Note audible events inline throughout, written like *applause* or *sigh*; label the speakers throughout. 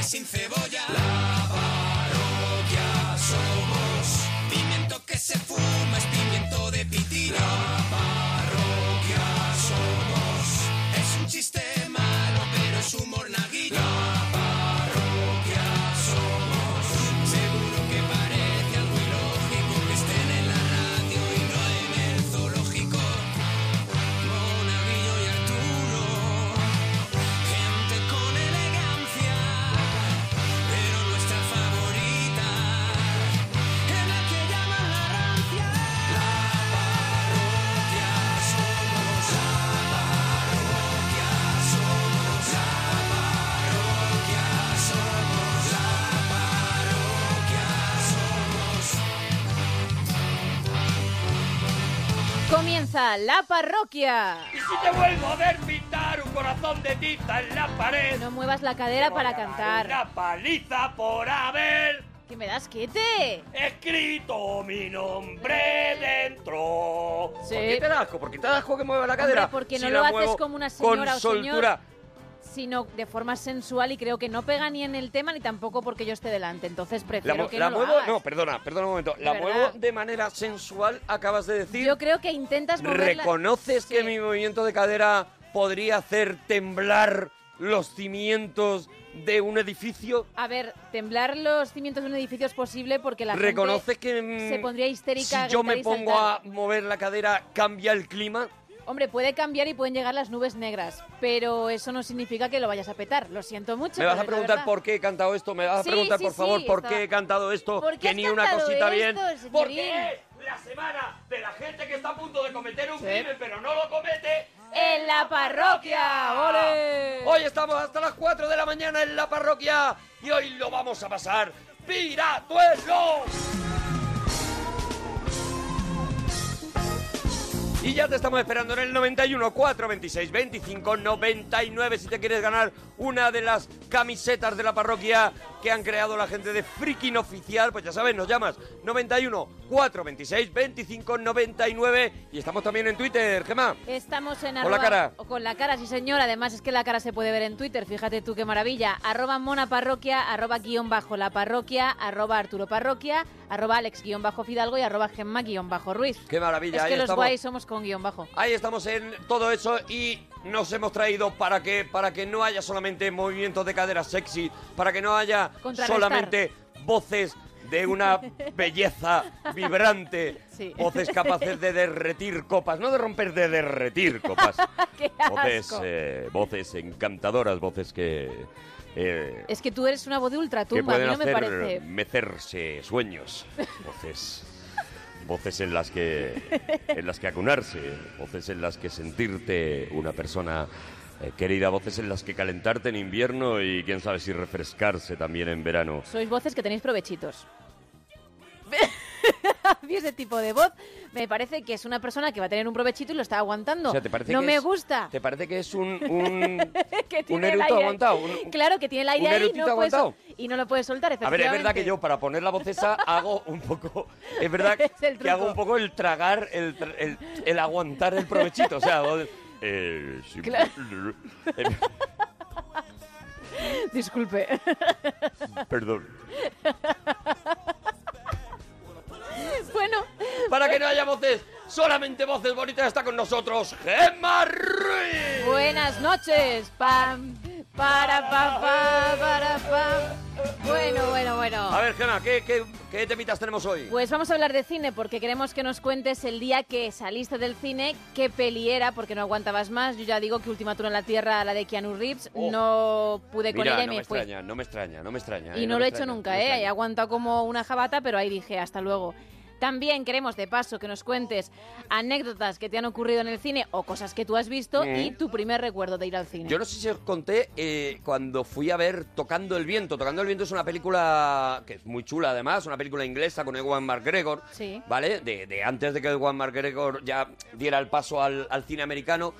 Speaker 1: sin cebolla. La parroquia somos. Pimiento que se fuma es pimiento de pitina. La parroquia somos. Es un chiste malo, pero es humor naguillo. La parroquia somos. Seguro que parece algo ilógico que estén en la radio y no en el zoológico. Monaguillo y Arturo. Gente con elegancia, pero nuestra favorita es la que llaman la rancia. La parroquia somos, la parroquia somos, la parroquia somos, la parroquia somos.
Speaker 2: Comienza la parroquia.
Speaker 3: Si te vuelvo a ver pintar un corazón de tinta en la pared.
Speaker 2: No muevas la cadera para cantar.
Speaker 3: Una paliza por haber
Speaker 2: ¿Qué me das, quete?
Speaker 3: escrito mi nombre dentro.
Speaker 2: Sí.
Speaker 4: ¿Por qué te da asco? ¿Por qué te da asco que mueva la
Speaker 2: Hombre,
Speaker 4: cadera?
Speaker 2: porque
Speaker 4: Si
Speaker 2: no
Speaker 4: la
Speaker 2: lo haces
Speaker 4: muevo
Speaker 2: como una
Speaker 4: con
Speaker 2: señora o señor.
Speaker 4: soltura.
Speaker 2: Sino de forma sensual y creo que no pega ni en el tema ni tampoco porque yo esté delante. Entonces
Speaker 4: La,
Speaker 2: prefiero
Speaker 4: mu-
Speaker 2: que
Speaker 4: la
Speaker 2: no lo
Speaker 4: muevo,
Speaker 2: hagas.
Speaker 4: no, perdona, perdona un momento. La
Speaker 2: verdad.
Speaker 4: muevo de manera sensual, acabas de decir.
Speaker 2: Yo creo que intentas moverla.
Speaker 4: ¿Reconoces que mi movimiento de cadera podría hacer temblar los cimientos de un edificio?
Speaker 2: A ver, temblar los cimientos de un edificio es posible porque la
Speaker 4: ¿Reconoces
Speaker 2: gente
Speaker 4: que mm,
Speaker 2: se pondría histérica.
Speaker 4: si yo
Speaker 2: gritar
Speaker 4: me
Speaker 2: y
Speaker 4: pongo
Speaker 2: saltar?
Speaker 4: a mover la cadera cambia el clima?
Speaker 2: Hombre, puede cambiar y pueden llegar las nubes negras, pero eso no significa que lo vayas a petar. Lo siento mucho.
Speaker 4: ¿Me vas
Speaker 2: pero
Speaker 4: a
Speaker 2: es la
Speaker 4: preguntar
Speaker 2: verdad.
Speaker 4: por qué he cantado esto? ¿Me vas a
Speaker 2: Sí,
Speaker 4: preguntar,
Speaker 2: sí,
Speaker 4: por
Speaker 2: sí,
Speaker 4: favor, por
Speaker 2: está.
Speaker 4: qué he cantado esto?
Speaker 2: ¿Por qué
Speaker 4: que
Speaker 2: has
Speaker 4: ni una
Speaker 2: cantado
Speaker 4: cosita bien.
Speaker 2: esto, señorín?
Speaker 3: Porque es la semana de la gente que está a punto de cometer un crimen pero no lo comete.
Speaker 2: En la parroquia. ¡Ole!
Speaker 4: Hoy estamos hasta las 4 de la mañana en la parroquia y hoy lo vamos a pasar piratuelo. Y ya te estamos esperando en el 91 4 26 25 99 si te quieres ganar una de las camisetas de la parroquia que han creado la gente de Freaking Oficial, pues ya sabes, nos llamas 91 4 26 25 99 y estamos también en Twitter, Gemma.
Speaker 2: Estamos en
Speaker 4: Con
Speaker 2: arroba-
Speaker 4: la cara.
Speaker 2: o con la cara, sí señor. Además es que la cara se puede ver en Twitter. Fíjate tú qué maravilla. Arroba mona parroquia, arroba guión bajo la parroquia, arroba arturo parroquia, arroba alex guión bajo fidalgo y arroba gemma guión bajo ruiz.
Speaker 4: Qué maravilla,
Speaker 2: Es
Speaker 4: ahí
Speaker 2: que los
Speaker 4: estamos.
Speaker 2: guays somos con guión bajo.
Speaker 4: Ahí estamos en todo eso y nos hemos traído para que para que no haya solamente movimientos de cadera sexy, para que no haya
Speaker 2: Contrarrestar.
Speaker 4: solamente voces de
Speaker 2: *laughs*
Speaker 4: una belleza vibrante,
Speaker 2: Sí.
Speaker 4: voces capaces
Speaker 5: *laughs*
Speaker 4: de derretir copas, no de romper, de derretir copas,
Speaker 2: *laughs* ¡Qué
Speaker 4: voces,
Speaker 2: asco!
Speaker 4: eh, voces encantadoras, voces que eh,
Speaker 2: Es que tú eres una voz de
Speaker 4: que
Speaker 2: ultratumba, a mí
Speaker 4: pueden
Speaker 2: no me
Speaker 4: hacer eh,
Speaker 2: parece.
Speaker 4: mecerse sueños,
Speaker 2: *laughs*
Speaker 4: voces, voces en las que en las que acunarse, voces en las que sentirte una persona eh, querida, voces en las que calentarte en invierno y quién sabe si refrescarse también en verano.
Speaker 2: Sois voces que tenéis provechitos. *laughs* A mí ese tipo de voz me parece que es una persona que va a tener un provechito y lo está aguantando.
Speaker 4: O sea, ¿te parece
Speaker 2: no
Speaker 4: que
Speaker 2: me
Speaker 4: es-
Speaker 2: gusta.
Speaker 4: ¿Te parece que es un, un-
Speaker 2: que *laughs* tiene
Speaker 4: un
Speaker 2: el
Speaker 4: eructo
Speaker 2: aire ahí.
Speaker 4: aguantado? un-
Speaker 2: *laughs* claro, que tiene el aire
Speaker 4: un
Speaker 2: ahí y
Speaker 4: eructito
Speaker 2: no, puede sol-
Speaker 4: aguantado.
Speaker 2: y no lo puede soltar,
Speaker 4: A ver,
Speaker 2: efectivamente.
Speaker 4: es verdad que yo para poner la voz esa hago un poco, es verdad
Speaker 2: *laughs* Es el
Speaker 4: que hago
Speaker 2: truco.
Speaker 4: un poco el tragar, el, tra- el- el aguantar el provechito, o sea, voz- eh, sí, eh,
Speaker 2: *laughs* Disculpe.
Speaker 4: perdón.
Speaker 2: *laughs* bueno,
Speaker 4: *laughs* Para que no haya voces, solamente voces bonitas está con nosotros Gemma Ruiz.
Speaker 2: buenas noches. Pam, para, pa, pa, para, pam. Bueno, bueno, bueno.
Speaker 4: A ver, Gemma, ¿qué, qué, qué temitas tenemos hoy?
Speaker 2: Ah. Pues vamos a hablar de cine porque queremos que nos cuentes el día que saliste del cine, qué peli era, porque no aguantabas más. Yo ya digo que Ultimatura en la Tierra, la de Keanu Reeves,
Speaker 4: Oh.
Speaker 2: no pude con
Speaker 4: Mira,
Speaker 2: ella y
Speaker 4: no
Speaker 2: me,
Speaker 4: me
Speaker 2: fui.
Speaker 4: extraña, no me extraña, no me extraña. eh,
Speaker 2: Y no,
Speaker 4: me
Speaker 2: lo he hecho
Speaker 4: extraña,
Speaker 2: nunca,
Speaker 4: no me
Speaker 2: ¿eh? He
Speaker 4: extraña.
Speaker 2: aguantado como una jabata, pero ahí dije, hasta luego. También queremos, de paso, que nos cuentes anécdotas que te han ocurrido en el cine o cosas que tú has visto
Speaker 4: Mm.
Speaker 2: y tu primer recuerdo de ir al cine.
Speaker 4: Yo no sé si os conté eh, cuando fui a ver Tocando el Viento. Tocando el Viento es una película que es muy chula, además, una película inglesa con Ewan McGregor,
Speaker 2: Sí.
Speaker 4: ¿vale? De, de antes de que Ewan McGregor ya diera el paso al, al cine americano.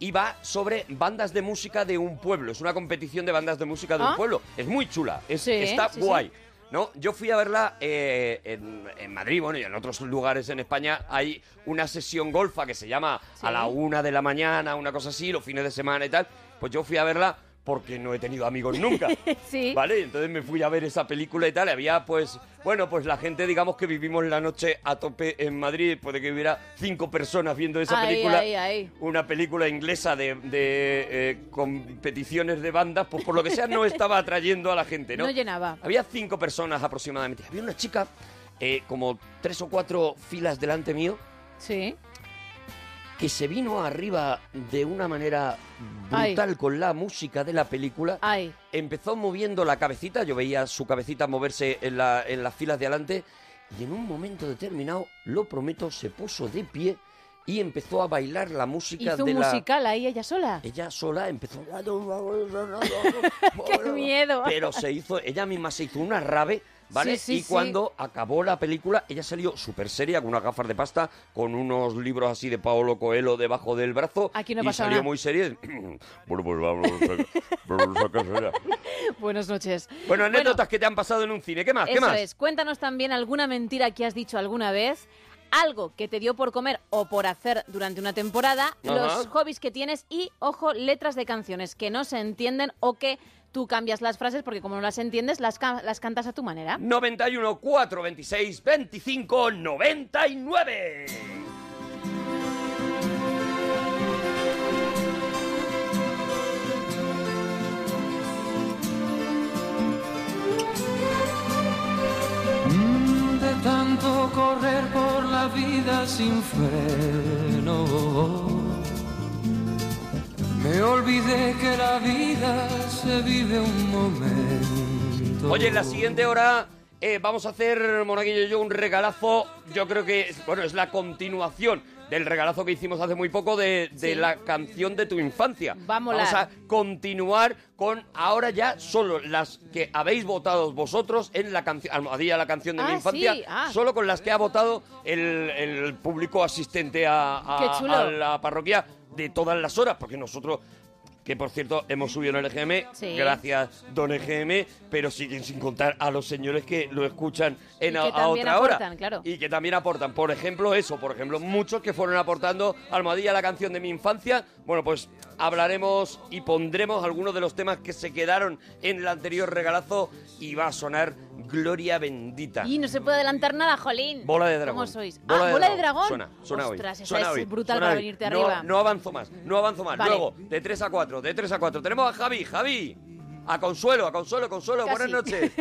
Speaker 4: Y va sobre bandas de música de un pueblo. Es una competición de bandas de música de
Speaker 2: ¿Ah?
Speaker 4: un pueblo. Es muy chula. Es,
Speaker 2: Sí,
Speaker 4: está
Speaker 2: sí, sí.
Speaker 4: guay. ¿no? Yo fui a verla eh, en, en Madrid, bueno, y en otros lugares en España hay una sesión golfa que se llama
Speaker 2: Sí.
Speaker 4: a la una de la mañana, una cosa así, los fines de semana y tal. Pues yo fui a verla porque no he tenido amigos nunca.
Speaker 2: *laughs* Sí.
Speaker 4: ¿Vale? Entonces me fui a ver esa película y tal. Había, pues, bueno, pues la gente, digamos que vivimos la noche a tope en Madrid. Puede que hubiera cinco personas viendo esa
Speaker 2: Ahí,
Speaker 4: película.
Speaker 2: ahí, ahí.
Speaker 4: Una película inglesa de, de, eh, competiciones de bandas, pues por lo que sea no estaba atrayendo a la gente, ¿no?
Speaker 2: No llenaba.
Speaker 4: Había cinco personas aproximadamente. Había una chica, eh, como tres o cuatro filas delante mío,
Speaker 2: Sí.
Speaker 4: que se vino arriba de una manera
Speaker 2: Ay.
Speaker 4: brutal con la música de la película.
Speaker 2: Ay.
Speaker 4: Empezó moviendo la cabecita, yo veía su cabecita moverse en, la- en las filas de adelante y en un momento determinado, lo prometo, se puso de pie y empezó a bailar la música
Speaker 2: Hizo
Speaker 4: de
Speaker 2: un
Speaker 4: la...
Speaker 2: musical ahí ella sola.
Speaker 4: *laughs* Ella sola empezó...
Speaker 2: *laughs* ¡Qué miedo!
Speaker 4: Pero se hizo, ella misma se hizo una rave, ¿vale?
Speaker 2: Sí, sí,
Speaker 4: y
Speaker 2: sí.
Speaker 4: cuando acabó la película, ella salió súper seria, con unas gafas de pasta, con unos libros así de Paolo Coelho debajo del brazo.
Speaker 2: Aquí no
Speaker 4: y
Speaker 2: pasa
Speaker 4: salió
Speaker 2: nada.
Speaker 4: muy seria. *clears throat* bueno, pues vamos, vamos a
Speaker 2: *laughs*
Speaker 4: casar.
Speaker 2: *laughs* Buenas noches.
Speaker 4: Bueno, anécdotas que te han pasado en un cine. ¿Qué más? Ah, ¿Qué
Speaker 2: Eso
Speaker 4: más?
Speaker 2: es. Cuéntanos también alguna mentira que has dicho alguna vez, algo que te dio por comer o por hacer durante una temporada,
Speaker 4: Ajá.
Speaker 2: los hobbies que tienes y, ojo, letras de canciones que no se entienden o que tú cambias las frases porque como no las entiendes, las, ca- las cantas a tu manera.
Speaker 4: 91 4 26 25 99.
Speaker 6: Mm, De tanto correr por la vida sin freno, me olvidé que la vida se vive un momento.
Speaker 4: Oye, en la siguiente hora eh, vamos a hacer, Monaguillo y yo, un regalazo. Yo creo que, bueno, es la continuación del regalazo que hicimos hace muy poco de, de
Speaker 2: Sí.
Speaker 4: la canción de tu infancia.
Speaker 2: Va a molar.
Speaker 4: Vamos a continuar con ahora ya solo las que habéis votado vosotros en la canción, Almohadilla, la canción de
Speaker 2: Ah,
Speaker 4: mi infancia,
Speaker 2: sí, ah.
Speaker 4: solo con las que ha votado el, el público asistente a, a-
Speaker 2: Qué chulo.
Speaker 4: a la parroquia de todas las horas, porque nosotros... Que por cierto, hemos subido en el EGM,
Speaker 2: Sí.
Speaker 4: gracias Don EGM, pero siguen sin contar a los señores que lo escuchan en
Speaker 2: Y
Speaker 4: a,
Speaker 2: que
Speaker 4: a
Speaker 2: también
Speaker 4: otra hora.
Speaker 2: aportan, claro.
Speaker 4: Y que también aportan, por ejemplo, eso, por ejemplo, muchos que fueron aportando Almohadilla, la canción de mi infancia. Bueno, pues hablaremos y pondremos algunos de los temas que se quedaron en el anterior regalazo y va a sonar Gloria Bendita.
Speaker 2: Y no se puede adelantar nada, Jolín.
Speaker 4: Bola de dragón.
Speaker 2: ¿Cómo sois?
Speaker 4: Bola,
Speaker 2: ah,
Speaker 4: de,
Speaker 2: bola de
Speaker 4: dragón.
Speaker 2: dragón.
Speaker 4: Suena, suena hoy.
Speaker 2: Ostras, esa
Speaker 4: Suena
Speaker 2: es
Speaker 4: hoy,
Speaker 2: brutal
Speaker 4: suena
Speaker 2: para
Speaker 4: hoy.
Speaker 2: venirte
Speaker 4: No-
Speaker 2: arriba.
Speaker 4: No avanzo más, no avanzo más.
Speaker 2: Vale.
Speaker 4: Luego, de 3 a 4, de 3 a 4. Tenemos a Javi, Javi. A Consuelo, a Consuelo, Consuelo,
Speaker 2: Casi.
Speaker 4: buenas
Speaker 2: *laughs*
Speaker 4: noches.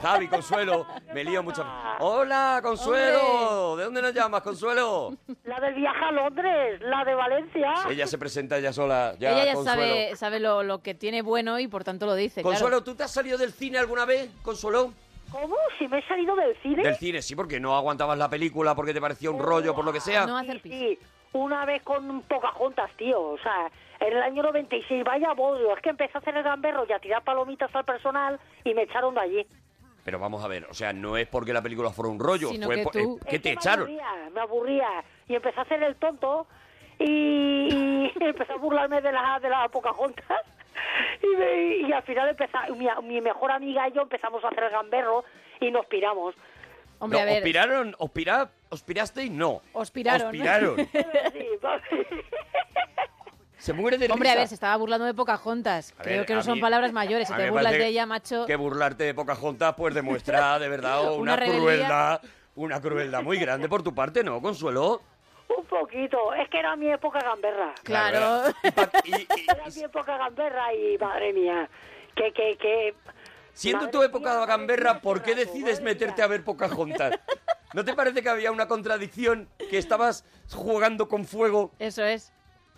Speaker 4: Javi, Consuelo, me lío mucho. Hola, Consuelo. ¿De dónde nos llamas, Consuelo?
Speaker 7: La del viaje a Londres, la de Valencia.
Speaker 4: Ella se presenta ya sola, ya,
Speaker 2: Ella ya
Speaker 4: Consuelo.
Speaker 2: sabe, sabe lo, lo que tiene bueno y por tanto lo dice. claro.
Speaker 4: Consuelo, ¿tú te has salido del cine alguna vez, Consuelo?
Speaker 7: ¿Cómo? Si me he salido del cine.
Speaker 4: Del cine, sí, porque no aguantabas la película, porque te parecía un rollo, por lo que sea.
Speaker 2: No
Speaker 7: Sí,
Speaker 2: hacer pis.
Speaker 7: sí, una vez con Pocahontas, tío. O sea, en el año 96, vaya bollo. Es que empecé a hacer el gamberro y a tirar palomitas al personal y me echaron de allí.
Speaker 4: Pero vamos a ver, o sea, no es porque la película fuera un rollo,
Speaker 2: Sino
Speaker 4: fue
Speaker 2: que
Speaker 4: por-
Speaker 2: tú-
Speaker 4: eh, que
Speaker 7: Es
Speaker 4: te
Speaker 7: me
Speaker 4: echaron.
Speaker 7: Aburría, me aburría. Y empecé a hacer el tonto y, y *laughs* empecé a burlarme de las de las Pocahontas. Y, me- y al final empezó, mi, mi mejor amiga y yo empezamos a hacer el gamberro y nos piramos.
Speaker 2: Hombre,
Speaker 4: No,
Speaker 2: a ver.
Speaker 4: ¿Os piraron? ¿Os, pira- os pirasteis? No.
Speaker 2: Os piraron.
Speaker 4: Os piraron.
Speaker 7: Sí, *laughs* papi.
Speaker 4: Se muere de
Speaker 2: Hombre, a
Speaker 4: risa.
Speaker 2: ver, se estaba burlando de Pocahontas.
Speaker 4: A
Speaker 2: Creo
Speaker 4: ver,
Speaker 2: que
Speaker 4: a
Speaker 2: no son
Speaker 4: mí-
Speaker 2: palabras mayores. Si
Speaker 4: a
Speaker 2: te
Speaker 4: mí me
Speaker 2: burlas
Speaker 4: parece
Speaker 2: de ella, macho.
Speaker 4: Que burlarte de pocas juntas, pues demuestra de
Speaker 2: *laughs*
Speaker 4: verdad una,
Speaker 2: Una rebeldía.
Speaker 4: crueldad. Una crueldad muy grande por tu parte, ¿no, Consuelo?
Speaker 7: Un poquito, es que era mi época gamberra.
Speaker 2: Claro.
Speaker 4: Y pa- y- y-
Speaker 7: Era mi época gamberra y madre mía, que, que, que...
Speaker 4: siendo
Speaker 7: madre
Speaker 4: tu época
Speaker 7: mía,
Speaker 4: de
Speaker 7: madre
Speaker 4: gamberra,
Speaker 7: mía,
Speaker 4: ¿por qué
Speaker 7: rato,
Speaker 4: decides
Speaker 7: madre
Speaker 4: meterte
Speaker 7: mía.
Speaker 4: a ver pocas juntas? ¿No te parece que había una contradicción? Que estabas jugando con fuego.
Speaker 2: Eso es.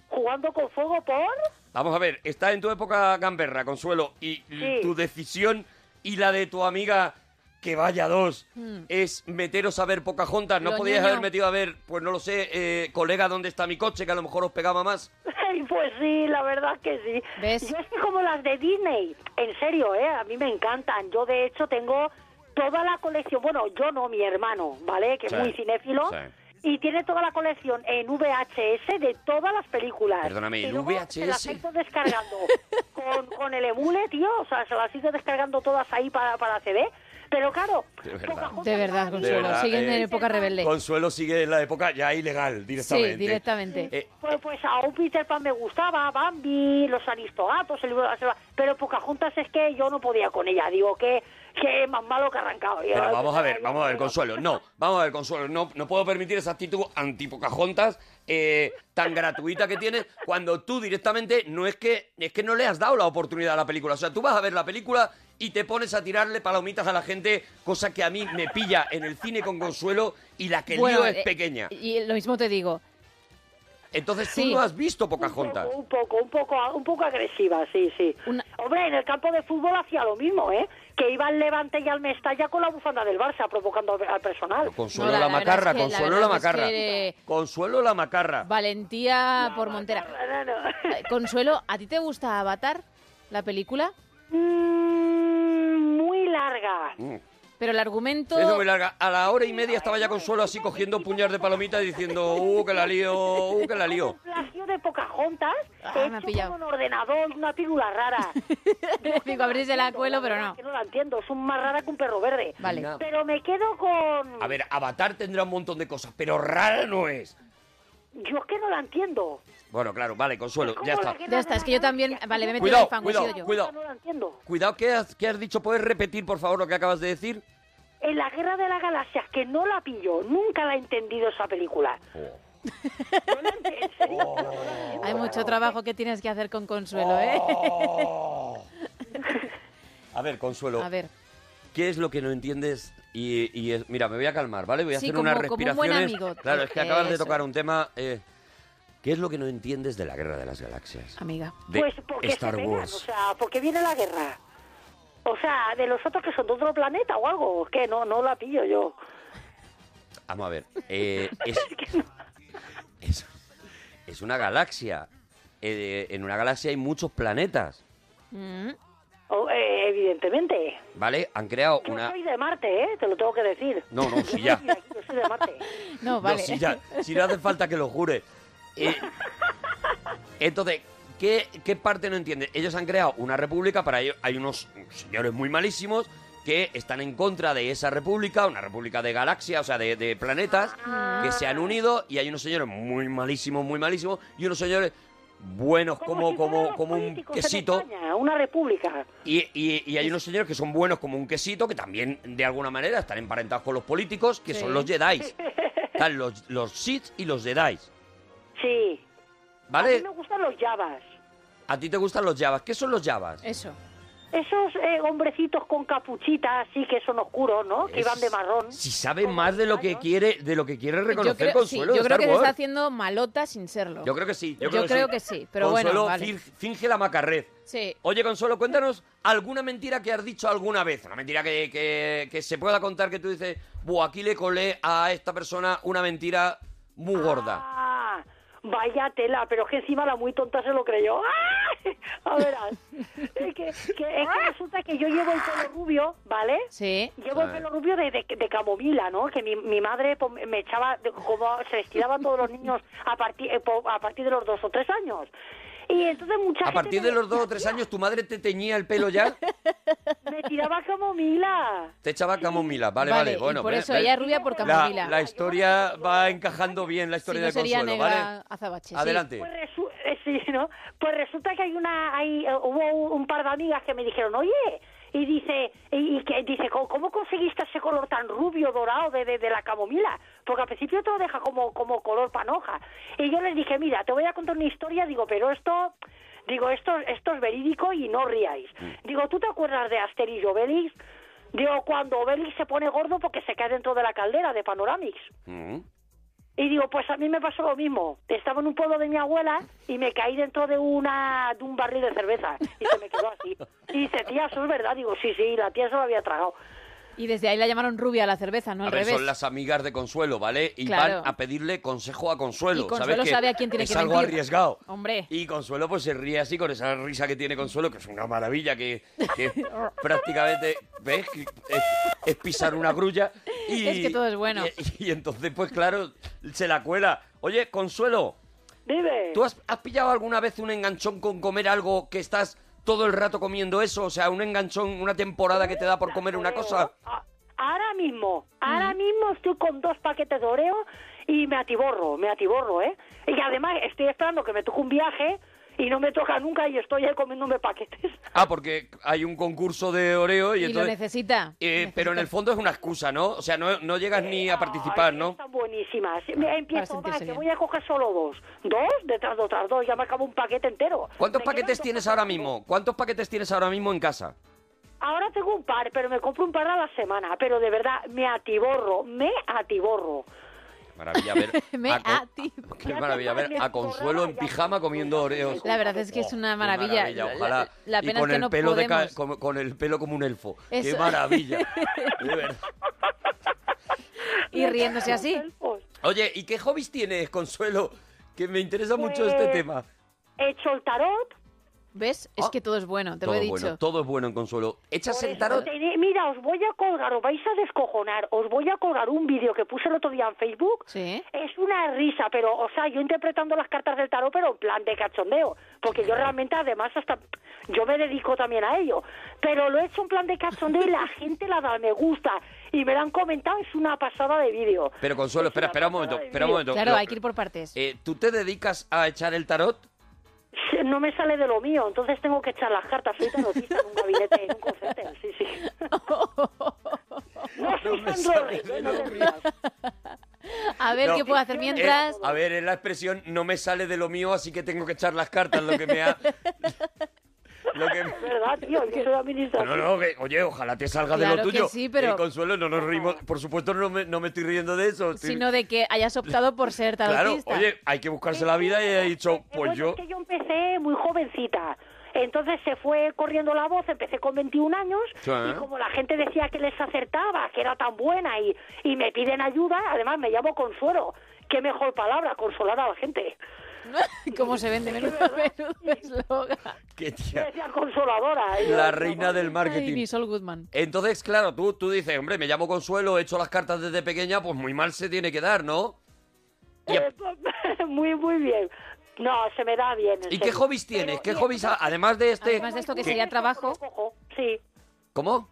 Speaker 7: ¿Jugando con fuego por?
Speaker 4: Vamos a ver, está en tu época gamberra, Consuelo, y l-
Speaker 7: Sí.
Speaker 4: tu decisión y la de tu amiga, que vaya dos, es meteros a ver Pocahontas. ¿No
Speaker 2: Lo
Speaker 4: podías
Speaker 2: ñoño.
Speaker 4: haber metido a ver, pues no lo sé, eh, colega, ¿dónde está mi coche? Que a lo mejor os pegaba más.
Speaker 7: *laughs* Ay, pues sí, la verdad que sí.
Speaker 2: ¿Ves?
Speaker 7: Yo soy como las de Disney, en serio, ¿eh? A mí me encantan. Yo, de hecho, tengo toda la colección, bueno, yo no, mi hermano, ¿vale? Que
Speaker 4: Sí,
Speaker 7: es muy cinéfilo.
Speaker 4: sí.
Speaker 7: Y tiene toda la colección en VHS de todas las películas.
Speaker 4: Perdóname,
Speaker 7: Y
Speaker 4: ¿en
Speaker 7: luego Se las
Speaker 4: VHS?
Speaker 7: he ido descargando con, con el emule, tío. O sea, se las he ido descargando todas ahí para, para CD. Pero claro,
Speaker 4: De verdad.
Speaker 7: Pocahontas
Speaker 2: De verdad,
Speaker 7: para mí-
Speaker 2: Consuelo,
Speaker 4: verdad,
Speaker 2: siguen
Speaker 4: eh,
Speaker 2: en época rebelde.
Speaker 4: Consuelo sigue en la época ya ilegal, directamente.
Speaker 2: Sí, directamente.
Speaker 4: Eh,
Speaker 7: Pues, pues a un Peter Pan me gustaba, Bambi, los Aristogatos, el libro de la selva, pero Pocahontas es que yo no podía con ella, digo que, que más malo que arrancado. eh, Yo-
Speaker 4: Pero vamos a ver, vamos a ver, Consuelo. No, vamos a ver, Consuelo. No, no puedo permitir esa actitud antipocahontas eh, tan gratuita que tienes cuando tú directamente no es que es que no le has dado la oportunidad a la película. O sea, tú vas a ver la película y te pones a tirarle palomitas a la gente, cosa que a mí me pilla en el cine con Consuelo y la que
Speaker 2: Bueno,
Speaker 4: lío es
Speaker 2: eh,
Speaker 4: pequeña.
Speaker 2: Y lo mismo te digo.
Speaker 4: Entonces tú
Speaker 2: sí.
Speaker 4: no has visto
Speaker 7: Un
Speaker 4: Pocahontas.
Speaker 7: poco, un poco, un poco, un poco agresiva, sí, sí.
Speaker 2: Una-
Speaker 7: Hombre, en el campo de fútbol hacía lo mismo, ¿eh? Que iba al Levante y al Mestalla con la bufanda del Barça, provocando al, al personal.
Speaker 4: Consuelo
Speaker 2: No, la-
Speaker 4: la,
Speaker 2: la verdad
Speaker 4: macarra,
Speaker 2: es que- la
Speaker 4: Consuelo la
Speaker 2: verdad es que,
Speaker 4: macarra.
Speaker 2: eh,
Speaker 4: Consuelo la macarra.
Speaker 2: Valentía por Montera.
Speaker 7: No, no, no.
Speaker 2: Eh, Consuelo, ¿a ti te gusta Avatar, la película?
Speaker 7: Mm, muy larga.
Speaker 4: Mm.
Speaker 2: Pero el argumento...
Speaker 4: Es muy larga. A la hora y media estaba ya Consuelo así cogiendo puñar de palomita y diciendo, uh, que la
Speaker 7: *laughs*
Speaker 4: lío, uh, que la lío.
Speaker 7: plagio de Pocahontas
Speaker 2: Ah,
Speaker 7: hecho
Speaker 2: me ha pillado.
Speaker 7: con un ordenador, una pílula
Speaker 2: *laughs*
Speaker 7: rara.
Speaker 2: Digo, a ver si se la cuelo, pero
Speaker 7: verdad
Speaker 2: no.
Speaker 7: que no la entiendo, ¿eh? es un más rara que un perro verde.
Speaker 2: Vale.
Speaker 4: Nada.
Speaker 7: Pero me quedo con...
Speaker 4: A ver, Avatar tendrá un montón de cosas, pero rara no es.
Speaker 7: Yo es que no la entiendo.
Speaker 4: Bueno, claro, vale, Consuelo,
Speaker 7: ¿Cómo
Speaker 4: ya
Speaker 7: la
Speaker 4: está.
Speaker 7: que no
Speaker 2: Ya está,
Speaker 7: hace
Speaker 2: es que yo
Speaker 7: nada?
Speaker 2: también- vale, me he metido
Speaker 4: Cuidado,
Speaker 2: en el fango, he sido
Speaker 4: cuidado,
Speaker 2: yo.
Speaker 4: cuidado.
Speaker 7: No la entiendo.
Speaker 4: Cuidado, ¿qué has, qué has dicho? ¿Puedes repetir, por favor, lo que acabas de decir?
Speaker 7: En la Guerra de las Galaxias, que no la pillo, nunca la he entendido esa película. No la ent- en serio, no la entiendo.
Speaker 2: Hay mucho trabajo que tienes que hacer con Consuelo, ¿eh?
Speaker 4: Oh. A ver, Consuelo,
Speaker 2: *laughs* A ver,
Speaker 4: ¿qué es lo que no entiendes? Y, y es- mira, me voy a calmar, ¿vale? Voy a
Speaker 2: Sí,
Speaker 4: hacer
Speaker 2: como-
Speaker 4: unas
Speaker 2: como un
Speaker 4: respiraciones.
Speaker 2: buen amigo.
Speaker 4: Claro, es que acabas de
Speaker 2: Eso.
Speaker 4: tocar un tema. eh, ¿Qué es lo que no entiendes de la Guerra de las Galaxias?
Speaker 2: amiga.
Speaker 4: De
Speaker 7: pues porque
Speaker 4: Star
Speaker 7: se pegan,
Speaker 4: Wars.
Speaker 7: o sea, porque viene la guerra. O sea, de los otros que son de otro planeta o algo, es que no, no la pillo yo.
Speaker 4: Vamos a ver. eh, es, es, es una galaxia. Eh, en una galaxia hay muchos planetas.
Speaker 2: Mm.
Speaker 7: O- eh, evidentemente.
Speaker 4: ¿Vale? Han creado
Speaker 7: Yo
Speaker 4: una.
Speaker 7: soy de Marte, ¿eh? Te lo tengo que decir.
Speaker 4: No, no, sí,
Speaker 7: Yo
Speaker 4: ya.
Speaker 7: soy de aquí, Yo soy de Marte.
Speaker 2: *laughs* No,
Speaker 4: No,
Speaker 2: vale.
Speaker 4: si, ya-
Speaker 2: *laughs*
Speaker 4: si no hace falta que lo jure. Eh, entonces, ¿qué, qué parte no entiende? Ellos han creado una república, para ellos hay unos señores muy malísimos que están en contra de esa república, una república de galaxias, o sea, de, de planetas,
Speaker 7: Ah.
Speaker 4: que se han unido y hay unos señores muy malísimos, muy malísimos, y unos señores buenos como,
Speaker 7: si fueran
Speaker 4: como,
Speaker 7: los
Speaker 4: como un
Speaker 7: políticos en
Speaker 4: quesito.
Speaker 7: España, una república.
Speaker 4: Y, y- y hay unos señores que son buenos como un quesito, que también de alguna manera están emparentados con los políticos, que
Speaker 2: Sí.
Speaker 4: son los Jedi. Están los, los Sith y los Jedi.
Speaker 7: *laughs* Sí. A
Speaker 4: ¿Vale?
Speaker 7: mí me gustan los Javas.
Speaker 4: A ti te gustan los Javas. ¿Qué son los Javas?
Speaker 2: Eso.
Speaker 7: Esos eh, hombrecitos con capuchita, así que son oscuros, ¿no? Que
Speaker 4: Es-
Speaker 7: van de marrón.
Speaker 4: Si sabe
Speaker 7: Con
Speaker 4: más de lo que
Speaker 7: rayos.
Speaker 4: quiere, de lo que quiere
Speaker 2: yo
Speaker 4: reconocer
Speaker 2: creo, sí,
Speaker 4: Consuelo
Speaker 2: yo
Speaker 4: de
Speaker 2: creo
Speaker 4: Star
Speaker 2: que se está
Speaker 4: Wars.
Speaker 2: haciendo malota sin serlo.
Speaker 4: Yo creo que sí. Yo,
Speaker 2: Yo creo
Speaker 4: sí.
Speaker 2: que sí, pero bueno,
Speaker 4: Consuelo
Speaker 2: vale.
Speaker 4: fir- finge la macarred.
Speaker 2: Sí.
Speaker 4: Oye, Consuelo, cuéntanos alguna mentira que has dicho alguna vez. Una mentira que, que- que se pueda contar que tú dices, Buah, aquí le colé a esta persona una mentira muy gorda.
Speaker 7: Ah, vaya tela, pero es que encima la muy tonta se lo creyó. ¡Ah! A verás. Es que, que- es que resulta que yo llevo el pelo rubio, ¿vale?
Speaker 2: Sí.
Speaker 7: Llevo el
Speaker 4: Ah.
Speaker 7: pelo rubio de, de, de camomila, ¿no? Que mi, mi madre pues, me echaba, de- como se estiraban todos los niños a partir, eh, po- a partir de los dos o tres años. Y entonces mucha
Speaker 4: A
Speaker 7: gente
Speaker 4: partir
Speaker 7: me-
Speaker 4: de los dos o tres años, ¿tu madre te teñía el pelo
Speaker 2: *laughs*
Speaker 4: ya?
Speaker 7: Me tiraba camomila.
Speaker 4: Te echaba camomila. Vale, vale.
Speaker 2: Vale, y
Speaker 4: bueno,
Speaker 2: por
Speaker 4: ve-
Speaker 2: eso
Speaker 4: ve-
Speaker 2: ella es rubia por
Speaker 7: La-
Speaker 4: la,
Speaker 2: camomila.
Speaker 4: la historia va encajando bien, la
Speaker 2: si
Speaker 4: historia
Speaker 2: no
Speaker 4: de
Speaker 2: sería
Speaker 4: Consuelo,
Speaker 2: negra
Speaker 4: ¿vale?
Speaker 2: azabache. sí.
Speaker 4: Adelante.
Speaker 7: Pues, resu- eh, sí, ¿no? Pues resulta que hay una, hay, eh, hubo un par de amigas que me dijeron, oye, y dice, y, y que dice, "Co- ¿cómo conseguiste ese color tan rubio dorado de, de- de la camomila? Porque al principio te lo deja como, como color panoja. Y yo les dije, mira, te voy a contar una historia, digo, pero esto, digo, esto, esto es verídico y no ríais.
Speaker 4: Mm.
Speaker 7: Digo, ¿tú te acuerdas de Asterix y Obelix? Digo, cuando Obelix se pone gordo porque se cae dentro de la caldera de Panoramix.
Speaker 4: Mm.
Speaker 7: Y digo, pues a mí me pasó lo mismo. Estaba en un pueblo de mi abuela y me caí dentro de una de un barril de cerveza y se me quedó así. Y dice, tía, eso es verdad. Digo, sí, sí, la tía se lo había tragado.
Speaker 2: Y desde ahí la llamaron rubia a la cerveza, no
Speaker 4: A
Speaker 2: al
Speaker 4: ver,
Speaker 2: revés.
Speaker 4: son las amigas de Consuelo, ¿vale? Y
Speaker 2: Claro.
Speaker 4: van a pedirle consejo a Consuelo.
Speaker 2: Y Consuelo
Speaker 4: ¿sabes que
Speaker 2: sabe a quién tiene
Speaker 4: es
Speaker 2: que
Speaker 4: algo
Speaker 2: mentir.
Speaker 4: arriesgado.
Speaker 2: Hombre.
Speaker 4: Y Consuelo pues se ríe así con esa risa que tiene Consuelo, que es una maravilla, que,
Speaker 2: *laughs*
Speaker 4: que prácticamente, ¿ves? Que Es, es pisar una grulla. Y,
Speaker 2: Es que todo es bueno.
Speaker 4: Y, y entonces, pues claro, se la cuela. Oye, Consuelo,
Speaker 7: Dime.
Speaker 4: ¿tú has, has pillado alguna vez un enganchón con comer algo que estás todo el rato comiendo eso? O sea, un enganchón, una temporada que te da por comer una cosa.
Speaker 7: Ahora mismo, ahora mismo estoy con dos paquetes de Oreo y me atiborro, me atiborro, ¿eh? Y además estoy esperando que me toque un viaje y no me toca nunca y estoy ahí comiéndome paquetes.
Speaker 4: Ah, porque hay un concurso de Oreo y,
Speaker 2: Y lo
Speaker 4: entonces...
Speaker 2: necesita.
Speaker 4: Eh, pero en el fondo es una excusa, ¿no? O sea, no, no llegas ni a participar, ¿no?
Speaker 7: Están buenísimas. Me empiezo,
Speaker 2: sentirse
Speaker 7: va, que
Speaker 2: bien.
Speaker 7: voy a coger solo dos. Dos detrás de otras dos, ya me acabo un paquete entero.
Speaker 4: ¿Cuántos
Speaker 7: Me quedan
Speaker 4: paquetes
Speaker 7: dos
Speaker 4: tienes
Speaker 7: paquetes.
Speaker 4: ahora mismo? ¿Cuántos paquetes tienes ahora mismo en casa?
Speaker 7: Ahora tengo un par, pero me compro un par a la semana. Pero de verdad, me atiborro, me atiborro.
Speaker 4: Maravilla, a ver.
Speaker 2: *laughs* Me
Speaker 4: a con-
Speaker 2: atiborro.
Speaker 4: Qué maravilla, a ver, a Consuelo en pijama comiendo Oreos.
Speaker 7: Oh,
Speaker 2: La verdad es que es
Speaker 4: oh,
Speaker 2: una
Speaker 4: Qué
Speaker 2: maravilla. La-
Speaker 4: ojalá.
Speaker 2: la- la pena
Speaker 4: y con
Speaker 2: es que
Speaker 4: el
Speaker 2: no
Speaker 4: pelo de ca-
Speaker 2: podemos.
Speaker 4: como- con el pelo como un elfo. Qué
Speaker 2: Eso. *laughs*
Speaker 4: maravilla. De verdad.
Speaker 2: *laughs* Y riéndose así.
Speaker 7: Pues,
Speaker 4: Oye, ¿y qué hobbies tienes, Consuelo? Que me interesa mucho este
Speaker 7: Pues,
Speaker 4: tema.
Speaker 7: He hecho el tarot.
Speaker 2: ¿Ves? Es
Speaker 4: Ah.
Speaker 2: que todo es bueno, te
Speaker 4: todo
Speaker 2: lo he dicho.
Speaker 4: bueno, todo es bueno en Consuelo. ¿Echas el
Speaker 7: Por eso
Speaker 4: tarot?
Speaker 7: tené- Mira, os voy a colgar, os vais a descojonar, os voy a colgar un vídeo que puse el otro día en Facebook.
Speaker 2: Sí.
Speaker 7: Es una risa, pero, o sea, yo interpretando las cartas del tarot, pero en plan de cachondeo, porque yo realmente, además, hasta yo me dedico también a ello, pero lo he hecho en plan de cachondeo
Speaker 2: *laughs*
Speaker 7: y la gente la da me gusta y me lo han comentado, es una pasada de vídeo.
Speaker 4: Pero Consuelo,
Speaker 7: Es Pues una
Speaker 4: espera, espera un momento,
Speaker 7: pasada de
Speaker 4: espera un
Speaker 7: vídeo.
Speaker 4: momento.
Speaker 2: Claro,
Speaker 4: Lo-
Speaker 2: hay que ir por partes.
Speaker 4: eh, ¿Tú te dedicas a echar el tarot?
Speaker 7: Sí, No me sale de lo mío, entonces tengo que echar las cartas,
Speaker 2: *laughs*
Speaker 7: soy tarotista en un gabinete, en un call center, sí, sí. *laughs* No, soy
Speaker 4: me
Speaker 7: Sandro
Speaker 4: sale
Speaker 7: Rey,
Speaker 4: de
Speaker 7: no
Speaker 4: lo
Speaker 7: te
Speaker 4: mío.
Speaker 7: rías.
Speaker 2: A ver
Speaker 4: No,
Speaker 2: qué puedo hacer
Speaker 7: eh,
Speaker 2: mientras.
Speaker 4: Eh, a ver, es la expresión no me sale de lo mío, así que tengo que echar las cartas, lo que me
Speaker 7: *laughs*
Speaker 4: ha... lo que...
Speaker 7: Es verdad, tío, yo soy administrador.
Speaker 4: No, no, que- oye, ojalá te salga de
Speaker 2: Claro
Speaker 4: lo
Speaker 2: que
Speaker 4: tuyo.
Speaker 2: sí, pero-
Speaker 4: Eh, Consuelo, no nos rimos. Por supuesto, no me, no me estoy riendo de eso. estoy-
Speaker 2: Sino de que hayas optado por ser
Speaker 4: Claro,
Speaker 2: tarotista.
Speaker 4: oye, hay que buscarse la vida y he dicho,
Speaker 7: Eh,
Speaker 4: pues
Speaker 7: bueno,
Speaker 4: yo... *laughs*
Speaker 7: Es que yo empecé muy
Speaker 2: *laughs*
Speaker 7: jovencita. Entonces se fue corriendo la voz, empecé con 21 años
Speaker 4: Sí, ¿eh?
Speaker 7: y como la gente decía que les acertaba, que era tan buena y, y me piden ayuda, además me llamo Consuelo. Qué mejor palabra, consolar a la gente.
Speaker 2: *laughs* ¿Cómo se vende? Menudo, menudo eslogan.
Speaker 4: Qué
Speaker 7: Me *laughs*
Speaker 4: tía,
Speaker 7: decían consoladora. y yo,
Speaker 4: la reina del
Speaker 2: Ay,
Speaker 4: marketing.
Speaker 2: ni Sol Goodman.
Speaker 4: Entonces, claro, tú, tú dices, hombre, me llamo Consuelo, he hecho las cartas desde pequeña, pues muy mal se tiene que dar, ¿no? Y, a-
Speaker 7: eh, *laughs* muy, muy bien. No, se me da bien. en
Speaker 4: ¿y qué
Speaker 7: serio.
Speaker 4: hobbies tienes?
Speaker 7: Pero-
Speaker 4: ¿Qué
Speaker 7: y
Speaker 4: hobbies, a- además de este...
Speaker 2: Además de esto que
Speaker 4: ¿Qué-
Speaker 2: sería trabajo.
Speaker 7: Ojo, Sí,
Speaker 4: ¿Cómo?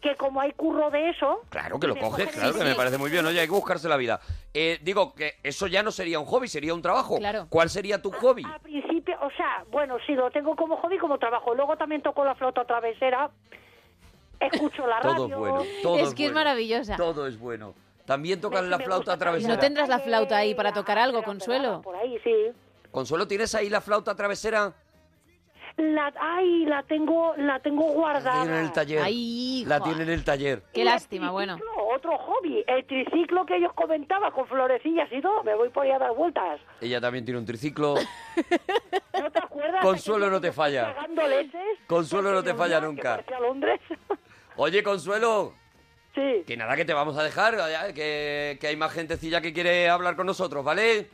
Speaker 7: que como hay curro de eso,
Speaker 4: Claro que lo
Speaker 7: Me
Speaker 4: coges,
Speaker 7: cogen
Speaker 4: claro
Speaker 2: el
Speaker 4: que me
Speaker 2: sí.
Speaker 4: parece muy bien, oye, hay que buscarse la vida. Eh, digo que eso ya no sería un hobby, sería un trabajo.
Speaker 2: Claro. Ah,
Speaker 4: ¿Cuál sería tu hobby?
Speaker 7: Al principio, o sea, bueno, sí, lo tengo como hobby, como trabajo. Luego también toco la flauta travesera, escucho la
Speaker 4: *laughs*
Speaker 7: radio.
Speaker 4: Todo es bueno, todo
Speaker 2: Es que es
Speaker 4: bueno,
Speaker 2: maravillosa.
Speaker 4: Todo es bueno. También tocan
Speaker 7: Me-
Speaker 4: la
Speaker 7: me
Speaker 4: flauta
Speaker 7: gusta también
Speaker 4: travesera.
Speaker 2: No tendrás la flauta ahí para
Speaker 7: calle,
Speaker 2: tocar algo,
Speaker 7: pero
Speaker 2: Consuelo.
Speaker 7: Por ahí, sí.
Speaker 4: Consuelo, ¿tienes ahí la flauta travesera?
Speaker 7: La, ay, la tengo, la tengo
Speaker 4: La
Speaker 7: guardada.
Speaker 4: tiene en el taller.
Speaker 2: Ay,
Speaker 4: La
Speaker 2: hijo.
Speaker 4: tiene en el taller.
Speaker 7: Y
Speaker 2: Qué
Speaker 7: el
Speaker 2: lástima, bueno.
Speaker 7: triciclo, Otro hobby, el triciclo que ellos comentaba con florecillas y todo. Me voy por ahí a dar vueltas.
Speaker 4: Ella también tiene un
Speaker 2: *laughs*
Speaker 4: triciclo.
Speaker 7: ¿No te acuerdas?
Speaker 4: Consuelo no te falla.
Speaker 7: Cagando leches.
Speaker 4: Consuelo no te falla
Speaker 7: Que
Speaker 4: nunca.
Speaker 7: parecía Londres.
Speaker 4: Oye, Consuelo,
Speaker 7: Sí.
Speaker 4: que nada, que te vamos a dejar, eh, que, que hay más gentecilla que quiere hablar con nosotros, ¿vale?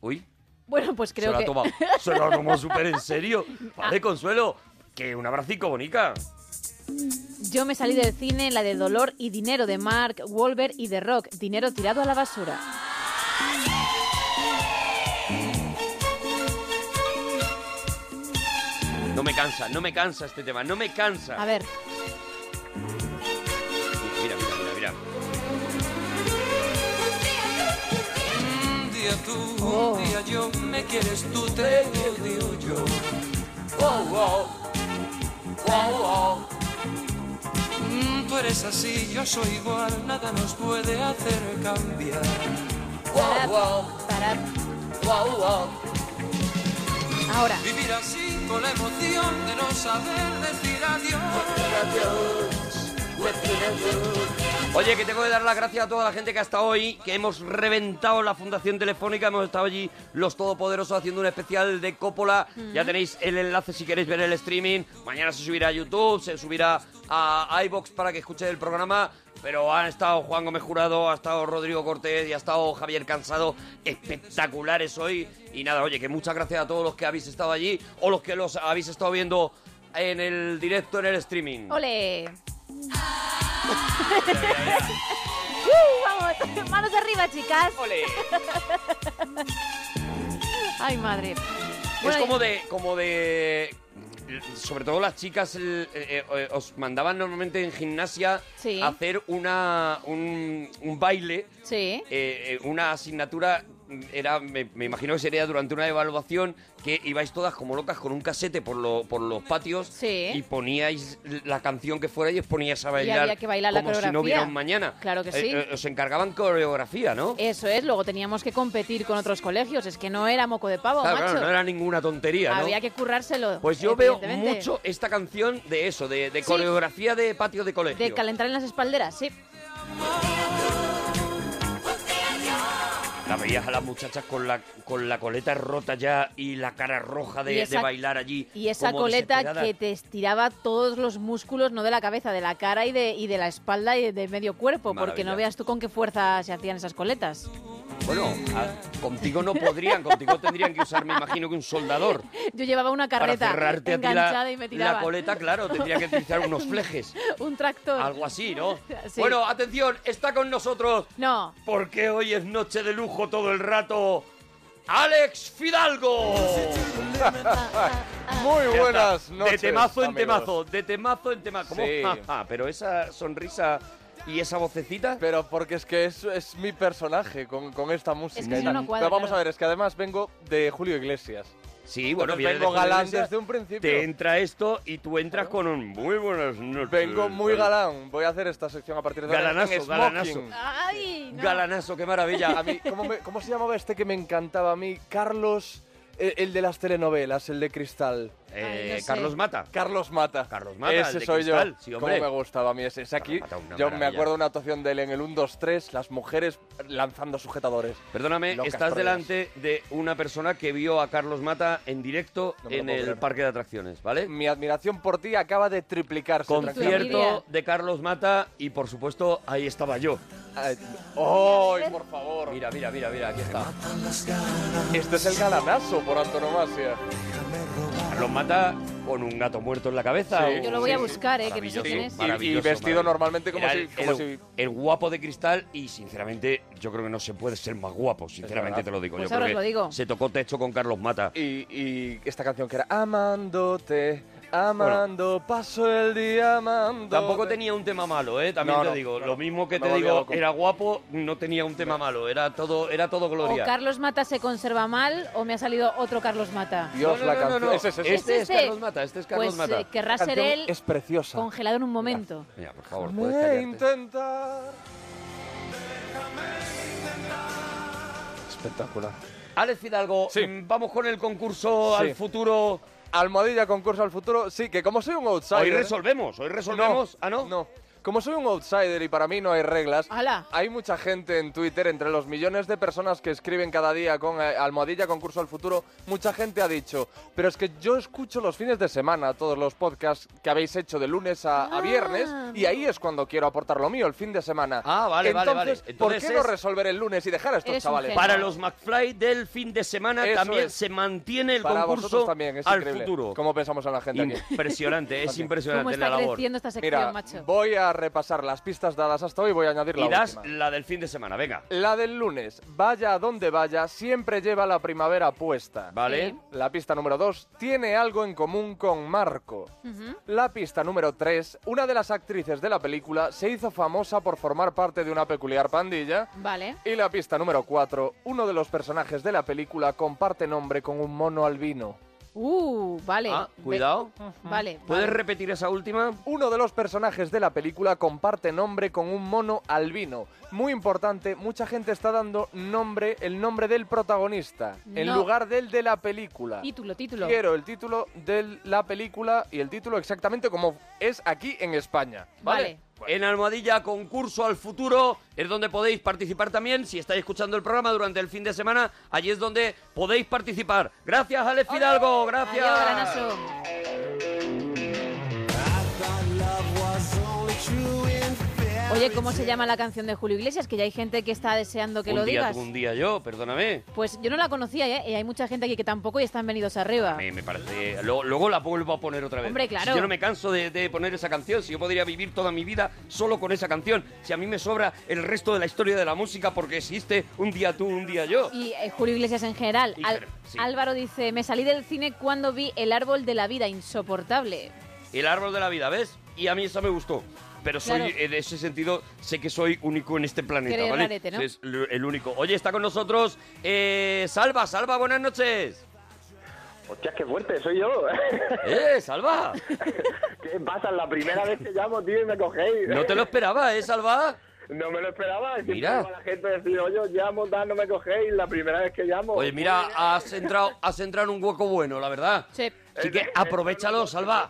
Speaker 4: Uy,
Speaker 2: Bueno, pues creo
Speaker 4: se lo
Speaker 2: que. Ah.
Speaker 4: ha
Speaker 2: *laughs*
Speaker 4: tomado. Se lo ha tomado súper en serio. Vale, Consuelo, que un abracico, bonica.
Speaker 2: Yo me salí del cine, la de Dolor y Dinero de Mark Wahlberg y The Rock. Dinero tirado a la basura.
Speaker 4: No me cansa, no me cansa este tema, no me cansa.
Speaker 2: A ver,
Speaker 4: Mira, mira, mira, mira.
Speaker 6: Un día tú,
Speaker 2: Oh.
Speaker 6: un día yo, me quieres tú, te odio yo.
Speaker 4: Wow, wow. Wow, wow.
Speaker 6: Mm, Tú eres así, yo soy igual, nada nos puede hacer cambiar.
Speaker 4: Wow, wow.
Speaker 2: parad.
Speaker 4: Wow, wow.
Speaker 2: Ahora.
Speaker 6: Vivir así con la emoción de no saber decir adiós.
Speaker 4: Oye, que tengo que dar las gracias a toda la gente que hasta hoy, que hemos reventado la Fundación Telefónica, hemos estado allí los todopoderosos haciendo un especial de Coppola. Ya tenéis el enlace si queréis ver el streaming. Mañana se subirá a YouTube, se subirá a iBox para que escuchéis el programa. Pero han estado Juan Gómez Jurado, ha estado Rodrigo Cortés y ha estado Javier Cansado. Espectaculares hoy. Y nada, oye, que muchas gracias a todos los que habéis estado allí o los que los habéis estado viendo en el directo, en el streaming.
Speaker 2: ¡Ole!
Speaker 4: *laughs*
Speaker 2: ¡Uh, vamos, manos arriba, chicas. *laughs*
Speaker 4: ¡Ole!
Speaker 2: Ay, madre.
Speaker 4: Es
Speaker 2: Bueno,
Speaker 4: como de, como de sobre todo las chicas el- eh, eh, eh, os mandaban normalmente en gimnasia
Speaker 2: Sí.
Speaker 4: a hacer una, un, un baile,
Speaker 2: Sí.
Speaker 4: eh, eh, una asignatura, mm, era me, me imagino que sería durante una evaluación que ibais todas como locas con un casete por, lo- por los patios
Speaker 2: Sí.
Speaker 4: y poníais la canción que fuera y os poníais a bailar
Speaker 2: había que bailar la
Speaker 4: como si no
Speaker 2: coreografía.
Speaker 4: hubiera un mañana.
Speaker 2: Claro que
Speaker 4: Eh,
Speaker 2: sí.
Speaker 4: eh, os encargaban coreografía, ¿no?
Speaker 2: Eso es, luego teníamos que competir con otros colegios, es que no era moco de pavo,
Speaker 4: Ah, Claro,
Speaker 2: macho.
Speaker 4: claro, no era ninguna tontería, ¿no?
Speaker 2: Había que currárselo.
Speaker 4: Pues yo veo
Speaker 2: evidentemente.
Speaker 4: mucho esta canción de eso, de, de coreografía de patio de colegio.
Speaker 2: De calentar en las espalderas, sí.
Speaker 4: La veías a las muchachas con la, con la coleta rota ya y la cara roja de,
Speaker 2: Y esa-
Speaker 4: de bailar allí.
Speaker 2: Y esa
Speaker 4: como
Speaker 2: coleta
Speaker 4: desesperadas.
Speaker 2: que te estiraba todos los músculos, no de la cabeza, de la cara y de, y de la espalda y de, medio cuerpo, porque
Speaker 4: Maravilla.
Speaker 2: no veas tú con qué fuerza se hacían esas coletas. *laughs*
Speaker 4: Bueno, a- contigo no podrían, contigo tendrían que usar, me imagino, que un soldador.
Speaker 2: Yo llevaba una
Speaker 4: para
Speaker 2: carreta
Speaker 4: cerrarte a ti
Speaker 2: enganchada
Speaker 4: la,
Speaker 2: y me
Speaker 4: la
Speaker 2: tiraba.
Speaker 4: coleta, claro, tendría que utilizar unos flejes.
Speaker 2: *laughs* Un tractor.
Speaker 4: Algo así, ¿no?
Speaker 2: *laughs* Sí.
Speaker 4: Bueno, atención, está con nosotros,
Speaker 2: No.
Speaker 4: porque hoy es noche de lujo todo el rato, Alex
Speaker 8: *laughs*
Speaker 4: Fidalgo.
Speaker 8: Muy
Speaker 4: Ya
Speaker 8: buenas
Speaker 4: está.
Speaker 8: noches.
Speaker 4: De temazo en
Speaker 8: amigos.
Speaker 4: temazo, de temazo en temazo. ¿Cómo?
Speaker 8: Sí.
Speaker 4: Jaja, *laughs* pero esa sonrisa y esa vocecita.
Speaker 8: Pero porque es que es, es mi personaje con, con esta música.
Speaker 2: Es que eso no cuadra,
Speaker 8: Pero vamos
Speaker 2: claro.
Speaker 8: a ver, es que además vengo de Julio Iglesias.
Speaker 4: Sí, bueno,
Speaker 8: Entonces
Speaker 4: viene de
Speaker 8: vengo
Speaker 4: Julio
Speaker 8: galán
Speaker 4: Iglesias,
Speaker 8: desde un principio.
Speaker 4: Te entra esto y tú entras con un muy buenas noches.
Speaker 8: Vengo muy galán. Voy a hacer esta sección a partir de
Speaker 4: Galanazo,
Speaker 8: ahora. en
Speaker 4: galanazo.
Speaker 8: smoking.
Speaker 2: Ay, no.
Speaker 4: Galanazo, qué
Speaker 8: A
Speaker 4: maravilla.
Speaker 8: mí, ¿cómo, me- cómo se llamaba este que me encantaba a mí? Carlos, eh, el de las telenovelas, el de Cristal.
Speaker 4: Eh,
Speaker 2: Ay, no sé.
Speaker 4: Carlos Mata.
Speaker 8: Carlos Mata.
Speaker 4: Carlos Mata,
Speaker 8: Ese
Speaker 4: el de
Speaker 8: soy
Speaker 4: Cristal,
Speaker 8: yo.
Speaker 4: sí,
Speaker 8: Cómo
Speaker 4: hombre.
Speaker 8: me gustaba a mí ese. ese aquí,
Speaker 4: Mata, una
Speaker 8: yo me
Speaker 4: maravilla.
Speaker 8: acuerdo una actuación de él en el 1, 2, 3, las mujeres lanzando sujetadores.
Speaker 4: Perdóname,
Speaker 8: Locas
Speaker 4: estás
Speaker 8: perdidas.
Speaker 4: delante de una persona que vio a Carlos Mata en directo
Speaker 8: No me lo
Speaker 4: en
Speaker 8: puedo
Speaker 4: el
Speaker 8: creer.
Speaker 4: parque de atracciones, ¿vale?
Speaker 8: Mi admiración por ti acaba de triplicarse. tranquilamente.
Speaker 2: envidia.
Speaker 4: Concierto de Carlos Mata y por supuesto ahí estaba yo.
Speaker 8: Ay, ¡Ay, por favor!
Speaker 4: Mira, mira, mira, mira, aquí está.
Speaker 8: Este es el galanazo por antonomasia.
Speaker 4: Carlos Mata con un gato muerto en la cabeza.
Speaker 8: Sí.
Speaker 4: o-
Speaker 2: Yo lo voy a
Speaker 8: Sí, sí.
Speaker 2: buscar, eh, que no sé
Speaker 4: Maravilloso,
Speaker 2: quién es.
Speaker 8: Y- Y,
Speaker 4: Maravilloso,
Speaker 8: vestido
Speaker 4: maravilloso.
Speaker 8: normalmente como
Speaker 4: Era
Speaker 8: si...
Speaker 4: el,
Speaker 8: como
Speaker 4: el-
Speaker 8: si-
Speaker 4: el guapo de cristal y sinceramente yo creo que no se puede ser más guapo, sinceramente
Speaker 8: verdad.
Speaker 4: te lo digo.
Speaker 2: Pues
Speaker 4: yo
Speaker 2: ahora
Speaker 4: creo
Speaker 2: os
Speaker 4: que
Speaker 2: lo digo.
Speaker 4: Se tocó techo con Carlos Mata.
Speaker 8: y, y esta canción que era Amándote, amando, paso el día amando.
Speaker 4: Tampoco tenía un tema malo, ¿eh? También
Speaker 8: No,
Speaker 4: te
Speaker 8: no,
Speaker 4: digo,
Speaker 8: no,
Speaker 4: lo mismo que
Speaker 8: no
Speaker 4: te
Speaker 8: me había
Speaker 4: digo,
Speaker 8: dado cuenta.
Speaker 4: era guapo, no tenía un tema malo, era todo, era todo
Speaker 2: O
Speaker 4: gloria.
Speaker 2: Oh, Carlos Mata se conserva mal o me ha salido otro Carlos Mata.
Speaker 8: Dios,
Speaker 4: No, no,
Speaker 8: la
Speaker 4: no,
Speaker 8: canción...
Speaker 4: no, no.
Speaker 8: Ese es ese.
Speaker 4: Este
Speaker 2: ¿Es
Speaker 4: es
Speaker 2: este?
Speaker 4: Carlos Mata, este es Carlos
Speaker 2: Pues
Speaker 4: Mata.
Speaker 2: eh, querrá
Speaker 8: La
Speaker 2: ser
Speaker 8: canción
Speaker 2: él
Speaker 8: es preciosa.
Speaker 2: congelado en un momento.
Speaker 4: Mira, por favor, puedes
Speaker 8: Me
Speaker 4: callarte.
Speaker 8: intentar... Espectacular.
Speaker 4: Alex Fidalgo,
Speaker 8: Sí.
Speaker 4: mm, vamos con el concurso
Speaker 8: Sí.
Speaker 4: al futuro.
Speaker 8: Almohadilla concurso al futuro. Sí, que como soy un outsider... ¿eh?
Speaker 4: Hoy resolvemos, hoy resolvemos.
Speaker 8: No,
Speaker 4: ah, no.
Speaker 8: Como soy un outsider y para mí no hay reglas,
Speaker 2: ¡Hala!
Speaker 8: hay mucha gente en Twitter, entre los millones de personas que escriben cada día con eh, almohadilla concurso al futuro, mucha gente ha dicho, pero es que yo escucho los fines de semana todos los podcasts que habéis hecho de lunes a, a
Speaker 2: Ah,
Speaker 8: viernes y ahí es cuando quiero aportar lo mío, el fin de semana.
Speaker 4: Ah, vale, vale,
Speaker 8: Entonces,
Speaker 4: vale.
Speaker 8: ¿por
Speaker 4: Entonces
Speaker 8: qué no
Speaker 4: es-
Speaker 8: resolver el lunes y dejar a estos
Speaker 2: Eres un
Speaker 8: chavales?
Speaker 2: genio.
Speaker 4: Para los McFly del fin de semana
Speaker 8: Eso
Speaker 4: también
Speaker 8: es.
Speaker 4: se mantiene el
Speaker 8: Para
Speaker 4: concurso
Speaker 8: vosotros también, es
Speaker 4: al
Speaker 8: increíble
Speaker 4: futuro.
Speaker 8: cómo pensamos en la gente aquí.
Speaker 4: Impresionante, es
Speaker 2: ¿Cómo
Speaker 4: impresionante la
Speaker 2: está
Speaker 4: labor.
Speaker 2: creciendo esta sección,
Speaker 8: Mira,
Speaker 2: macho?
Speaker 8: voy a repasar las pistas dadas hasta hoy voy a añadir la
Speaker 4: Y das
Speaker 8: última.
Speaker 4: la del fin de semana, venga.
Speaker 8: La del lunes, vaya a donde vaya, siempre lleva la primavera puesta.
Speaker 4: Vale.
Speaker 8: La pista número 2 tiene algo en común con Marco. La pista número 3, una de las actrices de la película se hizo famosa por formar parte de una peculiar pandilla.
Speaker 2: Vale.
Speaker 8: Y la pista número 4, uno de los personajes de la película comparte nombre con un mono albino.
Speaker 2: Uh, vale.
Speaker 4: Ah,
Speaker 2: Ve-
Speaker 4: cuidado.
Speaker 2: Vale.
Speaker 4: ¿Puedes
Speaker 2: vale.
Speaker 4: repetir esa última?
Speaker 8: Uno de los personajes de la película comparte nombre con un mono albino. Muy importante, mucha gente está dando nombre, el nombre del protagonista, en
Speaker 2: No.
Speaker 8: lugar del de la película.
Speaker 2: Título, título.
Speaker 8: Quiero el título de la película y el título exactamente como es aquí en España.
Speaker 2: Vale.
Speaker 4: En Almohadilla Concurso al Futuro es donde podéis participar también. Si estáis escuchando el programa durante el fin de semana, allí es donde podéis participar. Gracias, Alex Fidalgo. Gracias.
Speaker 2: Adiós, granazo. Oye, ¿cómo se llama la canción de Julio Iglesias? Que ya hay gente que está deseando que
Speaker 4: un
Speaker 2: lo
Speaker 4: día
Speaker 2: digas.
Speaker 4: tú, un día yo, perdóname.
Speaker 2: Pues yo no la conocía, ¿eh? Y hay mucha gente aquí que tampoco y están venidos arriba.
Speaker 4: Me, me parece. Luego, luego la vuelvo a poner otra vez.
Speaker 2: Hombre, claro.
Speaker 4: Si yo no me canso de, de poner esa canción, si yo podría vivir toda mi vida solo con esa canción, si a mí me sobra el resto de la historia de la música porque existe un día tú, un día yo.
Speaker 2: Y eh, Julio Iglesias en general.
Speaker 4: Y
Speaker 2: Al-
Speaker 4: pero- sí.
Speaker 2: Álvaro dice, me salí del cine cuando vi El árbol de la vida, insoportable.
Speaker 4: El árbol de la vida, ¿ves? Y a mí esa me gustó. Pero soy,
Speaker 2: Claro.
Speaker 4: en ese sentido, sé que soy único en este planeta,
Speaker 2: Creo
Speaker 4: ¿vale?
Speaker 2: rarete, ¿no?
Speaker 4: Es l- el único. Oye, está con nosotros eh, Salva, Salva, buenas noches.
Speaker 9: Hostias, qué fuerte, soy yo.
Speaker 4: *laughs* ¡Eh, Salva!
Speaker 9: ¿Qué pasa? La primera vez que llamo, tío, y me cogéis.
Speaker 4: No te lo esperaba, ¿eh, Salva?
Speaker 9: No me lo esperaba. Siempre
Speaker 4: Mira.
Speaker 9: oigo a la gente decir, oye, os llamo, tal, no me cogéis. La primera vez que llamo.
Speaker 4: Oye, mira, has entrado, has entrado en un hueco bueno, la verdad.
Speaker 2: Sí.
Speaker 4: Así que aprovechalo, Salva.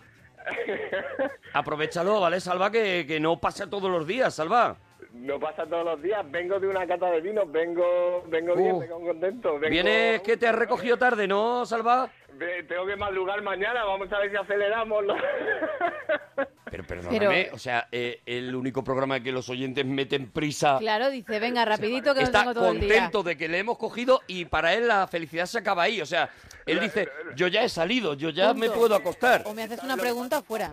Speaker 4: Aprovechalo, ¿vale, Salva? Que, que no pasa todos los días, Salva.
Speaker 9: *laughs* No pasa todos los días. Vengo de una cata de vino, vengo, vengo bien,
Speaker 4: Uh.
Speaker 9: vengo contento. Vengo...
Speaker 4: Vienes que te has recogido tarde, ¿no, Salva?
Speaker 9: Ve- Tengo que madrugar mañana, vamos a ver si aceleramos. lo- *laughs*
Speaker 4: Pero perdóname,
Speaker 2: Pero-
Speaker 4: o sea, eh, el único programa que los oyentes meten prisa.
Speaker 2: Claro, dice, venga, rapidito que
Speaker 4: Ah. Está
Speaker 2: no tengo todo el día.
Speaker 4: contento de que le hemos cogido y para él la felicidad se acaba ahí. O sea, él dice, yo ya he salido, yo ya me
Speaker 2: Punto.
Speaker 4: puedo acostar.
Speaker 2: O me haces una pregunta fuera.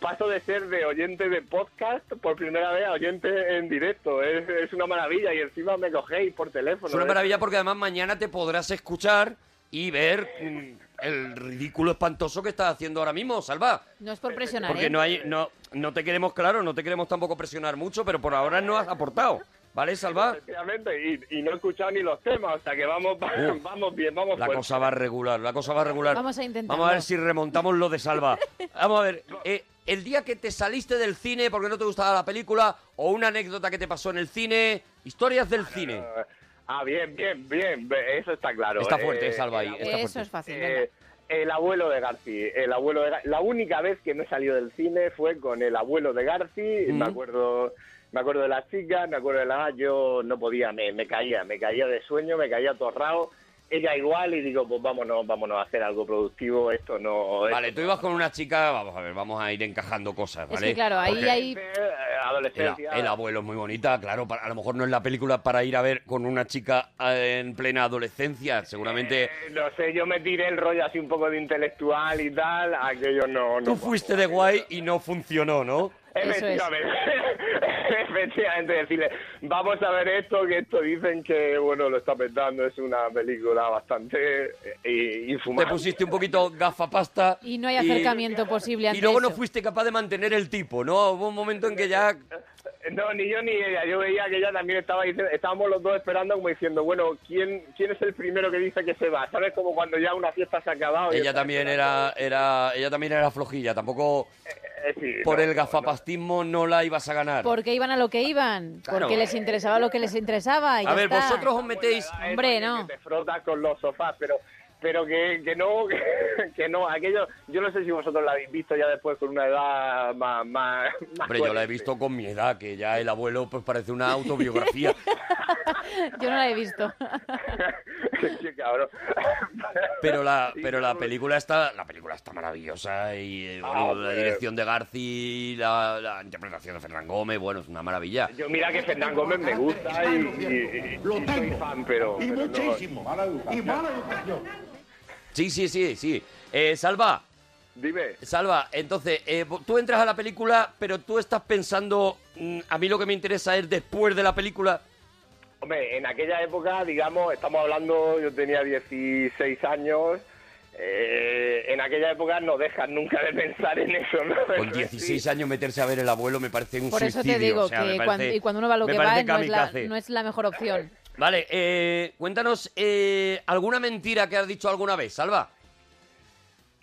Speaker 9: Paso de ser de oyente de podcast por primera vez a oyente en directo. Es, es una maravilla y encima me cogéis por teléfono.
Speaker 4: Es una
Speaker 9: ¿eh?
Speaker 4: maravilla porque además mañana te podrás escuchar y ver mm, el ridículo espantoso que estás haciendo ahora mismo, Salva.
Speaker 2: No es por presionar,
Speaker 4: Porque
Speaker 2: ¿eh?
Speaker 4: no hay, no, no te queremos, claro, no te queremos tampoco presionar mucho, pero por ahora no has aportado. ¿Vale, Salva?
Speaker 9: Efectivamente, y, y no he escuchado ni los temas, o sea que vamos, *laughs*
Speaker 4: Uh.
Speaker 9: vamos bien, vamos
Speaker 4: La
Speaker 9: fuerte.
Speaker 4: cosa va regular, la cosa va regular.
Speaker 2: Vamos a intentarlo.
Speaker 4: Vamos a ver si remontamos lo de Salva.
Speaker 2: *laughs*
Speaker 4: Vamos a ver, eh, el día que te saliste del cine porque no te gustaba la película o una anécdota que te pasó en el cine, historias del cine.
Speaker 9: Ah, bien, bien, bien, ve- eso está claro.
Speaker 4: Está fuerte,
Speaker 9: Eh,
Speaker 4: Salva ahí.
Speaker 9: el
Speaker 4: Está
Speaker 2: Eso
Speaker 4: fuerte.
Speaker 2: es fácil, venga.
Speaker 9: Eh, el abuelo de Garci, el abuelo de Gar- la única vez que me he salido del cine fue con el abuelo de Garci, me acuerdo me acuerdo de las chicas, me acuerdo de la yo no podía, me, me caía, me caía de sueño, me caía torrado, ella igual y digo, pues vámonos, vámonos a hacer algo productivo, esto no
Speaker 4: Vale,
Speaker 9: esto
Speaker 4: tú ibas con una chica, vamos a ver, vamos a ir encajando cosas,
Speaker 2: que,
Speaker 4: ¿vale?
Speaker 2: claro, ahí
Speaker 4: Porque
Speaker 2: hay-
Speaker 9: no- Eh,
Speaker 4: El,
Speaker 9: adolescencia.
Speaker 4: el abuelo es muy bonita, claro, para- a lo mejor no es la película para ir a ver con una chica eh, en plena adolescencia, seguramente...
Speaker 9: Eh, no sé, yo me tiré el rollo así un poco de intelectual y tal, aquello no... no
Speaker 4: Tú fuiste de guay y no funcionó, ¿no?
Speaker 2: Eso es.
Speaker 9: Efectivamente, efectivamente, *laughs* decirle, vamos a ver esto, que esto dicen que, bueno, lo está petando, es una película bastante eh,
Speaker 4: Te
Speaker 9: infumable.
Speaker 4: pusiste un poquito gafapasta.
Speaker 2: Y no hay acercamiento posible ante
Speaker 4: Y luego no
Speaker 2: eso.
Speaker 4: fuiste capaz de mantener el tipo, ¿no? Hubo un momento en que ya.
Speaker 9: Eh, No, ni yo ni ella, yo veía que ella también estaba diciendo, estábamos los dos esperando como diciendo, bueno, ¿quién, quién es el primero que dice que se va? ¿Sabes? Como cuando ya una fiesta se ha acabado. y
Speaker 4: Ella
Speaker 9: estás
Speaker 4: también era,
Speaker 9: esperando.
Speaker 4: era. Ella también era flojilla. Tampoco
Speaker 9: Eh, sí,
Speaker 4: por
Speaker 9: no,
Speaker 4: el
Speaker 9: no,
Speaker 4: gafapastismo no la ibas a ganar.
Speaker 2: Porque iban a lo que iban,
Speaker 4: Claro.
Speaker 2: porque les interesaba lo que les interesaba. y
Speaker 4: A
Speaker 2: ya
Speaker 4: ver,
Speaker 2: está.
Speaker 4: vosotros os metéis.
Speaker 9: Ah, eso,
Speaker 2: Hombre,
Speaker 9: que
Speaker 2: no.
Speaker 9: Te frotas con los sofás, pero pero que, que no, *laughs* que no, aquello, yo no sé si vosotros la habéis visto ya después con una edad más... más, más
Speaker 4: Hombre, yo la he
Speaker 9: coherente.
Speaker 4: visto con mi edad, que ya el abuelo pues parece
Speaker 9: *laughs*
Speaker 4: una autobiografía.
Speaker 2: *laughs* Yo no la he visto.
Speaker 9: Qué cabrón.
Speaker 4: *laughs* Pero la,
Speaker 9: Sí,
Speaker 4: pero la
Speaker 9: vamos.
Speaker 4: película está, la película está maravillosa y eh,
Speaker 9: Ah,
Speaker 4: bueno, la
Speaker 9: hombre.
Speaker 4: dirección de Garci, la, la interpretación de Fernán Gómez, bueno, es una maravilla.
Speaker 9: Yo mira que Fernán Gómez me gusta y, y- y soy fan, pero... pero no.
Speaker 4: Sí, sí, sí, sí. Eh, Salva,
Speaker 9: Dime.
Speaker 4: Salva, entonces, eh, vo- tú entras a la película, pero tú estás pensando, mm, a mí lo que me interesa es después de la película.
Speaker 9: Hombre, en aquella época, digamos, estamos hablando, yo tenía 16 años. eh, en aquella época no dejas nunca de pensar en eso, ¿no?
Speaker 4: Con 16 años meterse a ver el abuelo me parece un
Speaker 2: Por eso
Speaker 4: suicidio.
Speaker 2: te digo
Speaker 4: o sea,
Speaker 2: que
Speaker 4: me
Speaker 2: cuando,
Speaker 4: parece-
Speaker 2: y cuando uno va a lo
Speaker 4: me
Speaker 2: que va
Speaker 4: parece
Speaker 2: no es, la,
Speaker 4: kamikaze.
Speaker 2: no es la mejor opción.
Speaker 4: Vale, eh, cuéntanos eh, alguna mentira que has dicho alguna vez, Salva.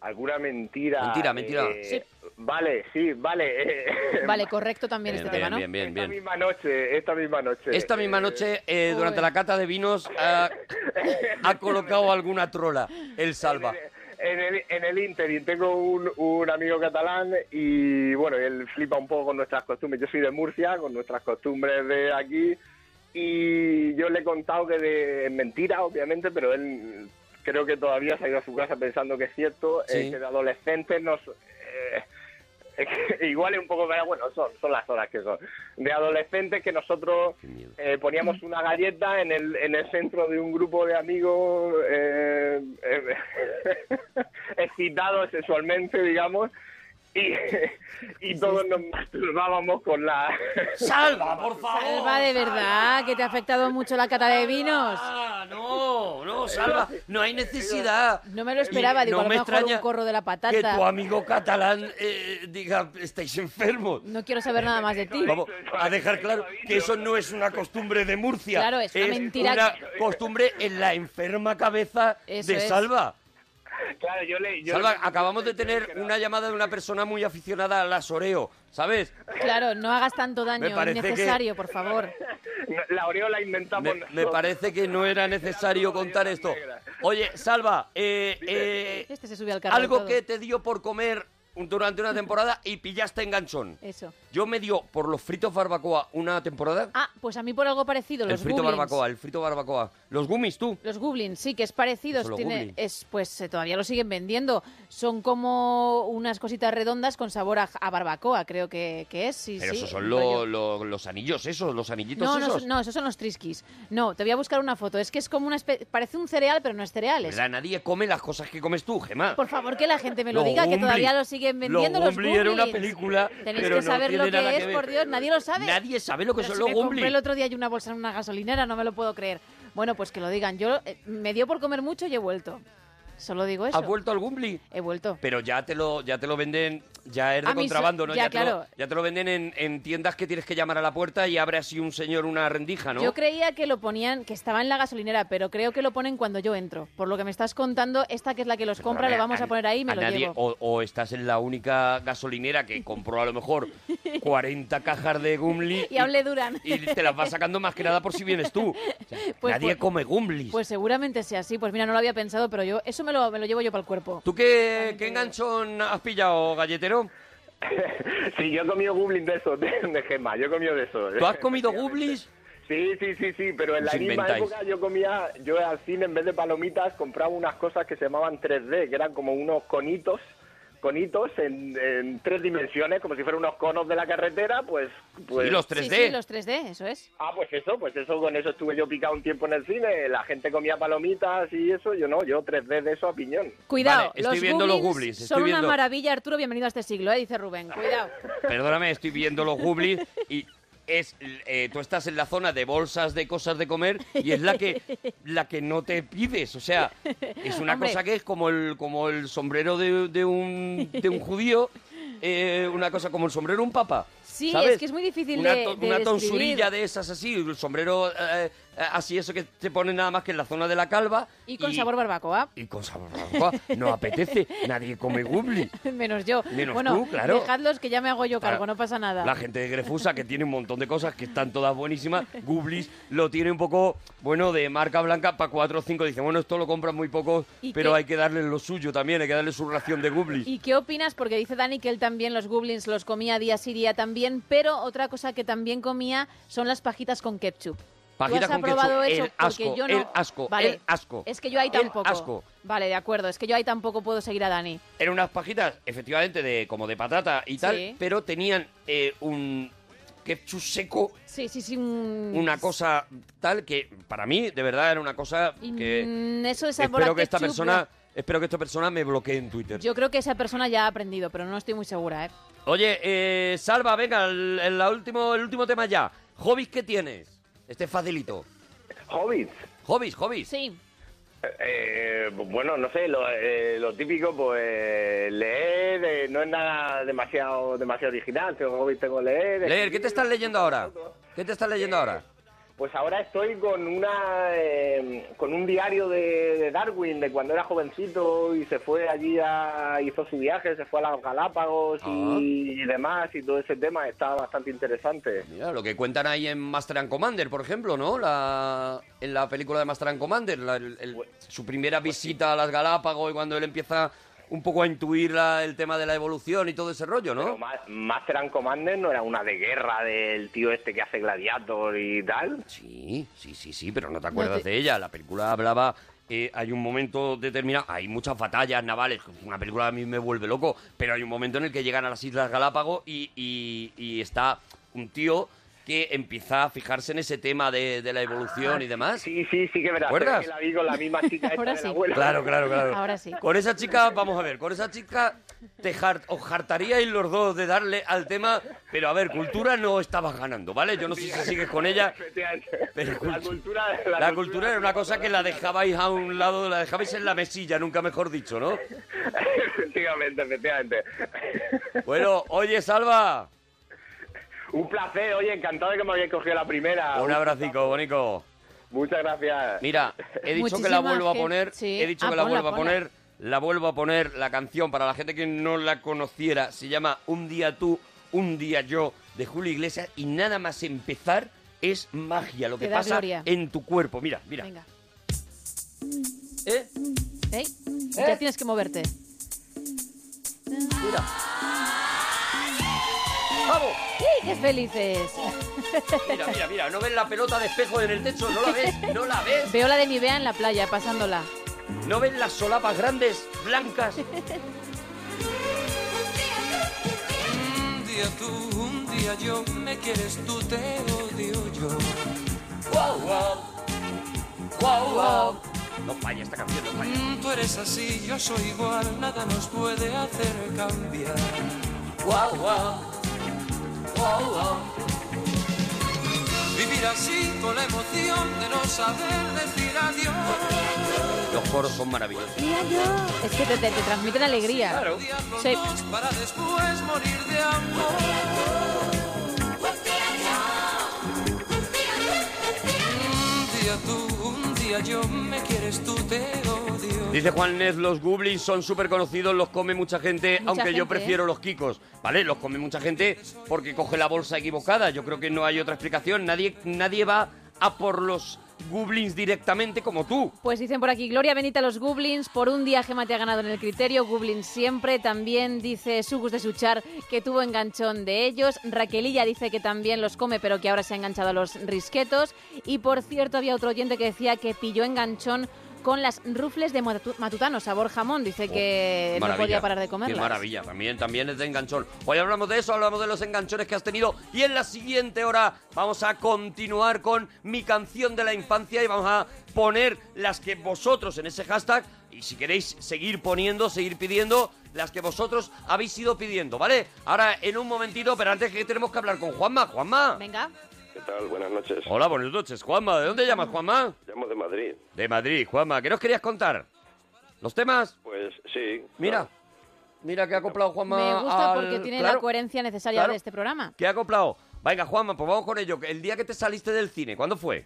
Speaker 9: Alguna mentira.
Speaker 4: Mentira, mentira.
Speaker 9: eh,
Speaker 2: Sí.
Speaker 9: Vale, sí, vale. *laughs* eh,
Speaker 2: Vale, correcto también este
Speaker 4: bien,
Speaker 2: tema, ¿no?
Speaker 4: bien, bien,
Speaker 9: Esta
Speaker 4: bien.
Speaker 9: misma noche, esta misma noche.
Speaker 4: Esta misma
Speaker 9: eh,
Speaker 4: noche, eh,
Speaker 2: Joder.
Speaker 4: durante la cata de vinos, ha, ha colocado alguna trola, el Salva.
Speaker 9: En el, en el Interim tengo un, un amigo catalán y bueno, él flipa un poco con nuestras costumbres. Yo soy de Murcia, con nuestras costumbres de aquí y yo le he contado que de, es mentira, obviamente, pero él creo que todavía se ha ido a su casa pensando que es cierto,
Speaker 4: Sí.
Speaker 9: eh, *laughs* que de adolescentes nos... eh, Es que igual es un poco, pero bueno, son, son las horas que son. De adolescentes que nosotros eh, poníamos una galleta en el, en el centro de un grupo de amigos eh, eh, *laughs* excitados sexualmente, digamos, y, *laughs* y todos nos masturbábamos con la...
Speaker 4: ¡Salva, por favor!
Speaker 2: Salva, de verdad, que te ha afectado mucho la cata de vinos.
Speaker 4: Ah, no, no, Salva, no hay necesidad.
Speaker 2: No me lo esperaba, digo,
Speaker 4: No
Speaker 2: a lo
Speaker 4: me
Speaker 2: mejor
Speaker 4: extraña
Speaker 2: un corro de la
Speaker 4: que
Speaker 2: patata.
Speaker 4: tu amigo catalán eh, diga, estáis enfermos.
Speaker 2: No quiero saber nada más de ti.
Speaker 4: Vamos a dejar claro que eso no es una costumbre de Murcia.
Speaker 2: Claro, es una mentira.
Speaker 4: una costumbre en la enferma cabeza
Speaker 2: Eso
Speaker 4: de
Speaker 2: es.
Speaker 4: Salva.
Speaker 9: Claro, yo le... yo
Speaker 4: Salva,
Speaker 9: le-
Speaker 4: acabamos de tener una llamada de una persona muy aficionada al asoreo, ¿sabes?
Speaker 2: Claro, no hagas tanto daño
Speaker 4: Me parece que-
Speaker 2: innecesario, por favor.
Speaker 9: La Oreo inventamos
Speaker 4: Me, me
Speaker 9: nosotros.
Speaker 4: parece que no era necesario contar esto. Oye, Salva, eh, eh,
Speaker 2: Este se sube al carro.
Speaker 4: algo
Speaker 2: todo.
Speaker 4: que te dio por comer durante una temporada y pillaste enganchón.
Speaker 2: Eso.
Speaker 4: Yo me dio por los fritos barbacoa una temporada.
Speaker 2: Ah, pues a mí por algo parecido,
Speaker 4: el
Speaker 2: los
Speaker 4: frito
Speaker 2: goblins.
Speaker 4: barbacoa, el frito barbacoa. Los gummies, tú.
Speaker 2: Los goblins, sí, que es parecido.
Speaker 4: Eso, los
Speaker 2: tiene,
Speaker 4: goblins.
Speaker 2: es, pues eh, todavía lo siguen vendiendo. Son como unas cositas redondas con sabor a, a barbacoa, creo que, que es. Sí,
Speaker 4: Pero
Speaker 2: sí,
Speaker 4: esos son lo-
Speaker 2: rollo.
Speaker 4: lo- los anillos esos, los anillitos
Speaker 2: No, no,
Speaker 4: esos.
Speaker 2: son- no, esos son los triskis. No, te voy a buscar una foto. Es que es como una espe- parece un cereal, pero no es cereal. es-
Speaker 4: ¿Verdad? Nadie come las cosas que comes tú, Gemma.
Speaker 2: Por favor, que la gente me lo
Speaker 4: Los
Speaker 2: diga, que
Speaker 4: Goblins.
Speaker 2: todavía lo siguen vendiendo los
Speaker 4: Goblins era una
Speaker 2: Goblins.
Speaker 4: película,
Speaker 2: Tenéis
Speaker 4: pero no
Speaker 2: que saber lo
Speaker 4: tiene nada
Speaker 2: que es,
Speaker 4: que ver.
Speaker 2: por Dios, nadie lo sabe.
Speaker 4: Nadie sabe lo que
Speaker 2: Pero
Speaker 4: son
Speaker 2: si
Speaker 4: los
Speaker 2: me compré
Speaker 4: Goblins.
Speaker 2: el otro día y una bolsa en una gasolinera, no me lo puedo creer. Bueno, pues que lo digan. Yo eh, me dio por comer mucho y he vuelto. Solo digo eso.
Speaker 4: ¿Has vuelto al Gumbly?
Speaker 2: He vuelto.
Speaker 4: Pero ya te lo, ya te lo venden, ya es de
Speaker 2: A mí so-
Speaker 4: contrabando, ¿no?
Speaker 2: ya,
Speaker 4: te lo-
Speaker 2: claro.
Speaker 4: ya te lo venden en, en tiendas que tienes que llamar a la puerta y abre así un señor una rendija, ¿no?
Speaker 2: Yo creía que lo ponían, que estaba en la gasolinera, pero creo que lo ponen cuando yo entro. Por lo que me estás contando, esta que es la que los compra, lo
Speaker 4: Perdona,
Speaker 2: vamos
Speaker 4: a-
Speaker 2: a poner ahí y me
Speaker 4: a
Speaker 2: lo
Speaker 4: nadie-
Speaker 2: llevo.
Speaker 4: O, o estás en la única gasolinera que compró a lo
Speaker 2: *laughs*
Speaker 4: mejor 40 cajas de Gumli.
Speaker 2: Y aún le duran.
Speaker 4: Y te las vas sacando más que nada por si vienes tú. O sea,
Speaker 2: *laughs* Pues-
Speaker 4: nadie
Speaker 2: pues-
Speaker 4: come Gumlis.
Speaker 2: Pues seguramente sea así. Pues mira, no lo había pensado, pero yo eso me lo, me lo llevo yo para el cuerpo.
Speaker 4: ¿Tú qué, qué enganchón has pillado, galletero?
Speaker 9: *laughs* Sí, yo he comido goblins de esos, de, de Gemma, yo he comido de esos.
Speaker 4: ¿Tú has
Speaker 9: *laughs*
Speaker 4: comido Gumlis?
Speaker 9: Sí, *laughs* sí, sí, sí, pero en la
Speaker 4: Os
Speaker 9: misma
Speaker 4: inventáis.
Speaker 9: época yo comía, yo al cine en vez de palomitas compraba unas cosas que se llamaban 3D, que eran como unos conitos, conitos en, en tres dimensiones, como si fueran unos conos de la carretera, pues... pues
Speaker 4: y los
Speaker 2: Sí,
Speaker 4: 3D.
Speaker 2: sí, los 3D, eso es.
Speaker 9: Ah, pues eso, pues eso, con eso estuve yo picado un tiempo en el cine, la gente comía palomitas y eso, yo no, yo 3D de eso a piñón.
Speaker 2: Cuidado,
Speaker 4: Vale, estoy viendo los Goblins, Pues estoy
Speaker 2: son
Speaker 4: viendo-
Speaker 2: una maravilla, Arturo. Bienvenido a este siglo, ¿eh? dice Rubén.
Speaker 4: *laughs*
Speaker 2: Cuidado.
Speaker 4: Perdóname, estoy viendo los Gumlis y es eh, tú estás en la zona de bolsas de cosas de comer y es la que la que no te pides, o sea, es una
Speaker 2: *laughs* Hombre.
Speaker 4: cosa que es como el como el sombrero de, de un de un judío, eh, una cosa como el sombrero de un papa.
Speaker 2: Sí,
Speaker 4: ¿sabes?
Speaker 2: es que es muy difícil
Speaker 4: una,
Speaker 2: de-
Speaker 4: to-
Speaker 2: de
Speaker 4: una
Speaker 2: describir.
Speaker 4: tonsurilla de esas así, el sombrero eh, así eso que te ponen nada más que en la zona de la calva
Speaker 2: Y con sabor barbacoa.
Speaker 4: y con sabor barbacoa. no apetece, nadie come gumli.
Speaker 2: *laughs* Menos yo.
Speaker 4: Menos
Speaker 2: bueno,
Speaker 4: tú, claro.
Speaker 2: dejadlos que ya me hago yo
Speaker 4: Para-
Speaker 2: cargo, no pasa nada.
Speaker 4: La gente de Grefusa, que tiene un montón de cosas que están todas buenísimas. Gublis lo tiene un poco, bueno, de marca blanca para 4 o 5. Dice, bueno, esto lo compran muy pocos,
Speaker 2: ¿Y
Speaker 4: pero
Speaker 2: qué?
Speaker 4: hay que darle lo suyo también, hay que darle su ración de Gublis.
Speaker 2: ¿Y qué opinas? Porque dice Dani que él también los goblins los comía día sí día también, pero otra cosa que también comía son las pajitas con ketchup.
Speaker 4: Pajitas
Speaker 2: ¿Tú has
Speaker 4: con
Speaker 2: aprobado
Speaker 4: ketchup,
Speaker 2: eso?
Speaker 4: el
Speaker 2: Porque
Speaker 4: asco,
Speaker 2: yo no.
Speaker 4: el asco,
Speaker 2: Vale.
Speaker 4: el asco,
Speaker 2: Es que yo ahí
Speaker 4: el
Speaker 2: tampoco.
Speaker 4: asco.
Speaker 2: Vale, de acuerdo. Es que yo ahí tampoco puedo seguir a Dani.
Speaker 4: Eran unas pajitas, efectivamente, de como de patata y tal,
Speaker 2: Sí.
Speaker 4: pero tenían eh, un ketchup seco,
Speaker 2: Sí, sí, sí. un-
Speaker 4: una cosa tal que para mí, de verdad, era una cosa que...
Speaker 2: Mm, Eso de sabor
Speaker 4: Espero
Speaker 2: a
Speaker 4: que esta
Speaker 2: ketchup,
Speaker 4: persona... Espero que esta persona me bloquee en Twitter.
Speaker 2: Yo creo que esa persona ya ha aprendido, pero no estoy muy segura, ¿eh?
Speaker 4: Oye, eh, Salva, venga, el, el último, el último tema ya. ¿Hobbies qué tienes? Este es facilito.
Speaker 9: Hobbits.
Speaker 4: Hobbies, hobbies.
Speaker 2: Sí.
Speaker 9: Eh, bueno, no sé, lo, eh, lo típico, pues leer, eh, no es nada demasiado demasiado original, tengo hobby, tengo leer.
Speaker 4: Leer, ¿qué
Speaker 9: escribir,
Speaker 4: te estás leyendo ahora? ¿Qué te estás leyendo ahora?
Speaker 9: Pues ahora estoy con una eh, con un diario de, de Darwin, de cuando era jovencito y se fue allí, a, hizo su viaje, se fue a los Galápagos
Speaker 4: Ah.
Speaker 9: y, y demás, y todo ese tema está bastante interesante.
Speaker 4: Mira, lo que cuentan ahí en Master and Commander, por ejemplo, ¿no? La, en la película de Master and Commander, la- el- el- su primera visita a las Galápagos y cuando él empieza un poco a intuir la- el tema de la evolución y todo ese rollo,
Speaker 9: Pero
Speaker 4: ¿no?
Speaker 9: Ma- Ah, Master and Commander no era una de guerra del tío este que hace gladiator y tal.
Speaker 4: Sí, sí, sí, sí, pero no te acuerdas
Speaker 2: te-
Speaker 4: de ella. La película hablaba eh, hay un momento determinado, hay muchas batallas navales, una película a mí me vuelve loco, pero hay un momento en el que llegan a las Islas Galápagos y, y- y está un tío que empieza a fijarse en ese tema de, de la evolución y demás.
Speaker 9: Sí, sí, sí que
Speaker 4: ¿Te
Speaker 9: verás. pero
Speaker 4: acuerdas?
Speaker 9: es que la vi con la misma
Speaker 4: *laughs*
Speaker 9: chica esta
Speaker 2: Ahora
Speaker 9: de la
Speaker 2: sí.
Speaker 9: abuela.
Speaker 4: Claro, claro, claro.
Speaker 2: Ahora sí.
Speaker 4: Con esa chica, vamos a ver, con esa chica te jart, os hartaríais los dos de darle al tema, pero a ver, cultura no estabas ganando, ¿vale? Yo no sé si sigues con ella,
Speaker 9: Efectivamente. *laughs*
Speaker 4: Pero
Speaker 9: la
Speaker 4: cultu-
Speaker 9: cultura, la
Speaker 4: La cultura era una cosa que la dejabais a un lado, la dejabais en la mesilla, nunca mejor dicho, ¿no?
Speaker 9: efectivamente, efectivamente.
Speaker 4: Bueno, oye, Salva,
Speaker 9: Un placer, oye, encantado de que me habéis cogido la primera.
Speaker 4: un abracico, bonico.
Speaker 9: Muchas gracias.
Speaker 4: Mira, he dicho que
Speaker 2: Muchísima
Speaker 4: la vuelvo a
Speaker 2: gente-
Speaker 4: poner,
Speaker 2: sí.
Speaker 4: he dicho
Speaker 2: Ah,
Speaker 4: que la
Speaker 2: ponla,
Speaker 4: vuelvo a
Speaker 2: ponla.
Speaker 4: poner, la vuelvo a poner, la canción, para la gente que no la conociera, se llama Un día tú, un día yo, de Julio Iglesias, y nada más empezar es magia, lo
Speaker 2: Te
Speaker 4: que
Speaker 2: da
Speaker 4: pasa
Speaker 2: gloria.
Speaker 4: en tu cuerpo. Mira, mira.
Speaker 2: Venga.
Speaker 4: ¿Eh?
Speaker 2: ¿Eh? Ya tienes que moverte.
Speaker 4: Mira. ¡Vamos!
Speaker 2: ¡Sí, qué felices!
Speaker 4: Mira, mira, mira, ¿no ves la pelota de espejo en el techo? ¿No la ves? ¿No la ves?
Speaker 2: Veo la de mi Bea en la playa, pasándola.
Speaker 4: ¿No ven las solapas *laughs* grandes, blancas?
Speaker 6: Un día tú, un día yo, me quieres tú, te odio yo.
Speaker 4: ¡Wow, wow! ¡Wow, wow! No falla esta canción, no falla.
Speaker 6: Mm, Tú eres así, yo soy igual, nada nos puede hacer cambiar.
Speaker 4: ¡Wow, wow! ¡Wow, wow!
Speaker 6: Vivir así con la emoción de no saber decir adiós.
Speaker 4: Los coros son maravillosos.
Speaker 2: Es que te, te- te transmiten alegría.
Speaker 4: Claro.
Speaker 6: Días los
Speaker 2: Sí.
Speaker 6: dos para después morir de amor. Un día tú, un día yo, me quieres tú, te odio.
Speaker 4: Dice Juan Nez, los Goblins son súper conocidos, los come mucha gente,
Speaker 2: Mucha
Speaker 4: aunque yo
Speaker 2: gente,
Speaker 4: prefiero los Kikos, ¿vale? Los come mucha gente porque coge la bolsa equivocada. Yo creo que no hay otra explicación. Nadie, nadie va a por los Goblins directamente como tú.
Speaker 2: Pues dicen por aquí, Gloria Benita a los Goblins, por un día Gema te ha ganado en el criterio, Goblins siempre, también dice Sugus de Suchar que tuvo enganchón de ellos, Raquelilla dice que también los come pero que ahora se ha enganchado a los risquetos y por cierto había otro oyente que decía que pilló enganchón con las rufles de matu- matutano, sabor jamón, dice que no
Speaker 4: Oh, Maravilla.
Speaker 2: podía parar de
Speaker 4: Qué
Speaker 2: comerlas.
Speaker 4: maravilla, también, también es de enganchón. Hoy hablamos de eso, hablamos de los enganchones que has tenido y en la siguiente hora vamos a continuar con mi canción de la infancia y vamos a poner las que vosotros en ese hashtag y si queréis seguir poniendo, seguir pidiendo las que vosotros habéis ido pidiendo, ¿vale? Ahora en un momentito, pero antes que tenemos que hablar con Juanma, Juanma.
Speaker 2: Venga,
Speaker 10: ¿Qué tal? Buenas noches.
Speaker 4: Hola, buenas noches, Juanma. ¿De dónde llamas, Juanma?
Speaker 10: Llamo de Madrid.
Speaker 4: De Madrid, Juanma. ¿Qué nos querías contar? ¿Los temas?
Speaker 10: Pues sí.
Speaker 4: Mira,
Speaker 10: claro.
Speaker 4: mira que ha acoplado Juanma.
Speaker 2: me gusta
Speaker 4: al-
Speaker 2: porque tiene
Speaker 4: claro,
Speaker 2: la coherencia necesaria
Speaker 4: claro.
Speaker 2: de este programa.
Speaker 4: Que ha acoplado. Venga, Juanma, pues vamos con ello. El día que te saliste del cine, ¿cuándo fue?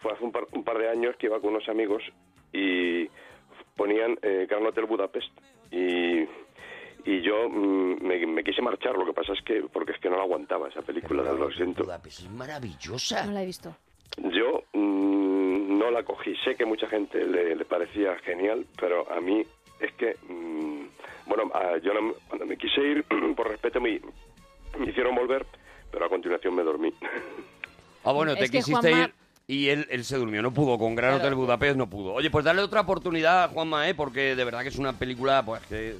Speaker 10: Fue hace un par, un par de años que iba con unos amigos y ponían eh, Gran Hotel Budapest y, y yo mm, me, me quise marchar. Lo que pasa es que porque es que no la aguantaba esa película. Lo siento.
Speaker 4: Budapest es maravillosa.
Speaker 2: No la he visto.
Speaker 10: Yo mm, no la cogí. Sé que mucha gente le, le parecía genial, pero a mí es que, mm, bueno, a- yo no- cuando me quise ir, *clears throat* por respeto, me, me hicieron volver, pero a continuación me dormí. *laughs*
Speaker 4: Ah, bueno, te
Speaker 2: Es que
Speaker 4: quisiste
Speaker 2: Juanma-
Speaker 4: ir y él, él se durmió, no pudo, con Gran Hotel Budapest no pudo. Oye, pues dale otra oportunidad a Juanma, ¿eh? Porque de verdad que es una película, pues, que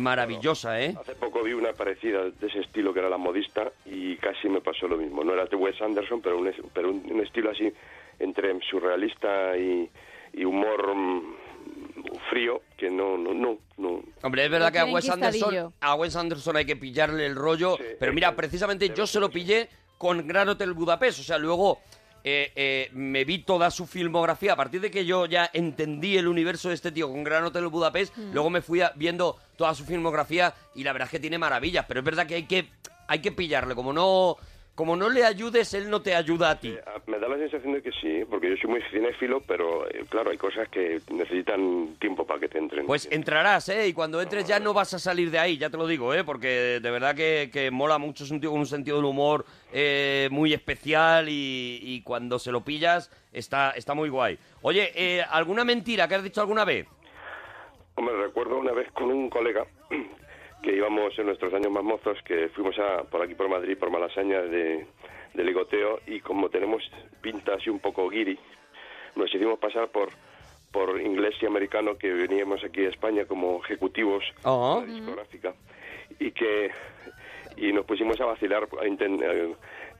Speaker 4: maravillosa, ¿eh?
Speaker 10: Hace poco vi una parecida de ese estilo que era la modista y casi me pasó lo mismo. No era de Wes Anderson, pero un, es- pero un, un estilo así entre surrealista y, y humor mm, frío que no, no, no, no.
Speaker 4: Hombre, es
Speaker 2: Lo
Speaker 4: verdad que a
Speaker 2: tienen
Speaker 4: Wes, Anderson,
Speaker 2: quistadillo.
Speaker 4: a Wes Anderson hay que pillarle el rollo,
Speaker 10: Sí,
Speaker 4: pero
Speaker 10: es
Speaker 4: mira,
Speaker 10: que-
Speaker 4: precisamente
Speaker 10: debe
Speaker 4: yo se lo
Speaker 10: ser, sí.
Speaker 4: pillé con Gran Hotel Budapest, o sea, luego eh, eh, me vi toda su filmografía, a partir de que yo ya entendí el universo de este tío con Gran Hotel Budapest,
Speaker 2: Mm.
Speaker 4: luego me fui a- viendo toda su filmografía y la verdad es que tiene maravillas, pero es verdad que hay que, hay que pillarle, como no, como no le ayudes, él no te ayuda a ti.
Speaker 10: Eh, a- Me da la sensación de que sí, porque yo soy muy cinéfilo, pero eh, claro, hay cosas que necesitan tiempo para que te entren.
Speaker 4: Pues entrarás, ¿eh? Y cuando entres ya no vas a salir de ahí, ya te lo digo, ¿eh? Porque de verdad que, que mola mucho, es un tío con un sentido del humor eh, muy especial y, y cuando se lo pillas está, está muy guay. Oye, eh, ¿alguna mentira que has dicho alguna vez?
Speaker 10: Hombre, recuerdo una vez con un colega *clears throat* que íbamos en nuestros años más mozos, que fuimos a, por aquí por Madrid, por Malasaña, de, de ligoteo, y como tenemos pinta así un poco guiri, nos hicimos pasar por por inglés y americano que veníamos aquí a España como ejecutivos de la discográfica y que y nos pusimos a vacilar a inten- eh,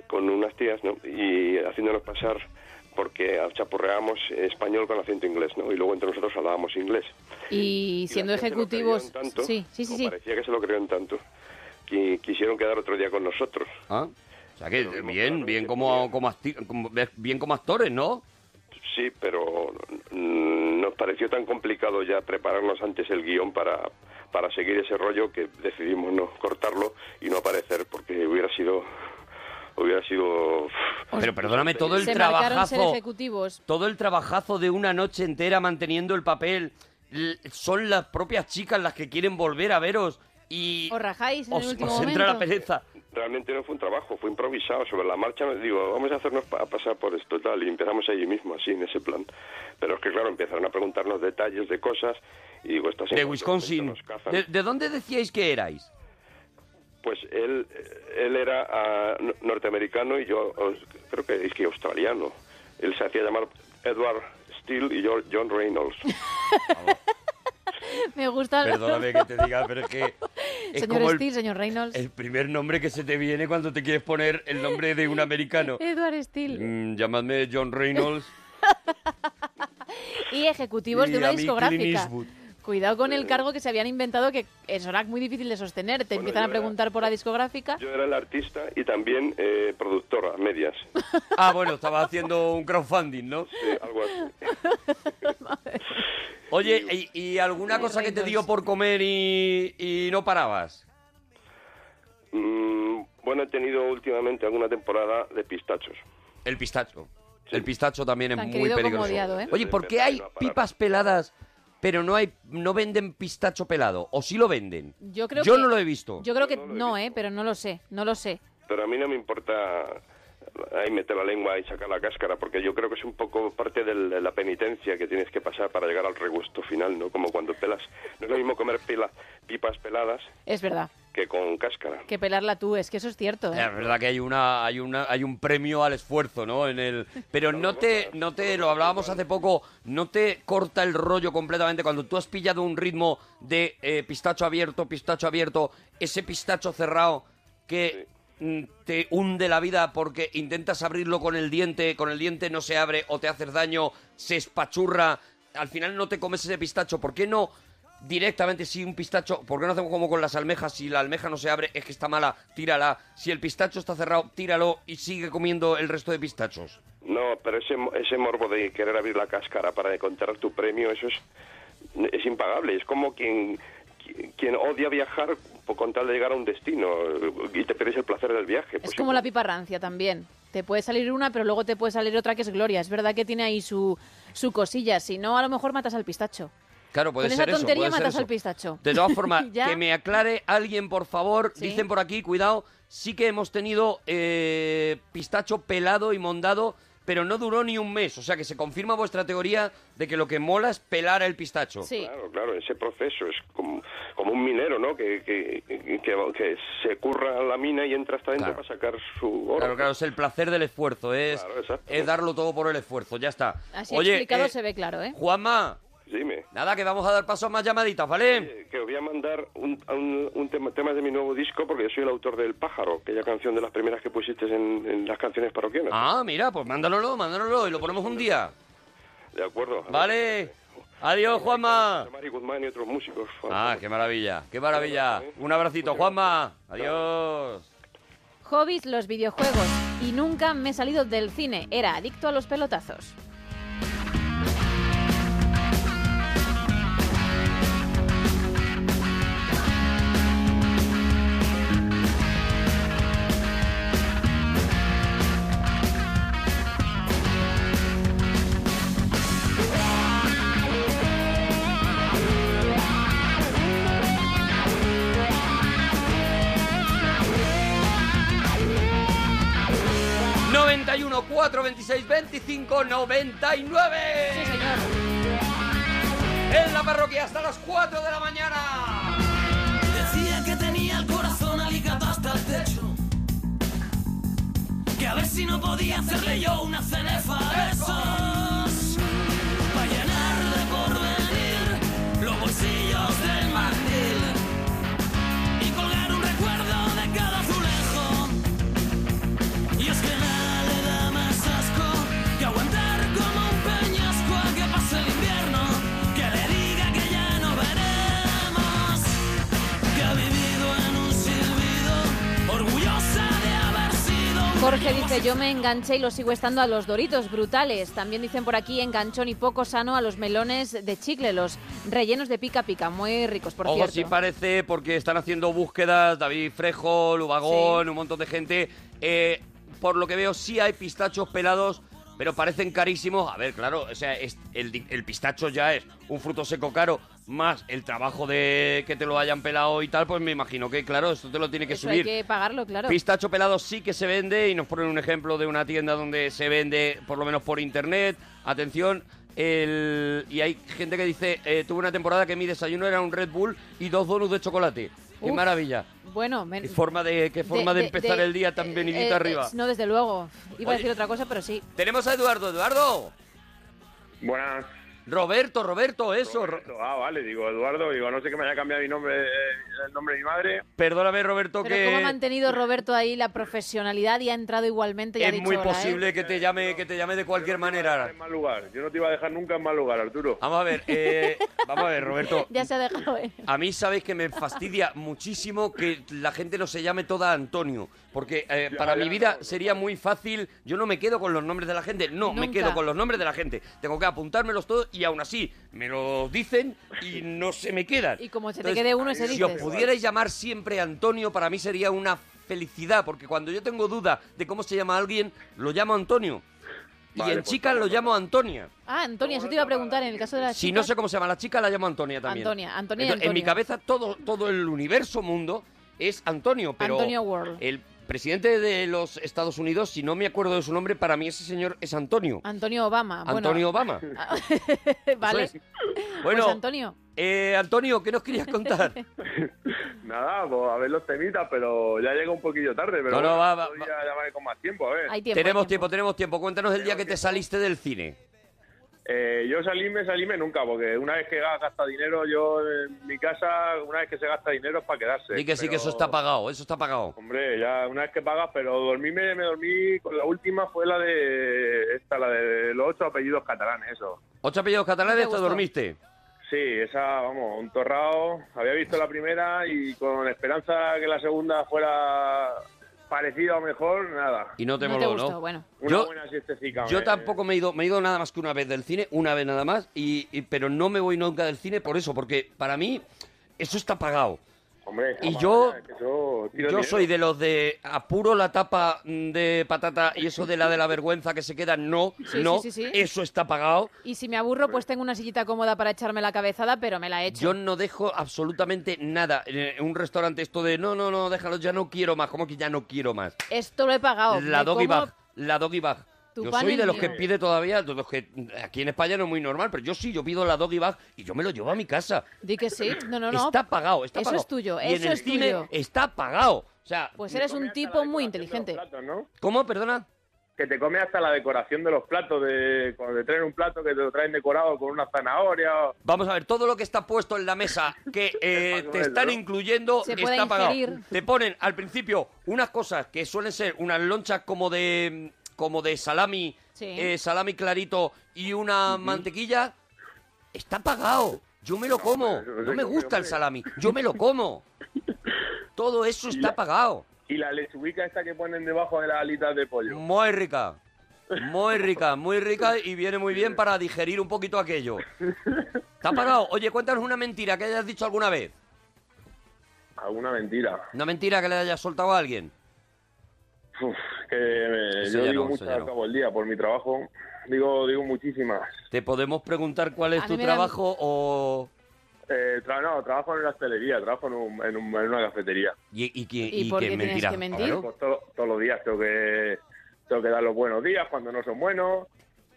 Speaker 10: con unas tías ¿no? y haciéndonos pasar porque chaporreábamos español con acento inglés ¿no? y luego entre nosotros hablábamos inglés
Speaker 2: Y siendo
Speaker 10: las gente lo
Speaker 2: ejecutivos...
Speaker 10: creían tanto,
Speaker 2: Sí, sí, sí,
Speaker 10: o
Speaker 2: sí.
Speaker 10: parecía que se lo creían tanto que quisieron quedar otro día con nosotros
Speaker 4: Ah, O sea que bien, bien como, como, acti- como- bien como actores, ¿no?
Speaker 10: Sí, pero mm, nos pareció tan complicado ya prepararnos antes el guión para, para seguir ese rollo que decidimos no cortarlo y no aparecer porque hubiera sido hubiera sido
Speaker 4: Pero perdóname, todo el
Speaker 2: Se marcaron ser
Speaker 4: trabajazo,
Speaker 2: ejecutivos.
Speaker 4: todo el trabajazo de una noche entera manteniendo el papel, l- son las propias chicas las que quieren volver a veros y
Speaker 2: Os rajáis en
Speaker 4: os,
Speaker 2: el último
Speaker 4: os
Speaker 2: momento.
Speaker 4: entra la pereza.
Speaker 10: realmente no fue un trabajo, fue improvisado sobre la marcha. nos Digo, vamos a hacernos pa- a pasar por esto tal y empezamos allí mismo, así en ese plan. Pero es que claro, empezaron a preguntarnos detalles de cosas y digo, estas
Speaker 4: De Wisconsin. ¿De, de dónde decíais que erais?
Speaker 10: Pues él, él era ah, no- norteamericano y yo os- creo que, es que australiano. Él se hacía llamar Edward Steele y yo John Reynolds.
Speaker 2: *laughs* Me gusta...
Speaker 4: Perdóname que te diga, pero es que es
Speaker 2: *laughs* Señor
Speaker 4: como el-
Speaker 2: Steele, señor Reynolds.
Speaker 4: el primer nombre que se te viene cuando te quieres poner el nombre de un
Speaker 2: *laughs*
Speaker 4: americano.
Speaker 2: Edward Steele.
Speaker 4: Mm, llamadme John Reynolds.
Speaker 2: Y ejecutivos
Speaker 4: Y
Speaker 2: de una
Speaker 4: a mí Clint
Speaker 2: discográfica.
Speaker 4: Eastwood.
Speaker 2: Cuidado con el cargo que se habían inventado, que eso era muy difícil de sostener. Te
Speaker 10: Bueno,
Speaker 2: empiezan
Speaker 10: yo
Speaker 2: a preguntar por la discográfica.
Speaker 10: Yo era el artista y también eh, productora, medias,
Speaker 4: *laughs* Ah, bueno, estaba haciendo un crowdfunding, ¿no?
Speaker 10: eh, algo así.
Speaker 2: *laughs*
Speaker 4: Oye, ¿y, y alguna cosa que te dio por comer y, y no parabas?
Speaker 10: Mm, bueno, he tenido últimamente alguna temporada de pistachos.
Speaker 4: El pistacho. El pistacho también es
Speaker 2: Tan
Speaker 4: muy
Speaker 2: querido como
Speaker 4: peligroso.
Speaker 2: odiado, ¿eh?
Speaker 4: Oye, ¿por qué hay pipas peladas, pero no hay, no venden pistacho pelado? ¿O sí lo venden?
Speaker 2: Yo creo
Speaker 4: Yo
Speaker 2: que-
Speaker 4: no lo he visto.
Speaker 2: Yo creo que no, ¿eh? Pero no lo sé, no lo sé.
Speaker 10: Pero a mí no me importa ahí meter la lengua y sacar la cáscara, porque yo creo que es un poco parte del- de la penitencia que tienes que pasar para llegar al regusto final, ¿no? Como cuando pelas. No es lo mismo comer pela- pipas peladas
Speaker 2: Es verdad,
Speaker 10: que con cáscara.
Speaker 2: que pelarla tú, es que eso es cierto. ¿eh?
Speaker 4: Es verdad que hay una, hay una, hay un premio al esfuerzo, ¿no? En el, pero no te, no te, lo hablábamos hace poco, no te corta el rollo completamente cuando tú has pillado un ritmo de eh, pistacho abierto, pistacho abierto, ese pistacho cerrado que mm, te hunde la vida porque intentas abrirlo con el diente, con el diente no se abre o te haces daño, se espachurra, al final no te comes ese pistacho, ¿por qué no? directamente si un pistacho, ¿por qué no hacemos como con las almejas? Si la almeja no se abre, es que está mala, tírala. Si el pistacho está cerrado, tíralo y sigue comiendo el resto de pistachos.
Speaker 10: No, pero ese, mo- ese morbo de querer abrir la cáscara para encontrar tu premio, eso es, es impagable. Es como quien, qui- quien odia viajar po- con tal de llegar a un destino y te pierdes el placer del viaje.
Speaker 2: Es
Speaker 10: Pues
Speaker 2: como
Speaker 10: igual.
Speaker 2: la piparrancia también. Te puede salir una, pero luego te puede salir otra que es gloria. Es verdad que tiene ahí su, su cosilla. Si no, a lo mejor matas al pistacho.
Speaker 4: Claro, puede
Speaker 2: Con
Speaker 4: ser
Speaker 2: esa
Speaker 4: eso,
Speaker 2: tontería
Speaker 4: puede ser
Speaker 2: matas
Speaker 4: eso.
Speaker 2: al pistacho.
Speaker 4: De
Speaker 2: *laughs*
Speaker 4: todas formas,
Speaker 2: Ya.
Speaker 4: que me aclare alguien, por favor.
Speaker 2: Sí.
Speaker 4: Dicen por aquí, cuidado, sí que hemos tenido eh, pistacho pelado y mondado, pero no duró ni un mes. O sea que se confirma vuestra teoría de que lo que mola es pelar el pistacho.
Speaker 2: Sí.
Speaker 10: Claro, claro, ese proceso es como, como un minero, ¿no? Que, que, que, que se curra la mina y entra hasta dentro
Speaker 4: Claro.
Speaker 10: para sacar su oro.
Speaker 4: Claro, claro, es el placer del esfuerzo, es,
Speaker 10: Claro, exacto.
Speaker 4: es darlo todo por el esfuerzo, ya está.
Speaker 2: Así
Speaker 4: Oye,
Speaker 2: explicado
Speaker 4: eh,
Speaker 2: se ve claro, ¿eh?
Speaker 4: Juanma,
Speaker 10: Dime.
Speaker 4: nada, que vamos a dar paso a más llamaditas, ¿vale?
Speaker 10: Eh, Que os voy a mandar un, a un, un tema, temas de mi nuevo disco porque yo soy el autor del Pájaro, aquella canción de las primeras que pusiste en, en las canciones parroquianas.
Speaker 4: Ah, mira, pues mándalo, mándalo y lo ponemos un día,
Speaker 10: De acuerdo.
Speaker 4: ¿vale? Adiós, Juanma.
Speaker 10: Mari Guzmán y otros músicos.
Speaker 4: Ah, qué maravilla, qué maravilla. Un abracito, Juanma. Adiós.
Speaker 2: Hobbies, los videojuegos. Y nunca me he salido del cine. Era adicto a los pelotazos.
Speaker 4: ¡91, 4, 26, 25, 99.
Speaker 2: Sí, señor.
Speaker 4: En la parroquia hasta las 4 de la mañana.
Speaker 1: Decía que tenía el corazón alicatado hasta el techo. Que a ver si no podía hacerle yo una cenefa de esos. Para llenar de
Speaker 2: Jorge dice, yo me enganché y lo sigo estando a los doritos brutales. También dicen por aquí enganchón y poco sano a los melones de chicle, los rellenos de pica pica, muy ricos, pues, por
Speaker 4: Ojo,
Speaker 2: cierto.
Speaker 4: sí parece, porque están haciendo búsquedas, David Frejo, Lubagón,
Speaker 2: Sí.
Speaker 4: un montón de gente. Eh, por lo que veo, sí hay pistachos pelados, pero parecen carísimos. A ver, claro, o sea, es- el, di- el pistacho ya es un fruto seco caro, más el trabajo de que te lo hayan pelado y tal, pues me imagino que, claro, esto te lo tiene que
Speaker 2: Eso
Speaker 4: subir.
Speaker 2: hay que pagarlo, claro.
Speaker 4: Pistacho pelado sí que se vende y nos ponen un ejemplo de una tienda donde se vende, por lo menos por internet. Atención, el... y hay gente que dice, eh, tuve una temporada que mi desayuno era un Red Bull y dos donuts de chocolate. ¡Qué
Speaker 2: Uf.
Speaker 4: maravilla!
Speaker 2: Bueno, men-
Speaker 4: Qué forma de, qué forma de, empezar el día tan
Speaker 2: eh,
Speaker 4: venidito
Speaker 2: eh,
Speaker 4: arriba.
Speaker 2: No, desde luego. Iba a
Speaker 4: Oye.
Speaker 2: decir otra cosa, pero sí.
Speaker 4: Tenemos a Eduardo. Eduardo.
Speaker 11: Buenas.
Speaker 4: Roberto, Roberto, eso. Ro-
Speaker 11: Roberto, ah, vale, digo Eduardo, digo, no sé que me haya cambiado mi nombre, eh, el nombre de mi madre.
Speaker 4: Perdóname, Roberto,
Speaker 2: Pero
Speaker 4: que...
Speaker 2: cómo ha mantenido Roberto ahí la profesionalidad y ha entrado igualmente y ha
Speaker 4: Es
Speaker 2: dicho
Speaker 4: muy
Speaker 2: "Hola, ¿eh?". *laughs*
Speaker 4: posible que te llame, que te llame de cualquier manera.
Speaker 11: mal lugar. Yo no te iba a dejar nunca en mal lugar, Arturo.
Speaker 4: Vamos a ver,
Speaker 11: *laughs*
Speaker 4: eh, vamos a ver, Roberto.
Speaker 2: Ya se ha dejado. ¿eh?
Speaker 4: A mí sabéis que me fastidia muchísimo que la gente no se llame toda Antonio, porque eh, para mi vida sería muy fácil, yo no me quedo con los nombres de la gente, no, me
Speaker 2: Nunca.
Speaker 4: quedo con los nombres de la gente, tengo que apuntármelos todos y aún así me los dicen y no se me quedan.
Speaker 2: Y como se te quede uno, ese
Speaker 4: Si
Speaker 2: dices.
Speaker 4: os pudierais llamar siempre Antonio, para mí sería una felicidad, porque cuando yo tengo duda de cómo se llama alguien, lo llamo Antonio.
Speaker 11: Vale,
Speaker 4: y en
Speaker 11: pues
Speaker 4: chicas lo llamo Antonia.
Speaker 2: Ah, Antonia, eso te iba a preguntar en el caso de la
Speaker 4: Si no sé cómo se llama la chica, la llamo Antonia también.
Speaker 2: Antonia, Antonia y
Speaker 4: Entonces, En mi
Speaker 2: Antonio.
Speaker 4: cabeza todo, todo el universo mundo es Antonio, pero eh,
Speaker 2: Antonio World.
Speaker 4: el presidente de los Estados Unidos, si no me acuerdo de su nombre, para mí ese señor es Antonio.
Speaker 2: Antonio Obama. ah, bueno.
Speaker 4: Antonio Obama.
Speaker 2: *laughs* vale.
Speaker 4: Eso es. Bueno,
Speaker 2: Pues Antonio.
Speaker 4: eh, Antonio, ¿qué nos querías contar?
Speaker 11: Nada, pues a ver los temitas, pero ya llega un poquillo tarde, pero
Speaker 4: No, no,
Speaker 11: bueno,
Speaker 4: va, va,
Speaker 11: otro día llamaré con más tiempo, a ver.
Speaker 2: Hay tiempo.
Speaker 4: tenemos
Speaker 2: hay
Speaker 4: tiempo. tenemos tiempo. Cuéntanos el día que te saliste del cine.
Speaker 11: Eh, yo salíme, salíme nunca, porque una vez que ga- gasta dinero, yo en mi casa, una vez que se gasta dinero es para quedarse.
Speaker 4: Di que sí, que eso
Speaker 11: pero-
Speaker 4: está pagado, eso está pagado.
Speaker 11: Hombre, ya una vez que pagas, pero dormirme, me dormí, con la última fue la de, esta, la de los ocho apellidos catalanes, eso.
Speaker 4: Ocho apellidos catalanes,
Speaker 2: ¿Te
Speaker 4: te
Speaker 2: gustó?
Speaker 4: dormiste.
Speaker 11: Sí, esa, vamos, un torrao. Había visto la primera y con esperanza que la segunda fuera parecida o mejor, nada.
Speaker 4: Y no te
Speaker 2: No te
Speaker 4: moló,
Speaker 2: gustó,
Speaker 4: ¿no?
Speaker 2: bueno.
Speaker 11: Una
Speaker 4: Yo-
Speaker 11: buena siestecica.
Speaker 4: Yo
Speaker 11: me-
Speaker 4: tampoco me he ido, me he ido nada más que una vez del cine, una vez nada más, y, y- pero no me voy nunca del cine por eso, porque para mí eso está pagado.
Speaker 11: Hombre,
Speaker 4: y
Speaker 11: jamás,
Speaker 4: yo-
Speaker 11: es que yo, tiro
Speaker 4: Yo
Speaker 11: dinero.
Speaker 4: soy de los de apuro la tapa mm, de patata y eso de la de la vergüenza que se queda, no,
Speaker 2: Sí,
Speaker 4: no,
Speaker 2: sí, sí, sí.
Speaker 4: eso está pagado.
Speaker 2: Y si me aburro, pues tengo una sillita cómoda para echarme la cabezada, pero me la he hecho.
Speaker 4: Yo no dejo absolutamente nada. En un restaurante esto de no, no, no, déjalo, ya no quiero más, como que ya no quiero más.
Speaker 2: Esto lo he
Speaker 4: La
Speaker 2: pagado. Oh, me
Speaker 4: doggy
Speaker 2: como-
Speaker 4: bag, la doggy bag.
Speaker 2: Tu
Speaker 4: Yo
Speaker 2: pan
Speaker 4: soy
Speaker 2: y
Speaker 4: de los
Speaker 2: mío.
Speaker 4: que pide todavía, de los que mm, aquí en España no es muy normal, pero yo sí, yo pido la doggy bag y yo me lo llevo a mi casa.
Speaker 2: Di que sí. No, no, no.
Speaker 4: Está pagado, está
Speaker 2: Eso
Speaker 4: pagado.
Speaker 2: es tuyo,
Speaker 4: Y
Speaker 2: eso
Speaker 4: en el
Speaker 2: es
Speaker 4: cine
Speaker 2: tuyo.
Speaker 4: está pagado. O sea,
Speaker 2: Pues eres
Speaker 11: Come
Speaker 2: un
Speaker 11: hasta la
Speaker 2: tipo muy
Speaker 11: decoración de los
Speaker 2: inteligente.
Speaker 11: platos, ¿no?
Speaker 4: ¿cómo? Perdona.
Speaker 11: que te come hasta la decoración de los platos, de cuando te traen un plato que te lo traen decorado con una zanahoria. o-
Speaker 4: Vamos a ver, todo lo que está puesto en la mesa que eh,
Speaker 11: Paco
Speaker 4: te
Speaker 11: Vela,
Speaker 4: están
Speaker 11: ¿no?
Speaker 4: incluyendo
Speaker 2: Se puede
Speaker 4: está pagado.
Speaker 2: ingerir.
Speaker 4: Te ponen al principio unas cosas que suelen ser unas lonchas como de como de salami,
Speaker 2: Sí.
Speaker 4: eh, salami clarito y una mantequilla. Está pagado. Yo me lo como.
Speaker 11: pero eso
Speaker 4: No
Speaker 11: se
Speaker 4: me
Speaker 11: come,
Speaker 4: gusta el
Speaker 11: hombre.
Speaker 4: salami. Yo me
Speaker 11: *laughs*
Speaker 4: lo como. Todo eso está pagado.
Speaker 11: Y la lechuguica esta que ponen debajo de las alitas de pollo.
Speaker 4: Muy rica. Muy rica,
Speaker 11: *laughs*
Speaker 4: muy rica y viene muy bien para digerir un poquito aquello. Está pagado. Oye, cuéntanos una mentira que hayas dicho alguna vez.
Speaker 11: Alguna mentira.
Speaker 4: Una mentira que le hayas soltado a alguien.
Speaker 11: Uf, que me-
Speaker 4: Eso
Speaker 11: yo
Speaker 4: ya
Speaker 11: digo
Speaker 4: no, eso
Speaker 11: muchas
Speaker 4: ya
Speaker 11: al
Speaker 4: no.
Speaker 11: cabo del día por mi trabajo. Digo, digo muchísimas.
Speaker 4: ¿Te podemos preguntar cuál es
Speaker 2: A
Speaker 4: tu
Speaker 2: mí me da-
Speaker 4: trabajo o...?
Speaker 11: Eh, tra- no, trabajo en una hostelería, trabajo en, un- en un- en una cafetería.
Speaker 4: ¿Y, y, qué-
Speaker 2: ¿Y
Speaker 4: y
Speaker 2: por
Speaker 4: qué
Speaker 2: qué tienes
Speaker 4: mentira?
Speaker 2: que mentir?
Speaker 4: Claro.
Speaker 11: Pues to- todos los días tengo que, tengo que dar los buenos días cuando no son buenos.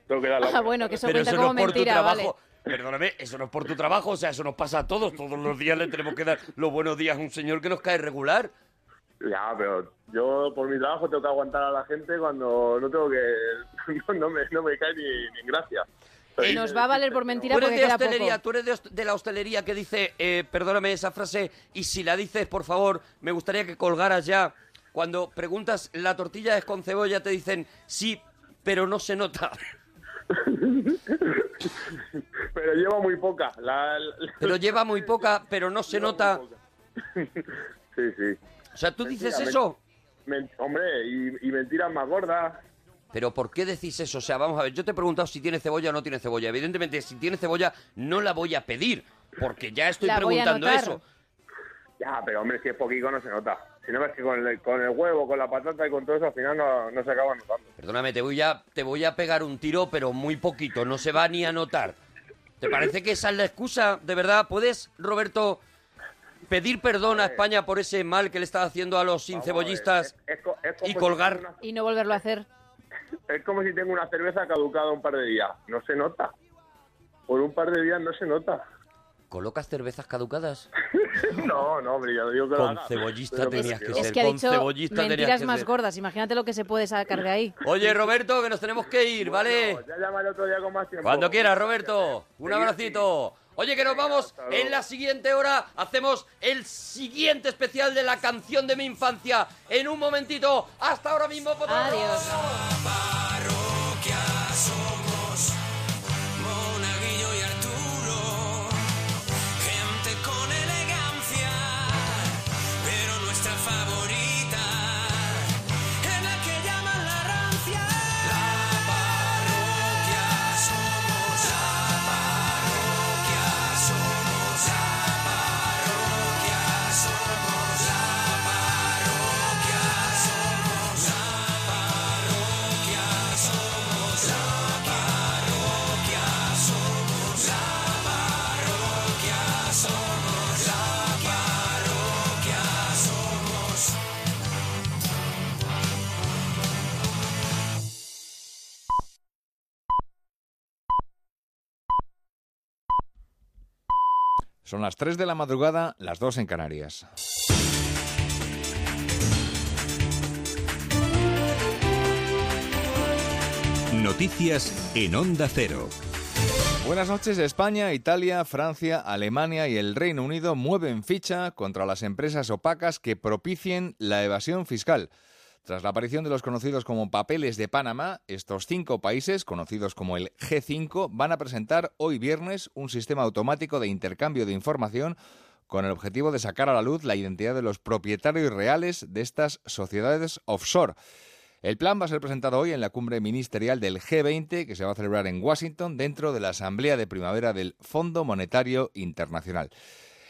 Speaker 11: Tengo que dar las
Speaker 2: Ah,
Speaker 11: buenas
Speaker 2: bueno, que
Speaker 11: tardes.
Speaker 2: eso
Speaker 4: Pero
Speaker 2: cuenta
Speaker 4: eso no
Speaker 2: como
Speaker 4: es por tu
Speaker 2: mentira, vale.
Speaker 4: trabajo. Perdóname, eso no es por tu trabajo, o sea, eso nos pasa a todos. Todos los días le tenemos que dar los buenos días a un señor que nos cae regular.
Speaker 11: Ya, pero yo por mi trabajo tengo que aguantar a la gente cuando no tengo que... *laughs* No, no me, no me cae ni, ni en gracia.
Speaker 2: Y nos va a valer por mentira
Speaker 4: tú eres
Speaker 2: porque
Speaker 4: de
Speaker 2: queda
Speaker 4: hostelería,
Speaker 2: poco.
Speaker 4: tú eres de, host- de la hostelería que dice, eh, perdóname esa frase, y si la dices, por favor, me gustaría que colgaras ya. Cuando preguntas, ¿la tortilla es con cebolla? Te dicen, sí, pero no se nota. *laughs*
Speaker 11: Pero lleva muy poca. La, la-
Speaker 4: Pero lleva muy poca, pero no se
Speaker 11: lleva muy
Speaker 4: nota.
Speaker 11: poca. sí, sí.
Speaker 4: O sea, tú dices
Speaker 11: Mentira,
Speaker 4: eso
Speaker 11: Men- hombre, y, y mentiras más gordas.
Speaker 4: Pero ¿por qué decís eso? O sea, vamos a ver, yo te he preguntado si tiene cebolla o no tiene cebolla. Evidentemente, si tiene cebolla, no la voy a pedir, porque ya estoy
Speaker 2: La voy a
Speaker 4: preguntando
Speaker 2: anotar.
Speaker 4: eso.
Speaker 11: Ya, pero hombre, si es poquito no se nota. Si no ves que con el, con el huevo, con la patata y con todo eso, al final no, no se acaba notando.
Speaker 4: Perdóname, te voy, a, te voy a pegar un tiro, pero muy poquito, no se va ni a notar. ¿Te parece que esa es la excusa? De verdad, ¿puedes, Roberto, pedir perdón
Speaker 11: Eh.
Speaker 4: a España por ese mal que le está haciendo a los
Speaker 11: sincebollistas
Speaker 4: cincebollistas?
Speaker 11: eh, como
Speaker 4: y colgar.
Speaker 11: si tengo
Speaker 2: Y no volverlo a hacer.
Speaker 11: una- es como si tengo una cerveza caducada un par de días. No se nota. Por un par de días no se nota. eh.
Speaker 4: ¿Colocas cervezas caducadas?
Speaker 11: No, no, hombre, ya lo digo que lo
Speaker 4: Con
Speaker 11: haga.
Speaker 4: cebollista
Speaker 11: Pero me
Speaker 4: tenías que
Speaker 11: refiero-
Speaker 4: ser.
Speaker 2: Es que ha
Speaker 4: con
Speaker 2: dicho
Speaker 4: cebollista tenías
Speaker 2: mentiras
Speaker 4: que
Speaker 2: más
Speaker 4: ser.
Speaker 2: gordas. Imagínate lo que se puede sacar de ahí.
Speaker 4: Oye, Roberto, que nos tenemos que ir, ¿vale?
Speaker 11: Ya llamaré otro día con más tiempo.
Speaker 4: Cuando quieras, Roberto. Un abracito. Oye, que nos vamos.
Speaker 11: luego.
Speaker 4: En la siguiente hora hacemos el siguiente especial de la canción de mi infancia. En un momentito. Hasta ahora mismo, potorros.
Speaker 2: Adiós.
Speaker 1: parroquia somos Monaguillo y Arturo, gente con elegancia, pero nuestra favorita es la que llaman la rancia. La parroquia somos, la parroquia somos, la parroquia somos, la parroquia somos, la parroquia somos, la parroquia somos, la parroquia somos, la parroquia somos.
Speaker 12: Son las 3 de la madrugada, las 2 en Canarias.
Speaker 13: Noticias en Onda Cero.
Speaker 12: Buenas noches. España, Italia, Francia, Alemania y el Reino Unido mueven ficha contra las empresas opacas que propicien la evasión fiscal. Tras la aparición de los conocidos como papeles de Panamá, estos cinco países, conocidos como el G5, van a presentar hoy viernes un sistema automático de intercambio de información con el objetivo de sacar a la luz la identidad de los propietarios reales de estas sociedades offshore. El plan va a ser presentado hoy en la cumbre ministerial del G20 que se va a celebrar en Washington dentro de la Asamblea de Primavera del Fondo Monetario Internacional.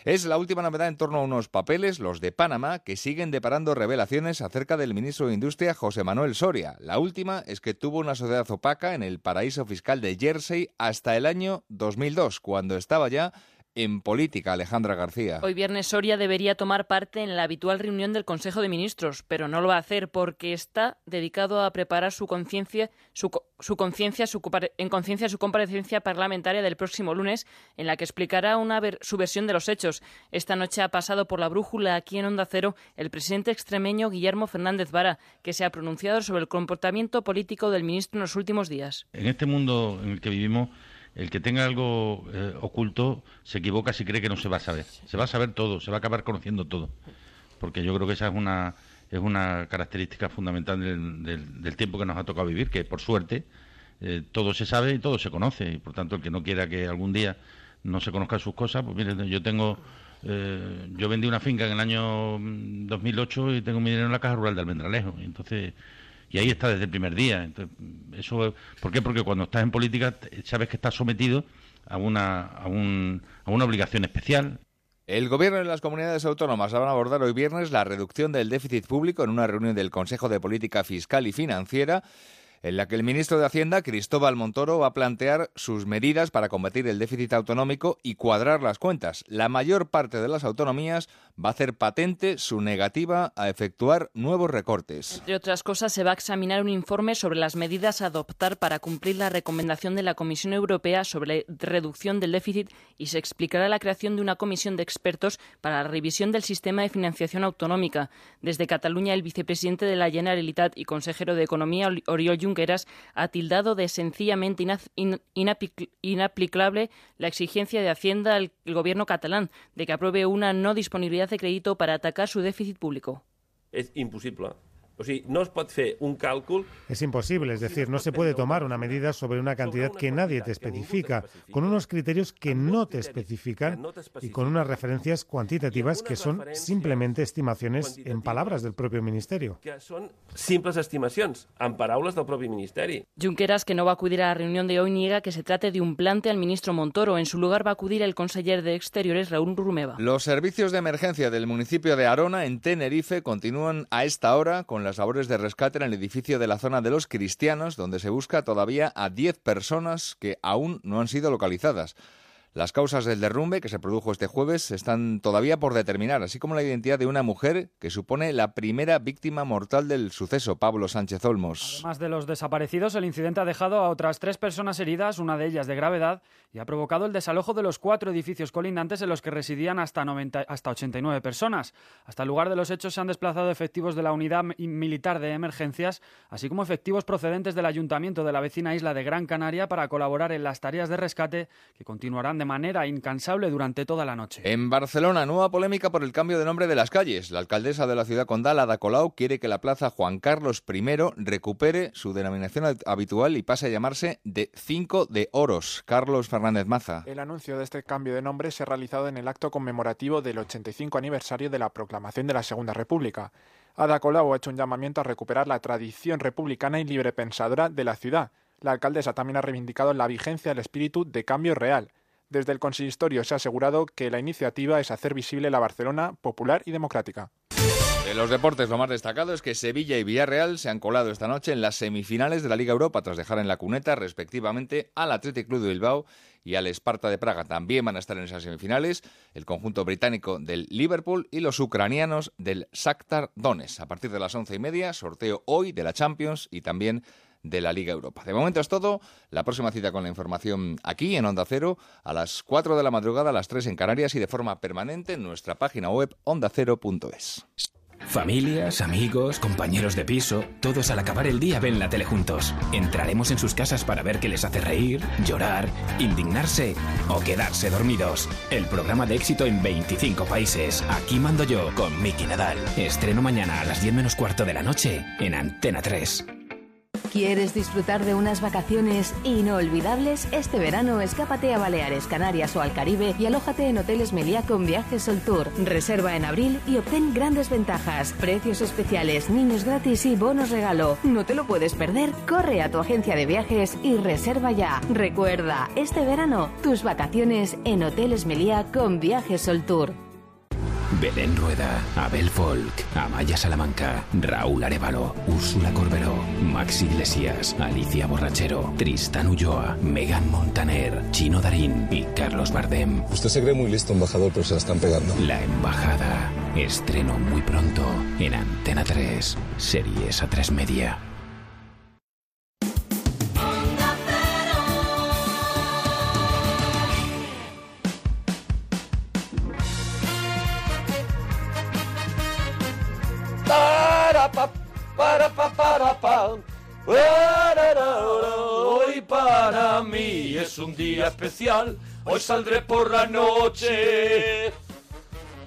Speaker 12: Es la última novedad en torno a unos papeles, los de Panamá, que siguen deparando revelaciones acerca del ministro de Industria José Manuel Soria. La última es que tuvo una sociedad opaca en el paraíso fiscal de Jersey hasta el año 2002, cuando estaba ya en política Alejandra García.
Speaker 5: Hoy viernes Soria debería tomar parte en la habitual reunión del Consejo de Ministros, pero no lo va a hacer porque está dedicado a preparar su conciencia, su, co- su conciencia, su compare- en conciencia su comparecencia parlamentaria del próximo lunes, en la que explicará una ver- su versión de los hechos. Esta noche ha pasado por la brújula aquí en Onda Cero el presidente extremeño Guillermo Fernández Vara, que se ha pronunciado sobre el comportamiento político del ministro en los últimos días.
Speaker 14: En este mundo en el que vivimos, el que tenga algo eh, oculto se equivoca si cree que no se va a saber. Se va a saber todo, se va a acabar conociendo todo. Porque yo creo que esa es una, es una característica fundamental del, del- del tiempo que nos ha tocado vivir, que por suerte eh, todo se sabe y todo se conoce. Y por tanto, el que no quiera que algún día no se conozcan sus cosas, pues mire, yo tengo. eh, yo vendí una finca en el año mm, 2008 y tengo mi dinero en la caja rural de Almendralejo. Y entonces y ahí está desde el primer día. Entonces, eso, ¿Por qué? Porque cuando estás en política t- sabes que estás sometido a una, a, un, a una obligación especial.
Speaker 12: El Gobierno y las comunidades autónomas van a abordar hoy viernes la reducción del déficit público en una reunión del Consejo de Política Fiscal y Financiera, en la que el ministro de Hacienda, Cristóbal Montoro, va a plantear sus medidas para combatir el déficit autonómico y cuadrar las cuentas. La mayor parte de las autonomías va a hacer patente su negativa a efectuar nuevos recortes.
Speaker 5: Entre otras cosas, se va a examinar un informe sobre las medidas a adoptar para cumplir la recomendación de la Comisión Europea sobre la reducción del déficit y se explicará la creación de una comisión de expertos para la revisión del sistema de financiación autonómica. Desde Cataluña, el vicepresidente de la Generalitat y consejero de Economía, Ori- Oriol Junqueras, ha tildado de sencillamente inaz- in- inapic- inaplicable la exigencia de Hacienda al gobierno catalán de que apruebe una no disponibilidad de crédito para atacar su déficit público.
Speaker 15: és impossible. O O sigui, no es pot fer un càlcul
Speaker 16: Es imposible, es decir, no se puede tomar una medida sobre una cantidad que nadie te especifica, con unos criterios que no te especifican y con unas referencias cuantitativas que son simplemente estimaciones en palabras del propio ministerio.
Speaker 15: que són simples estimacions, en paraules del propi ministeri.
Speaker 5: Junqueras, que no va a acudir a la reunión de hoy, niega que se trate de un plante al ministro Montoro. En su lugar va a acudir el conseller de Exteriores, Raúl Rumeva.
Speaker 12: Los servicios de emergencia del municipio de Arona, en Tenerife, continúan a esta hora con las labores de rescate en el edificio de la zona de los cristianos, donde se busca todavía a 10 personas que aún no han sido localizadas. Las causas del derrumbe que se produjo este jueves están todavía por determinar, así como la identidad de una mujer que supone la primera víctima mortal del suceso, Pablo Sánchez Olmos.
Speaker 17: Además de los desaparecidos, el incidente ha dejado a otras tres personas heridas, una de ellas de gravedad, y ha provocado el desalojo de los cuatro edificios colindantes en los que residían hasta, 90 hasta 89 personas. Hasta el lugar de los hechos se han desplazado efectivos de la unidad mi- militar de emergencias, así como efectivos procedentes del ayuntamiento de la vecina isla de Gran Canaria para colaborar en las tareas de rescate que continuarán de manera incansable durante toda la noche.
Speaker 12: En Barcelona, nueva polémica por el cambio de nombre de las calles. La alcaldesa de la ciudad condal, Ada Colau, quiere que la plaza Juan Carlos I recupere su denominación hab- habitual y pase a llamarse de 5 de Oros, Carlos Fernández Maza.
Speaker 18: El anuncio de este cambio de nombre se ha realizado en el acto conmemorativo del 85 aniversario de la proclamación de la Segunda República. Ada Colau ha hecho un llamamiento a recuperar la tradición republicana y librepensadora de la ciudad. La alcaldesa también ha reivindicado la vigencia del espíritu de cambio real. Desde el consistorio se ha asegurado que la iniciativa es hacer visible la Barcelona popular y democrática.
Speaker 12: De los deportes, lo más destacado es que Sevilla y Villarreal se han colado esta noche en las semifinales de la Liga Europa tras dejar en la cuneta, respectivamente, al Athletic Club de Bilbao y al Esparta de Praga. También van a estar en esas semifinales el conjunto británico del Liverpool y los ucranianos del Shakhtar Donetsk. A partir de las once y media, sorteo hoy de la Champions y también de la Liga Europa. De momento es todo. La próxima cita con la información aquí en Onda Cero a las 4 de la madrugada, a las 3 en Canarias y de forma permanente en nuestra página web ondacero.es.
Speaker 19: Familias, amigos, compañeros de piso, todos al acabar el día ven la tele juntos. Entraremos en sus casas para ver qué les hace reír, llorar, indignarse o quedarse dormidos. El programa de éxito en 25 países. Aquí mando yo con Miki Nadal. Estreno mañana a las 10 menos cuarto de la noche en Antena 3.
Speaker 20: ¿Quieres disfrutar de unas vacaciones inolvidables? Este verano escápate a Baleares, Canarias o al Caribe y alójate en Hoteles Meliá con Viajes Sol Tour. Reserva en abril y obtén grandes ventajas, precios especiales, niños gratis y bonos regalo. No te lo puedes perder. Corre a tu agencia de viajes y reserva ya. Recuerda, este verano tus vacaciones en Hoteles Meliá con Viajes Sol Tour.
Speaker 19: Belén Rueda, Abel Folk, Amaya Salamanca, Raúl Arevalo, Úrsula Corberó, Max Iglesias, Alicia Borrachero, Tristan Ulloa, Megan Montaner, Chino Darín y Carlos Bardem. Usted se cree muy listo, embajador, pero se la están pegando. La Embajada. Estreno muy pronto en Antena 3, series a 3 media.
Speaker 1: Para pa, para pa, para pa. Hoy para mí es un día especial. Hoy saldré por la noche.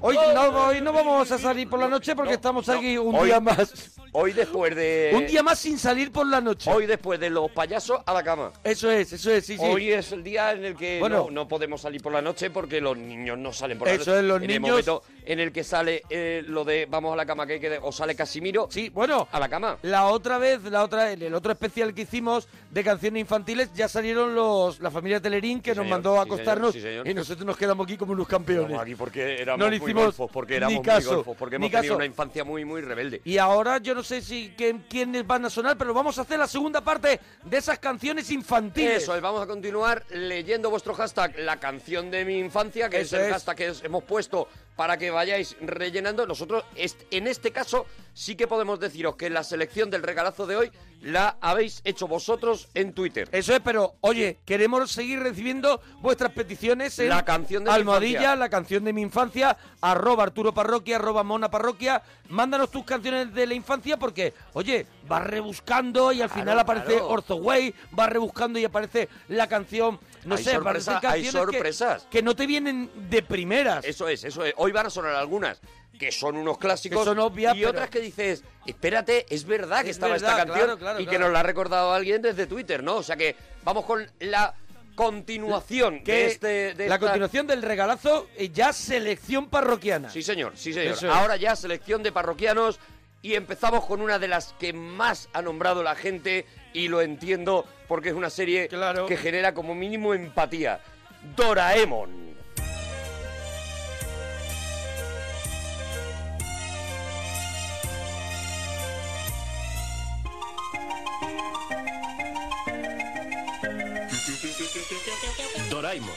Speaker 21: Hoy no, hoy no vamos a salir por la noche porque estamos aquí un
Speaker 4: Hoy-
Speaker 21: día más.
Speaker 4: Hoy después de...
Speaker 21: Un día más sin salir por la noche.
Speaker 4: Hoy después de los payasos a la cama.
Speaker 21: Eso es, eso es, sí, sí.
Speaker 4: Hoy es el día en el que
Speaker 21: Bueno.
Speaker 4: no, no podemos salir por la noche porque los niños no salen por la
Speaker 21: Eso
Speaker 4: noche.
Speaker 21: es, los
Speaker 4: en
Speaker 21: niños-
Speaker 4: el momento en el que sale eh, lo de vamos a la cama que hay que... de- O sale Casimiro
Speaker 21: sí, bueno,
Speaker 4: a la cama.
Speaker 21: La otra vez, la otra, el el otro especial que hicimos de canciones infantiles, ya salieron los la familia Telerín que nos
Speaker 4: señor,
Speaker 21: mandó a
Speaker 4: sí, señor,
Speaker 21: acostarnos
Speaker 4: sí, señor.
Speaker 21: y nosotros nos quedamos aquí como unos campeones.
Speaker 4: Estamos aquí porque éramos
Speaker 21: no le
Speaker 4: muy
Speaker 21: hicimos
Speaker 4: golfos, porque
Speaker 21: ni
Speaker 4: éramos muy
Speaker 21: caso,
Speaker 4: golfos, porque hemos
Speaker 21: ni
Speaker 4: tenido
Speaker 21: caso.
Speaker 4: una infancia muy, muy rebelde.
Speaker 21: Y ahora yo no sé si que- quiénes van a sonar, pero vamos a hacer la segunda parte de esas canciones infantiles.
Speaker 4: Eso es, vamos a continuar leyendo vuestro hashtag, la canción de mi infancia, que
Speaker 21: Eso
Speaker 4: es el
Speaker 21: es.
Speaker 4: hashtag que os hemos puesto para que vayáis rellenando. Nosotros, est- en este caso, sí que podemos deciros que la selección del regalazo de hoy la habéis hecho vosotros en Twitter.
Speaker 21: Eso es, pero oye, queremos seguir recibiendo vuestras peticiones en
Speaker 4: La canción de mi
Speaker 21: almohadilla,
Speaker 4: infancia.
Speaker 21: la canción de mi infancia, arroba Arturo Parroquia, arroba Mona Parroquia. Mándanos tus canciones de la infancia porque, oye, vas rebuscando y al final aparece
Speaker 4: claro.
Speaker 21: Orzoway, vas rebuscando y aparece la canción, no
Speaker 4: Hay
Speaker 21: sé,
Speaker 4: sorpresa-
Speaker 21: aparecen
Speaker 4: hay
Speaker 21: canciones que-
Speaker 4: sorpresas.
Speaker 21: Que, no te vienen de primeras.
Speaker 4: Eso es, eso es. Hoy van a sonar algunas. que son unos clásicos,
Speaker 6: Que son obvias,
Speaker 4: y
Speaker 6: pero-
Speaker 4: otras que dices, espérate, es verdad que
Speaker 6: Es
Speaker 4: estaba esta
Speaker 6: verdad,
Speaker 4: canción
Speaker 6: claro, claro,
Speaker 4: y que
Speaker 6: claro.
Speaker 4: nos la ha recordado alguien desde Twitter, ¿no? O sea que vamos con la continuación
Speaker 6: Que
Speaker 4: de este... de
Speaker 6: la
Speaker 4: esta-
Speaker 6: continuación del regalazo eh, ya selección parroquiana.
Speaker 4: Sí, señor, sí, señor.
Speaker 6: Eso es.
Speaker 4: Ahora ya selección de parroquianos y empezamos con una de las que más ha nombrado la gente y lo entiendo porque es una serie que genera como mínimo empatía. Doraemon.
Speaker 19: Doraemon,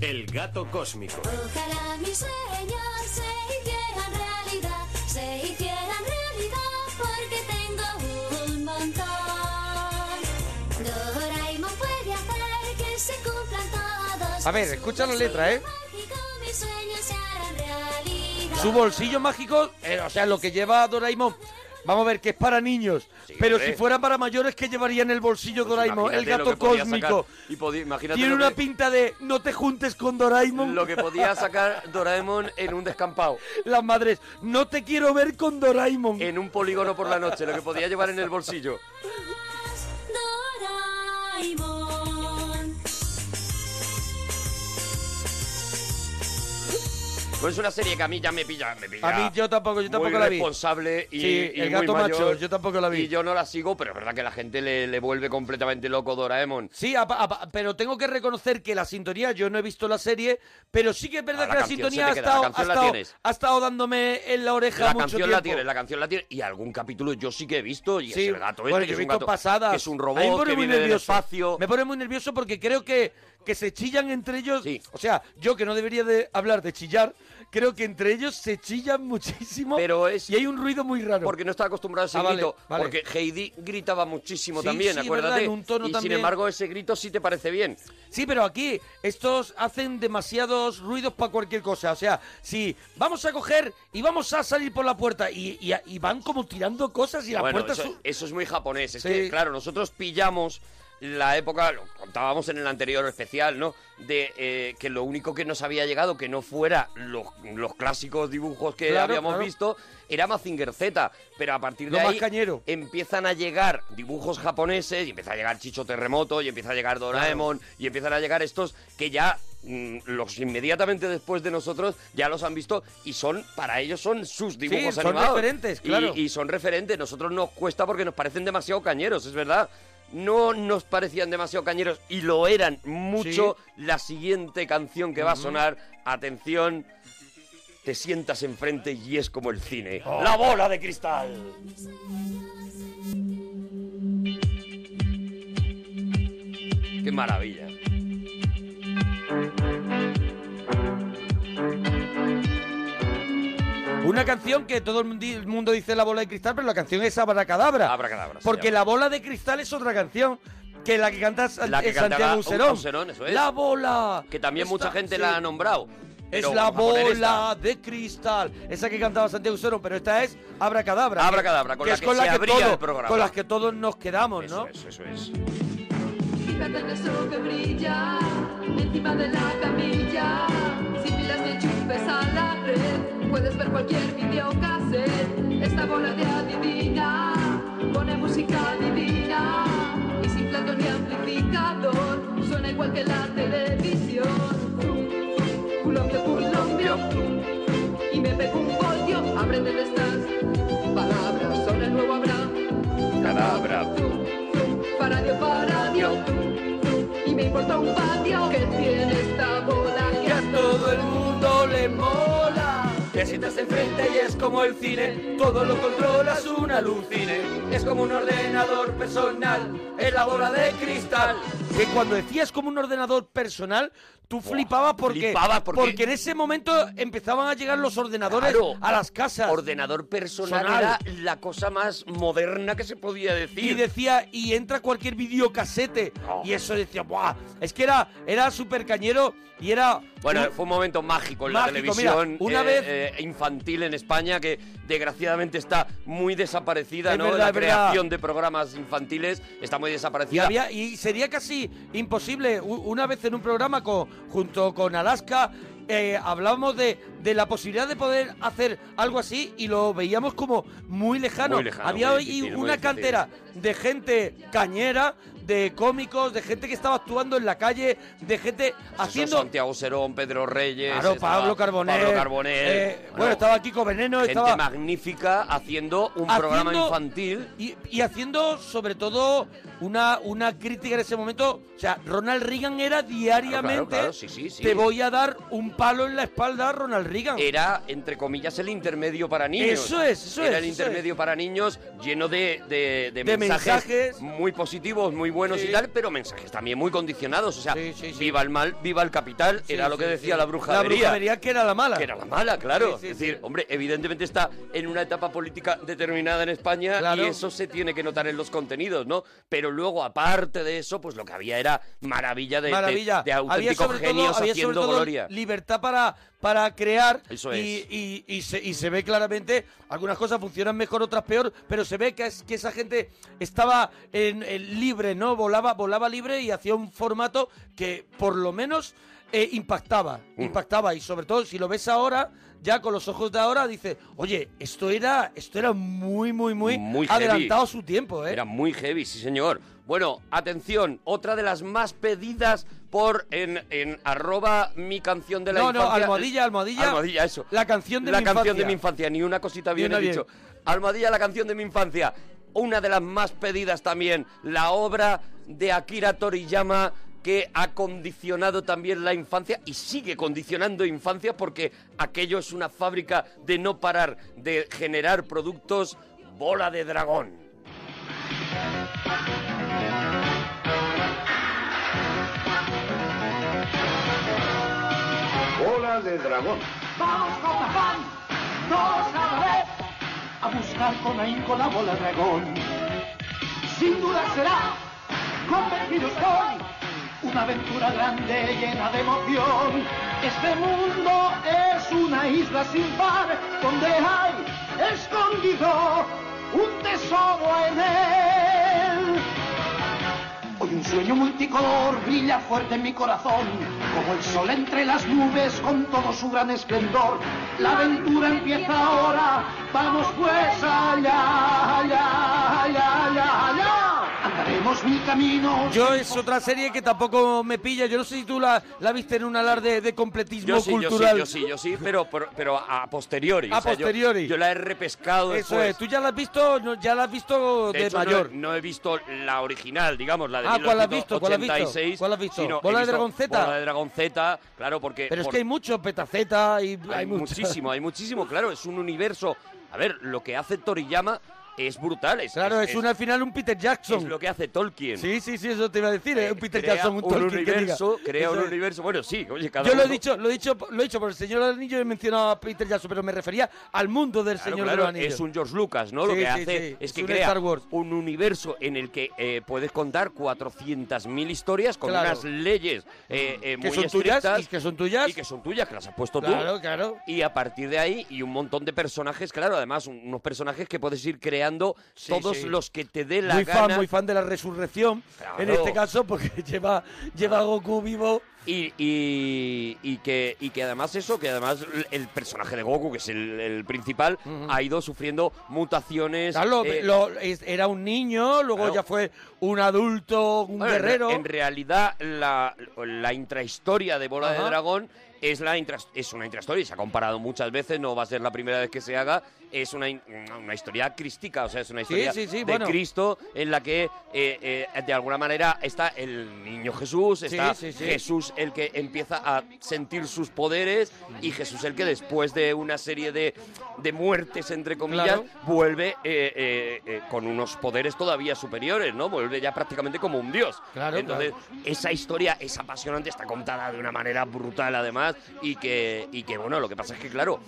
Speaker 19: el gato cósmico.
Speaker 13: Ojalá mis sueños se hicieran realidad, se hicieran realidad, porque tengo un montón. Doraemon puede hacer que se cumplan todos.
Speaker 6: A ver, escucha la letra, ¿eh?
Speaker 13: Mis sueños se harán realidad.
Speaker 6: Su bolsillo mágico, eh, o sea, lo que lleva Doraemon. Vamos a ver, que es para niños. pero
Speaker 4: hombre. Pues
Speaker 6: si fuera para mayores, ¿qué llevaría en el bolsillo Doraemon? El
Speaker 4: Imagínate lo
Speaker 6: gato
Speaker 4: que podía
Speaker 6: cósmico.
Speaker 4: sacar. Y podía- imagínate
Speaker 6: Tiene
Speaker 4: lo
Speaker 6: una
Speaker 4: que-
Speaker 6: pinta de no te juntes con Doraemon.
Speaker 4: Lo
Speaker 6: *laughs*
Speaker 4: que podía sacar Doraemon en un descampado.
Speaker 6: Las madres, no te quiero ver con Doraemon.
Speaker 4: En un polígono por la noche, lo que podía llevar en el bolsillo.
Speaker 13: Doraemon.
Speaker 4: Pues es una serie que a mí ya me pilla. Me pilla
Speaker 6: A mí yo tampoco, yo tampoco la vi.
Speaker 4: responsable y,
Speaker 6: Sí,
Speaker 4: y
Speaker 6: el
Speaker 4: muy
Speaker 6: gato macho,
Speaker 4: mayor.
Speaker 6: yo tampoco la vi.
Speaker 4: Y yo no la sigo, pero es verdad que la gente le, le vuelve completamente loco Doraemon.
Speaker 6: Sí, a pa- a pa- pero tengo que reconocer que la sintonía, yo no he visto la serie, pero sí que es verdad
Speaker 4: Ah, la
Speaker 6: que la
Speaker 4: canción se
Speaker 6: sintonía
Speaker 4: te
Speaker 6: ha
Speaker 4: queda, la
Speaker 6: estado,
Speaker 4: canción
Speaker 6: ha
Speaker 4: la
Speaker 6: estado-
Speaker 4: tienes.
Speaker 6: ha estado dándome en la oreja
Speaker 4: La
Speaker 6: mucho
Speaker 4: canción
Speaker 6: tiempo.
Speaker 4: la tiene, la canción la tiene. Y algún capítulo yo sí que he visto. Y
Speaker 6: Sí,
Speaker 4: es el gato
Speaker 6: bueno, yo
Speaker 4: este, que
Speaker 6: he
Speaker 4: es un
Speaker 6: visto
Speaker 4: gato,
Speaker 6: pasadas.
Speaker 4: que es un
Speaker 6: A mí me
Speaker 4: robot
Speaker 6: pone
Speaker 4: que
Speaker 6: muy
Speaker 4: viene del
Speaker 6: nervioso. Ah,
Speaker 4: espacio.
Speaker 6: Me pone muy nervioso porque creo que, que se chillan entre ellos. O sea, yo que no debería de hablar de chillar, creo que entre ellos se chillan muchísimo.
Speaker 4: Pero es...
Speaker 6: Y hay un ruido muy raro.
Speaker 4: Porque no está acostumbrado a ese
Speaker 6: Ah, vale,
Speaker 4: grito.
Speaker 6: vale.
Speaker 4: Porque Heidi gritaba muchísimo
Speaker 6: Sí,
Speaker 4: también,
Speaker 6: sí, es
Speaker 4: acuérdate.
Speaker 6: verdad, en un tono
Speaker 4: y
Speaker 6: también.
Speaker 4: sin embargo, ese grito sí te parece bien.
Speaker 6: Sí, pero aquí estos hacen demasiados ruidos para cualquier cosa. O sea, si vamos a coger y vamos a salir por la puerta y, y- y van como tirando cosas y la
Speaker 4: bueno,
Speaker 6: puerta
Speaker 4: eso,
Speaker 6: su-
Speaker 4: eso es muy japonés. Es
Speaker 6: Sí.
Speaker 4: que, claro, nosotros pillamos la época, lo contábamos en el anterior especial, ¿no? De eh, que lo único que nos había llegado, que no fuera los, los clásicos dibujos que
Speaker 6: Claro,
Speaker 4: habíamos
Speaker 6: claro.
Speaker 4: visto, era Mazinger Z. Pero a partir
Speaker 6: Lo
Speaker 4: de
Speaker 6: más
Speaker 4: ahí empiezan a llegar dibujos japoneses y empieza a llegar Chicho Terremoto y empieza a llegar Doraemon y empiezan a llegar estos que ya mm, los inmediatamente después de nosotros ya los han visto y son para ellos son sus dibujos
Speaker 6: son
Speaker 4: animados.
Speaker 6: referentes,
Speaker 4: Y-
Speaker 6: claro.
Speaker 4: Y, son referentes. Nosotros nos cuesta porque nos parecen demasiado cañeros, es verdad. No nos parecían demasiado cañeros y lo eran mucho. La siguiente canción que va a
Speaker 6: Ujú.
Speaker 4: sonar, atención, te sientas enfrente y es como el cine.
Speaker 6: Oh.
Speaker 4: La bola de cristal. Qué maravilla.
Speaker 6: Una canción que todo el mundi- el mundo dice la bola de cristal, pero la canción es Abracadabra.
Speaker 4: Abracadabra, se
Speaker 6: Porque
Speaker 4: llama.
Speaker 6: la bola de cristal es otra canción que la que canta San-
Speaker 4: La que
Speaker 6: es Santiago
Speaker 4: cantaba
Speaker 6: Userón.
Speaker 4: Userón, eso es.
Speaker 6: La bola.
Speaker 4: Que también
Speaker 6: Esta-
Speaker 4: mucha gente
Speaker 6: sí.
Speaker 4: la ha nombrado.
Speaker 6: Es
Speaker 4: Pero
Speaker 6: la
Speaker 4: vamos a poner esta.
Speaker 6: bola de cristal. Esa que cantaba Santiago Userón, pero esta es Abracadabra.
Speaker 4: Abracadabra, con la
Speaker 6: es
Speaker 4: que se abría
Speaker 6: todo-
Speaker 4: el programa.
Speaker 6: Con las que todos nos quedamos, ¿no?
Speaker 4: Eso, eso es.
Speaker 1: Quítate el beso que brilla encima de la camilla. Sin pilas ni chupes a la red, puedes ver cualquier videocassette. Esta bola de adivina pone música divina. Y sin plato ni amplificador, suena igual que la televisión. Culón de colombio, y me pego un voltio. Aprende de estas palabras, sobre el nuevo habrá.
Speaker 4: Cadabra.
Speaker 1: Paradio, paradio, y me importa un patio que tiene esta bola que a todo el mundo le mola.
Speaker 6: Te sientas enfrente y es como el cine, todo lo controlas una alucine. Es como un ordenador personal, es la bola de cristal. Que cuando decías como un ordenador personal, tú flipabas porque,
Speaker 4: flipabas porque-
Speaker 6: en ese momento empezaban a llegar los ordenadores
Speaker 4: Claro.
Speaker 6: a las casas.
Speaker 4: Ordenador personal era la cosa más moderna que se podía decir.
Speaker 6: Y decía, y entra cualquier videocasete. Y eso decía, ¡buah! Es que era, era súper cañero y era.
Speaker 4: Bueno,
Speaker 6: un-
Speaker 4: fue un momento mágico en la
Speaker 6: Mágico, mira,
Speaker 4: televisión
Speaker 6: una
Speaker 4: eh,
Speaker 6: vez-
Speaker 4: eh, infantil en España que desgraciadamente está muy desaparecida,
Speaker 6: Es
Speaker 4: ¿no?
Speaker 6: verdad,
Speaker 4: la
Speaker 6: es verdad.
Speaker 4: creación de programas infantiles está muy
Speaker 6: Y,
Speaker 4: desaparecida.
Speaker 6: había, y sería casi imposible u- una vez en un programa con, junto con Alaska eh, hablábamos de, de la posibilidad de poder hacer algo así y lo veíamos como muy lejano.
Speaker 22: Muy lejano,
Speaker 6: Había
Speaker 22: muy
Speaker 6: hoy
Speaker 22: difícil, muy
Speaker 6: una
Speaker 22: difícil.
Speaker 6: cantera de gente cañera, de cómicos, de gente que estaba actuando en la calle, de gente
Speaker 22: Pues
Speaker 6: haciendo...
Speaker 4: Santiago Serón, Pedro Reyes.
Speaker 6: Claro,
Speaker 4: estaba
Speaker 6: Pablo Carbonell.
Speaker 4: Pablo Carbonell.
Speaker 6: eh, bueno, estaba Kiko Veneno,
Speaker 4: gente
Speaker 6: estaba...
Speaker 4: magnífica haciendo un
Speaker 6: Haciendo-
Speaker 4: programa infantil.
Speaker 6: Y, y haciendo, sobre todo, una, una crítica en ese momento. O sea, Ronald Reagan era diariamente.
Speaker 4: Claro, claro, sí, sí, sí.
Speaker 6: Te voy a dar un palo en la espalda, Ronald Reagan.
Speaker 4: Era, entre comillas, el intermedio para niños.
Speaker 6: Eso es, eso
Speaker 4: Era
Speaker 6: es,
Speaker 4: el
Speaker 6: eso
Speaker 4: intermedio para niños lleno de, de- de
Speaker 6: De mensajes.
Speaker 4: muy positivos, muy buenos
Speaker 6: Sí.
Speaker 4: y tal, pero mensajes también muy condicionados. O sea, viva el mal, viva el capital,
Speaker 6: Sí,
Speaker 4: era lo que
Speaker 6: sí,
Speaker 4: decía
Speaker 6: sí.
Speaker 4: la brujería.
Speaker 6: La brujería que era la mala.
Speaker 4: Que era la mala, claro.
Speaker 6: Sí, sí,
Speaker 4: es decir, hombre, evidentemente está en una etapa política determinada en España
Speaker 6: Claro.
Speaker 4: y eso se tiene que notar en los contenidos, ¿no? Pero luego, aparte de eso, pues lo que había era maravilla de, de-
Speaker 6: Maravilla.
Speaker 4: de
Speaker 6: había
Speaker 4: auténticos
Speaker 6: sobre
Speaker 4: genios
Speaker 6: todo, había sobre
Speaker 4: haciendo
Speaker 6: todo
Speaker 4: gloria.
Speaker 6: libertad para, para crear.
Speaker 4: Eso
Speaker 6: Y, y- y se, y se ve claramente, algunas cosas funcionan mejor, otras peor, pero se ve que, es, que esa gente estaba en, en libre, ¿no? Volaba, volaba libre y hacía un formato que por lo menos eh, impactaba.
Speaker 4: Mm.
Speaker 6: Impactaba. Y sobre todo, si lo ves ahora, ya con los ojos de ahora, dices, oye, esto era, esto era muy, muy, muy,
Speaker 4: Muy heavy.
Speaker 6: adelantado a su tiempo, ¿eh?
Speaker 4: Era muy heavy, sí señor. Bueno, atención, otra de las más pedidas por en, en arroba mi canción de la
Speaker 6: no,
Speaker 4: infancia.
Speaker 6: no, almohadilla, almohadilla.
Speaker 4: Almohadilla, eso.
Speaker 6: La canción de
Speaker 4: la
Speaker 6: mi
Speaker 4: canción
Speaker 6: infancia.
Speaker 4: de mi infancia, ni una cosita
Speaker 6: Ni
Speaker 4: bien
Speaker 6: una
Speaker 4: he dicho. Almohadilla, la canción de mi infancia. Una de las más pedidas también, la obra de Akira Toriyama que ha condicionado también la infancia y sigue condicionando infancia porque aquello es una fábrica de no parar de generar productos bola de dragón.
Speaker 11: Bola de dragón.
Speaker 1: Vamos con afán, todos a la vez, a buscar con ahínco la bola dragón. Sin duda será, convencido estoy, una aventura grande llena de emoción. Este mundo es una isla sin par, donde hay escondido un tesoro en él. Hoy un sueño multicolor brilla fuerte en mi corazón, como el sol entre las nubes con todo su gran esplendor. La aventura empieza ahora, vamos pues allá, allá, allá, allá, allá. Andaremos mil caminos.
Speaker 6: Yo es otra serie que tampoco me pilla. Yo no sé si tú la, la viste en un alarde de completismo
Speaker 4: Yo sí,
Speaker 6: cultural.
Speaker 4: yo sí, yo sí, yo sí, pero, pero, pero a posteriori.
Speaker 6: A
Speaker 4: o sea, yo-
Speaker 6: posteriori.
Speaker 4: Yo, la he repescado
Speaker 6: Eso
Speaker 4: después.
Speaker 6: es. Tú ya la has visto, no, ya la has visto de,
Speaker 4: De hecho, no he-
Speaker 6: mayor.
Speaker 4: No, he visto la original, digamos, la de
Speaker 6: Ah, ¿cuál has visto? ¿Cuál has visto?
Speaker 4: 1986.
Speaker 6: ¿Cuál has visto?
Speaker 4: sino he
Speaker 6: ¿Bola de
Speaker 4: visto
Speaker 6: Dragón Z?
Speaker 4: Bola de Dragón Z, claro, porque...
Speaker 6: Pero es
Speaker 4: eh, por-
Speaker 6: que hay mucho petaceta y
Speaker 4: hay
Speaker 6: muchas-
Speaker 4: muchísimo, hay muchísimo, claro, es un universo... A ver, lo que hace Toriyama es brutal. Es,
Speaker 6: Claro, es, una, al final un Peter Jackson.
Speaker 4: es lo que hace Tolkien.
Speaker 6: Sí, *laughs* sí, sí, eso te iba a decir. eh, un Peter
Speaker 4: Crea
Speaker 6: Jackson, un, Tolkien que diga.
Speaker 4: universo, crea un
Speaker 6: Eso es.
Speaker 4: universo... Bueno, sí, oye, cada
Speaker 6: Yo lo he
Speaker 4: uno-
Speaker 6: dicho, lo he dicho, lo he dicho por el Señor del Anillo he mencionado a Peter Jackson, pero me refería al mundo del
Speaker 4: Claro,
Speaker 6: Señor
Speaker 4: claro,
Speaker 6: del Anillo.
Speaker 4: es un eh, George Lucas, ¿no? lo
Speaker 6: Sí,
Speaker 4: que
Speaker 6: sí,
Speaker 4: hace
Speaker 6: sí,
Speaker 4: es que
Speaker 6: un
Speaker 4: crea
Speaker 6: Star Wars.
Speaker 4: un universo en el que eh, puedes contar 400.000 historias con
Speaker 6: Claro. Mm.
Speaker 4: unas leyes eh, eh,
Speaker 6: Que
Speaker 4: muy
Speaker 6: son tuyas,
Speaker 4: estrictas
Speaker 6: y que son tuyas.
Speaker 4: y que son tuyas, que las has puesto
Speaker 6: Claro,
Speaker 4: tú. Y a partir de ahí, y un montón de personajes, claro, además, un- unos personajes que puedes ir creando todos
Speaker 6: sí.
Speaker 4: los que te dé la
Speaker 6: muy
Speaker 4: gana.
Speaker 6: fan, muy fan de la resurrección.
Speaker 4: Claro.
Speaker 6: En este caso, porque *laughs* lleva, lleva a Goku vivo.
Speaker 4: Y, y- y que, y que además eso, que además el- el personaje de Goku, que es el, el principal, ha ido sufriendo mutaciones.
Speaker 6: Claro,
Speaker 4: eh,
Speaker 6: lo- es- era un niño, luego
Speaker 4: claro.
Speaker 6: ya fue un adulto, un
Speaker 4: Bueno, en re-
Speaker 6: guerrero.
Speaker 4: En, realidad, la, la intrahistoria de Bola
Speaker 6: Ajá.
Speaker 4: de Dragón es, la intras- es una intrahistoria. y Se ha comparado muchas veces, no va a ser la primera vez que se haga. Es una, in- una- una historia crística, o sea, es una historia
Speaker 6: sí, sí,
Speaker 4: de
Speaker 6: bueno.
Speaker 4: Cristo en la que, eh, eh, de alguna manera, está el niño Jesús,
Speaker 6: Sí,
Speaker 4: está
Speaker 6: sí, sí.
Speaker 4: Jesús el que empieza a sentir sus poderes y Jesús el que después de una serie de, de muertes, entre comillas,
Speaker 6: Claro.
Speaker 4: vuelve eh, eh, eh, con unos poderes todavía superiores, ¿no? Vuelve ya prácticamente como un dios.
Speaker 6: Claro,
Speaker 4: Entonces, esa historia es apasionante, está contada de una manera brutal además y que, y que bueno, lo que pasa es que, claro,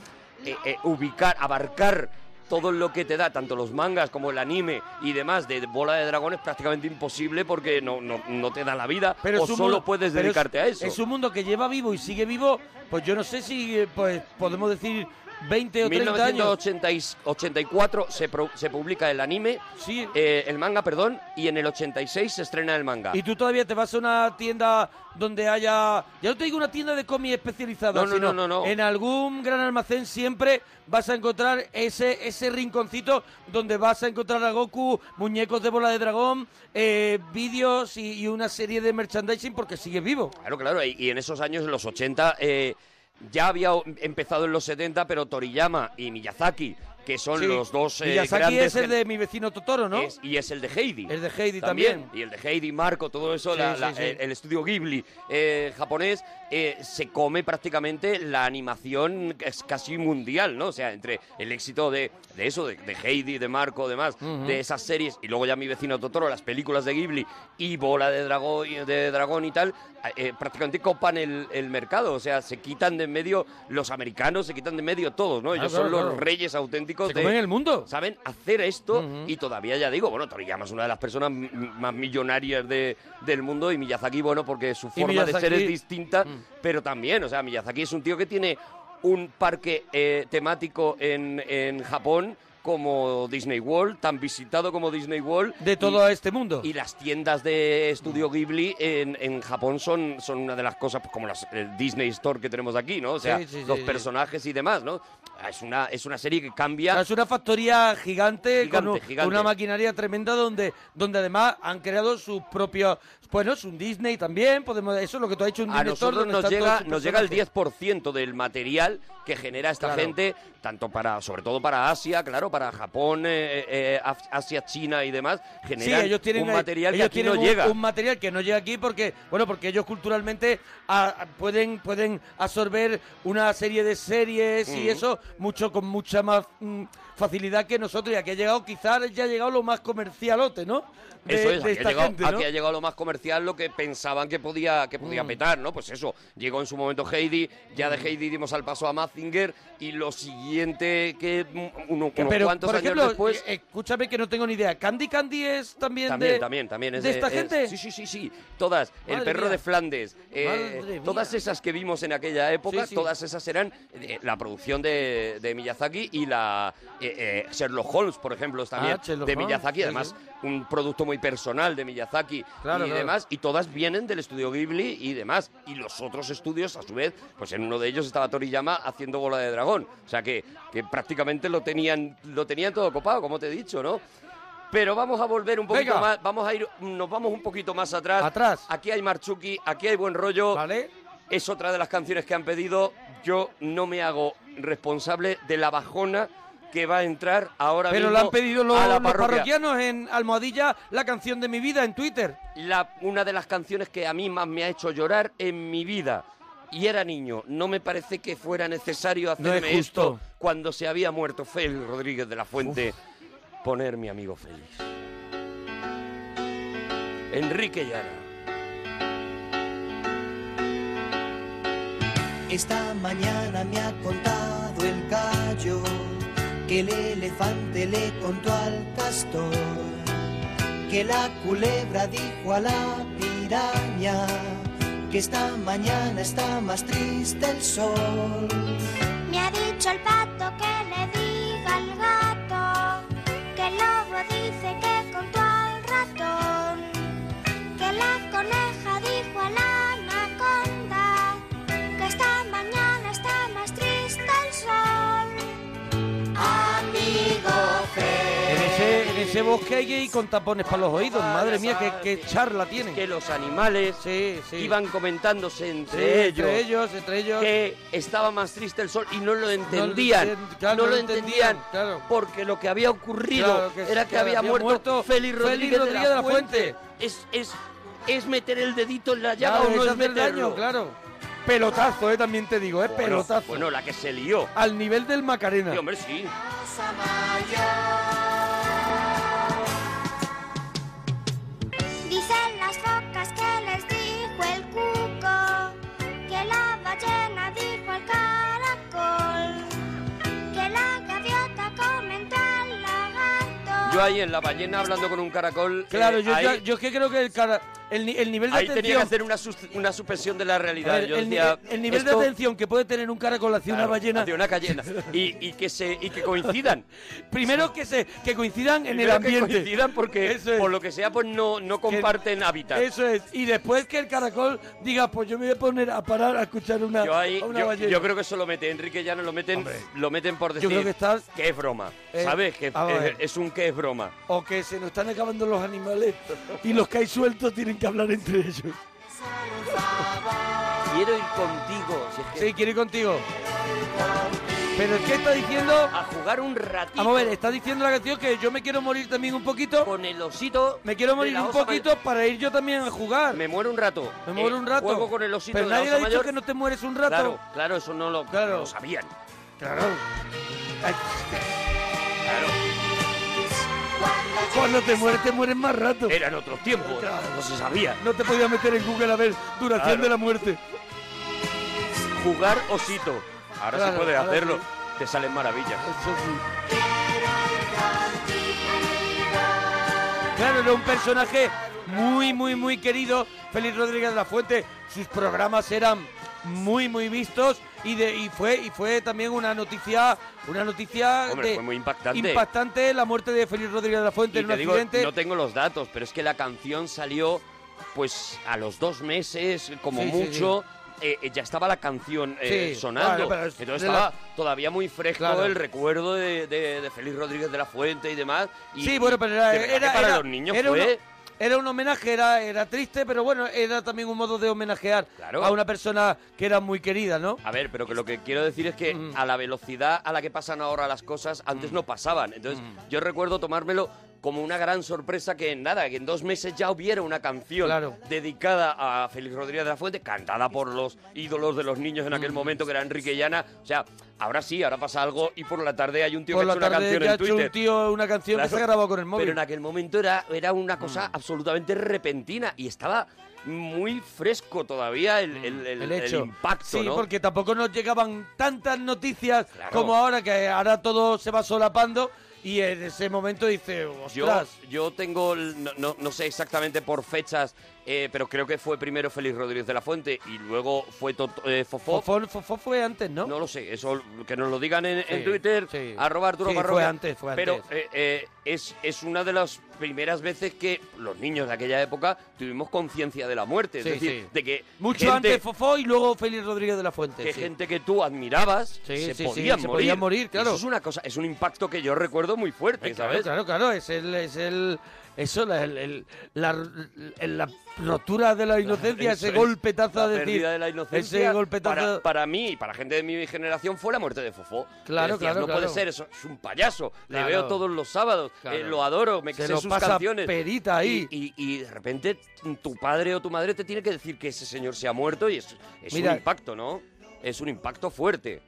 Speaker 4: eh, eh, ubicar, abarcar todo lo que te da, tanto los mangas como el anime y demás de Bola de Dragón es prácticamente imposible porque no, no, no te da la vida o
Speaker 6: es un
Speaker 4: solo
Speaker 6: mundo-
Speaker 4: puedes
Speaker 6: pero es-
Speaker 4: dedicarte a eso.
Speaker 6: Es un mundo que lleva vivo y sigue vivo. Pues yo no sé si eh, pues podemos decir 20 o 30 años.
Speaker 4: 1984 se, pro- se publica el anime, eh, el manga, perdón, y en el 86 se estrena el manga.
Speaker 6: Y tú todavía te vas a una tienda donde haya. Ya no te digo una tienda de cómics especializada,
Speaker 4: No, no,
Speaker 6: sino
Speaker 4: no, no, no.
Speaker 6: en algún gran almacén siempre vas a encontrar ese, ese rinconcito donde vas a encontrar a Goku, muñecos de bola de dragón, eh, vídeos y, y una serie de merchandising porque sigue vivo.
Speaker 4: Claro, claro, y, y en esos años, en los 80, eh, ya había o- empezado en los 70, pero Toriyama y Miyazaki, que son
Speaker 6: Sí.
Speaker 4: los dos eh,
Speaker 6: Miyazaki
Speaker 4: grandes...
Speaker 6: es el
Speaker 4: gen-
Speaker 6: de mi vecino Totoro, ¿no?
Speaker 4: Es- y es el de Heidi.
Speaker 6: El de Heidi también.
Speaker 4: Y el de Heidi, Marco, todo eso,
Speaker 6: Sí,
Speaker 4: la-
Speaker 6: sí,
Speaker 4: la-
Speaker 6: sí.
Speaker 4: El, el estudio Ghibli eh, japonés, eh, se come prácticamente la animación que es casi mundial, ¿no? O sea, entre el éxito de, de eso, de, de Heidi, de Marco, demás,
Speaker 6: Ujú.
Speaker 4: de esas series, y luego ya Mi vecino Totoro, las películas de Ghibli y Bola de Dragón, de dragón y tal, eh, prácticamente copan el, el mercado. O sea, se quitan de en medio los americanos, se quitan de en medio todos, ¿no?
Speaker 6: Ah, Claro,
Speaker 4: Ellos son
Speaker 6: claro,
Speaker 4: los
Speaker 6: claro.
Speaker 4: reyes auténticos
Speaker 6: Se
Speaker 4: de-
Speaker 6: comen el mundo.
Speaker 4: Saben hacer esto
Speaker 6: Ujú.
Speaker 4: y todavía ya digo, bueno, Toriyama es una de las personas m- más millonarias de- del mundo y Miyazaki, bueno, porque su
Speaker 6: Y
Speaker 4: forma de ser
Speaker 6: Miyazaki- mm.
Speaker 4: es distinta, pero también, o sea, Miyazaki es un tío que tiene un parque eh, temático en, en Japón como Disney World, tan visitado como Disney World.
Speaker 6: De
Speaker 4: y-
Speaker 6: todo este mundo. Mm.
Speaker 4: Y las tiendas de estudio Ghibli en, en Japón son, son una de las cosas, pues, como las, el Disney Store que tenemos aquí, ¿no? O sea,
Speaker 6: Sí, sí, sí,
Speaker 4: los
Speaker 6: sí.
Speaker 4: personajes y demás, ¿no? Es una, es una serie que cambia.
Speaker 6: Es una factoría gigante,
Speaker 4: Gigante,
Speaker 6: con, un-
Speaker 4: gigante.
Speaker 6: con una maquinaria tremenda donde, donde además han creado sus propios, bueno, es un Disney también, podemos, eso es lo que tú has hecho un
Speaker 4: A
Speaker 6: Disney Store donde
Speaker 4: nosotros nos
Speaker 6: están
Speaker 4: llega,
Speaker 6: todos sus
Speaker 4: nos llega el
Speaker 6: personajes.
Speaker 4: 10% del material que genera esta
Speaker 6: Claro.
Speaker 4: gente, tanto para, sobre todo para Asia, claro, para Japón, eh, eh, Af- Asia, China y demás, generan
Speaker 6: sí, ellos tienen
Speaker 4: un
Speaker 6: ahí-
Speaker 4: material
Speaker 6: ellos
Speaker 4: que aquí
Speaker 6: tienen
Speaker 4: no
Speaker 6: un-
Speaker 4: llega.
Speaker 6: Un material que no llega aquí porque, bueno, porque ellos culturalmente a- a- pueden, pueden absorber una serie de series y
Speaker 4: Mm.
Speaker 6: eso mucho con mucha más mm, facilidad que nosotros. Y aquí ha llegado, quizás ya ha llegado lo más comercialote, ¿no? De-
Speaker 4: Eso es,
Speaker 6: de
Speaker 4: aquí,
Speaker 6: esta
Speaker 4: ha llegado,
Speaker 6: gente, ¿no?
Speaker 4: aquí ha llegado lo más comercial, lo que pensaban que podía, que podía
Speaker 6: Mm.
Speaker 4: petar, ¿no? Pues eso, llegó en su momento Heidi, ya de Heidi dimos al paso a Mazinger y lo siguiente que mm, uno-
Speaker 6: Que,
Speaker 4: unos
Speaker 6: pero,
Speaker 4: cuantos
Speaker 6: por
Speaker 4: años
Speaker 6: ejemplo,
Speaker 4: después...
Speaker 6: eh, escúchame que no tengo ni idea. Candy Candy es también,
Speaker 4: También,
Speaker 6: de,
Speaker 4: también, también. Es
Speaker 6: de esta
Speaker 4: es-
Speaker 6: gente.
Speaker 4: Sí, sí, sí, sí. Todas. el
Speaker 6: Madre
Speaker 4: perro
Speaker 6: mía.
Speaker 4: de Flandes. eh,
Speaker 6: Madre mía.
Speaker 4: todas esas que vimos en aquella época,
Speaker 6: Sí, sí.
Speaker 4: todas esas eran eh, la producción de, de Miyazaki y la eh, eh, Sherlock Holmes, por ejemplo, es también
Speaker 6: Ah, Sherlock
Speaker 4: de
Speaker 6: Holmes,
Speaker 4: Miyazaki.
Speaker 6: sí,
Speaker 4: Además, un producto muy personal de Miyazaki
Speaker 6: Claro,
Speaker 4: y
Speaker 6: claro.
Speaker 4: demás. Y todas vienen del estudio Ghibli y demás. Y los otros estudios, a su vez, pues en uno de ellos estaba Toriyama haciendo bola de dragón. O sea que, que prácticamente lo tenían, lo tenían todo copado, como te he dicho, ¿no? Pero vamos a volver un poquito
Speaker 6: Venga.
Speaker 4: más, vamos a ir, nos vamos un poquito más atrás.
Speaker 6: Atrás.
Speaker 4: Aquí hay Marchuki, aquí hay buen rollo.
Speaker 6: Vale.
Speaker 4: Es otra de las canciones que han pedido. Yo no me hago responsable de la bajona que va a entrar ahora
Speaker 6: Pero
Speaker 4: mismo
Speaker 6: lo han pedido los,
Speaker 4: a la
Speaker 6: los
Speaker 4: parroquia.
Speaker 6: parroquianos en Almohadilla, la canción de mi vida en Twitter.
Speaker 4: La- una de las canciones que a mí más me ha hecho llorar en mi vida. Y era niño. No me parece que fuera necesario
Speaker 6: No es
Speaker 4: hacerme
Speaker 6: justo.
Speaker 4: esto cuando se había muerto Félix Rodríguez de la Fuente. Poner mi amigo Félix. Enrique Llana.
Speaker 1: Esta mañana me ha contado el gallo que el elefante le contó al castor, que la culebra dijo a la piraña que esta mañana está más triste el sol.
Speaker 13: Me ha dicho el pato que le diga al gato, que el lobo dice que contó al ratón, que la coneja dijo a la anaconda, que esta mañana está más triste el sol. Amigo
Speaker 6: En ese, en ese bosque hay que ir con tapones para los oídos. Madre mía, qué, qué charla tienen.
Speaker 4: que los animales iban comentándose entre,
Speaker 6: Sí,
Speaker 4: ellos,
Speaker 6: entre ellos, entre ellos.
Speaker 4: que estaba más triste el sol y no lo entendían, no,
Speaker 6: enten- claro, no
Speaker 4: lo
Speaker 6: lo
Speaker 4: entendían,
Speaker 6: entendían,
Speaker 4: porque lo que había ocurrido
Speaker 6: Claro que sí,
Speaker 4: era que
Speaker 6: claro,
Speaker 4: había,
Speaker 6: había
Speaker 4: muerto,
Speaker 6: muerto
Speaker 4: Félix
Speaker 6: Félix
Speaker 4: Rodríguez, de,
Speaker 6: Rodríguez
Speaker 4: la Fuente. Es, es, es meter el dedito en la llaga
Speaker 6: Claro,
Speaker 4: o no
Speaker 6: es
Speaker 4: es
Speaker 6: hacer daño,
Speaker 4: meterlo.
Speaker 6: claro. Pelotazo, eh, también te digo, eh,
Speaker 4: Bueno,
Speaker 6: pelotazo.
Speaker 4: bueno, la que se lió.
Speaker 6: Al nivel del Macarena.
Speaker 4: Sí, hombre, sí.
Speaker 13: Dicen las focas que les dijo el cuco, que la ballena dijo el caracol, que la gaviota comentó al lagarto.
Speaker 4: yo ahí en la ballena hablando con un caracol.
Speaker 6: Claro,
Speaker 4: eh,
Speaker 6: yo,
Speaker 4: ahí-
Speaker 6: yo, yo es que creo que el, cara- el, ni- el nivel de
Speaker 4: Ahí
Speaker 6: atención...
Speaker 4: tenía que hacer una, sus- una suspensión de la realidad.
Speaker 6: A ver,
Speaker 4: Yo
Speaker 6: el,
Speaker 4: decía,
Speaker 6: nivel- el nivel
Speaker 4: esto-
Speaker 6: de atención que puede tener un caracol hacia
Speaker 4: Claro,
Speaker 6: una ballena...
Speaker 4: hacia una ballena. Y, y que se y que coincidan.
Speaker 6: Primero que se que coincidan en el
Speaker 4: Primero que
Speaker 6: ambiente.
Speaker 4: coincidan porque por lo que sea pues no, no comparten hábitat.
Speaker 6: Eso es. Y después que el caracol diga, pues yo me voy a poner a parar a escuchar una,
Speaker 4: Yo, ahí-
Speaker 6: a una
Speaker 4: yo,
Speaker 6: ballena.
Speaker 4: yo creo que eso lo mete Enrique Llano, lo meten, lo meten por decir
Speaker 6: creo que
Speaker 4: que es broma.
Speaker 6: Eh,
Speaker 4: ¿Sabes? Que
Speaker 6: vamos a ver.
Speaker 4: es, es un que es broma.
Speaker 6: O que se nos están acabando los animales y los que hay sueltos tienen que hablar entre ellos.
Speaker 4: Quiero ir contigo. Si es que
Speaker 6: Sí, quiero ir contigo. Pero es que está diciendo... A
Speaker 4: jugar un ratito.
Speaker 6: Vamos a ver, está diciendo la canción que yo me quiero morir también un poquito.
Speaker 4: Con el osito...
Speaker 6: Me quiero morir
Speaker 4: la
Speaker 6: un
Speaker 4: osa
Speaker 6: poquito para ir yo también a jugar.
Speaker 4: Me muero un rato.
Speaker 6: Me muero
Speaker 4: eh,
Speaker 6: un rato.
Speaker 4: juego con el osito
Speaker 6: Pero
Speaker 4: de la
Speaker 6: nadie
Speaker 4: osa
Speaker 6: le ha dicho
Speaker 4: mayor.
Speaker 6: que no te mueres un rato.
Speaker 4: Claro, claro, eso no lo, no lo sabían.
Speaker 6: Claro. Cuando te mueres, te mueres más rato.
Speaker 4: Eran otros tiempos, no se sabía.
Speaker 6: No te podías meter en Google a ver duración
Speaker 4: Claro.
Speaker 6: de la muerte.
Speaker 4: Jugar osito. Ahora
Speaker 6: Claro,
Speaker 4: se puede
Speaker 6: ahora
Speaker 4: hacerlo.
Speaker 6: sí.
Speaker 4: Te salen maravillas.
Speaker 6: Claro, era un personaje muy, muy, muy querido. Félix Rodríguez de la Fuente. Sus programas eran muy, muy vistos. Y, de, y, fue, y fue también una noticia una noticia
Speaker 4: Hombre,
Speaker 6: de-
Speaker 4: fue muy impactante.
Speaker 6: impactante la muerte de Félix Rodríguez de la Fuente
Speaker 4: Y
Speaker 6: en un
Speaker 4: te digo,
Speaker 6: accidente.
Speaker 4: no tengo los datos, pero es que la canción salió pues a los dos meses, como
Speaker 6: Sí, sí,
Speaker 4: mucho. eh, eh, ya estaba la canción eh,
Speaker 6: Sí, vale,
Speaker 4: sonando.
Speaker 6: pero es
Speaker 4: Entonces
Speaker 6: de la-
Speaker 4: estaba todavía muy fresco
Speaker 6: Claro.
Speaker 4: el recuerdo de, de- de Félix Rodríguez de la Fuente y demás. Y,
Speaker 6: sí, bueno, pero era,
Speaker 4: de verdad que
Speaker 6: era-
Speaker 4: para
Speaker 6: era-
Speaker 4: los niños
Speaker 6: era un-
Speaker 4: fue.
Speaker 6: era un homenaje, era, era triste, pero bueno, era también un modo de homenajear a una persona que era muy querida, ¿no?
Speaker 4: A ver, pero que lo que quiero decir es que
Speaker 6: Mm.
Speaker 4: a la velocidad a la que pasan ahora las cosas, antes no pasaban. Entonces,
Speaker 6: Mm.
Speaker 4: yo recuerdo tomármelo como una gran sorpresa que en nada, que en dos meses ya hubiera una canción dedicada a Félix Rodríguez de la Fuente, cantada por los ídolos de los niños en
Speaker 6: Mm.
Speaker 4: aquel momento, que era Enrique Llana. O sea, ahora sí, ahora pasa algo y por la tarde hay un tío
Speaker 6: Por
Speaker 4: que ha
Speaker 6: la
Speaker 4: hecho una
Speaker 6: tarde
Speaker 4: canción
Speaker 6: ya ha
Speaker 4: en
Speaker 6: hecho
Speaker 4: Twitter.
Speaker 6: un tío una canción que se
Speaker 4: Claro.
Speaker 6: ha grabado con el móvil. Mm.
Speaker 4: Pero en aquel momento era, era una cosa absolutamente repentina y estaba muy fresco todavía el, el- el-
Speaker 6: Mm. el
Speaker 4: el
Speaker 6: hecho.
Speaker 4: impacto,
Speaker 6: sí,
Speaker 4: ¿no?
Speaker 6: porque tampoco nos llegaban tantas noticias como ahora, que ahora todo se va solapando y en ese momento dice,
Speaker 4: Yo,
Speaker 6: ostras,
Speaker 4: yo tengo, el- no, no- no sé exactamente por fechas, eh, pero creo que fue primero Félix Rodríguez de la Fuente y luego fue Tot- eh, Fofó.
Speaker 6: Fofó, Fofó fue antes, ¿no?
Speaker 4: No lo sé, eso que nos lo digan en, en
Speaker 6: Sí,
Speaker 4: Twitter,
Speaker 6: sí.
Speaker 4: arroba Arturo
Speaker 6: Sí, fue
Speaker 4: Parroquia.
Speaker 6: antes, fue
Speaker 4: Pero
Speaker 6: antes.
Speaker 4: eh, eh, es, es una de las primeras veces que los niños de aquella época tuvimos conciencia de la muerte.
Speaker 6: Sí,
Speaker 4: es decir,
Speaker 6: sí.
Speaker 4: de que
Speaker 6: mucho
Speaker 4: gente-
Speaker 6: antes Fofó y luego Félix Rodríguez de la Fuente.
Speaker 4: que
Speaker 6: sí.
Speaker 4: gente que tú admirabas
Speaker 6: Sí,
Speaker 4: se,
Speaker 6: sí, sí,
Speaker 4: podía
Speaker 6: se
Speaker 4: morir.
Speaker 6: podía morir, claro.
Speaker 4: Eso es una cosa, es un impacto que yo recuerdo muy fuerte,
Speaker 6: Eh,
Speaker 4: ¿sabes?
Speaker 6: Claro, claro, claro, es el, es el eso, la, el- el- la, el- la rotura de la inocencia,
Speaker 4: Eso
Speaker 6: ese
Speaker 4: es,
Speaker 6: golpetazo
Speaker 4: la
Speaker 6: a decir,
Speaker 4: pérdida de la inocencia
Speaker 6: ese golpetazo,
Speaker 4: para, para mí y para gente de mi generación fue la muerte de Fofó. Que
Speaker 6: Claro,
Speaker 4: decías,
Speaker 6: claro,
Speaker 4: No puede
Speaker 6: claro.
Speaker 4: ser, eso es un payaso.
Speaker 6: Claro.
Speaker 4: Le veo todos los sábados,
Speaker 6: Claro.
Speaker 4: eh, lo adoro, me
Speaker 6: Se
Speaker 4: sé
Speaker 6: lo
Speaker 4: sus
Speaker 6: pasa
Speaker 4: canciones.
Speaker 6: perita ahí.
Speaker 4: Y, y- y de repente tu padre o tu madre te tiene que decir que ese señor se ha muerto y es, es
Speaker 6: Mira.
Speaker 4: un impacto, ¿no? Es un impacto fuerte.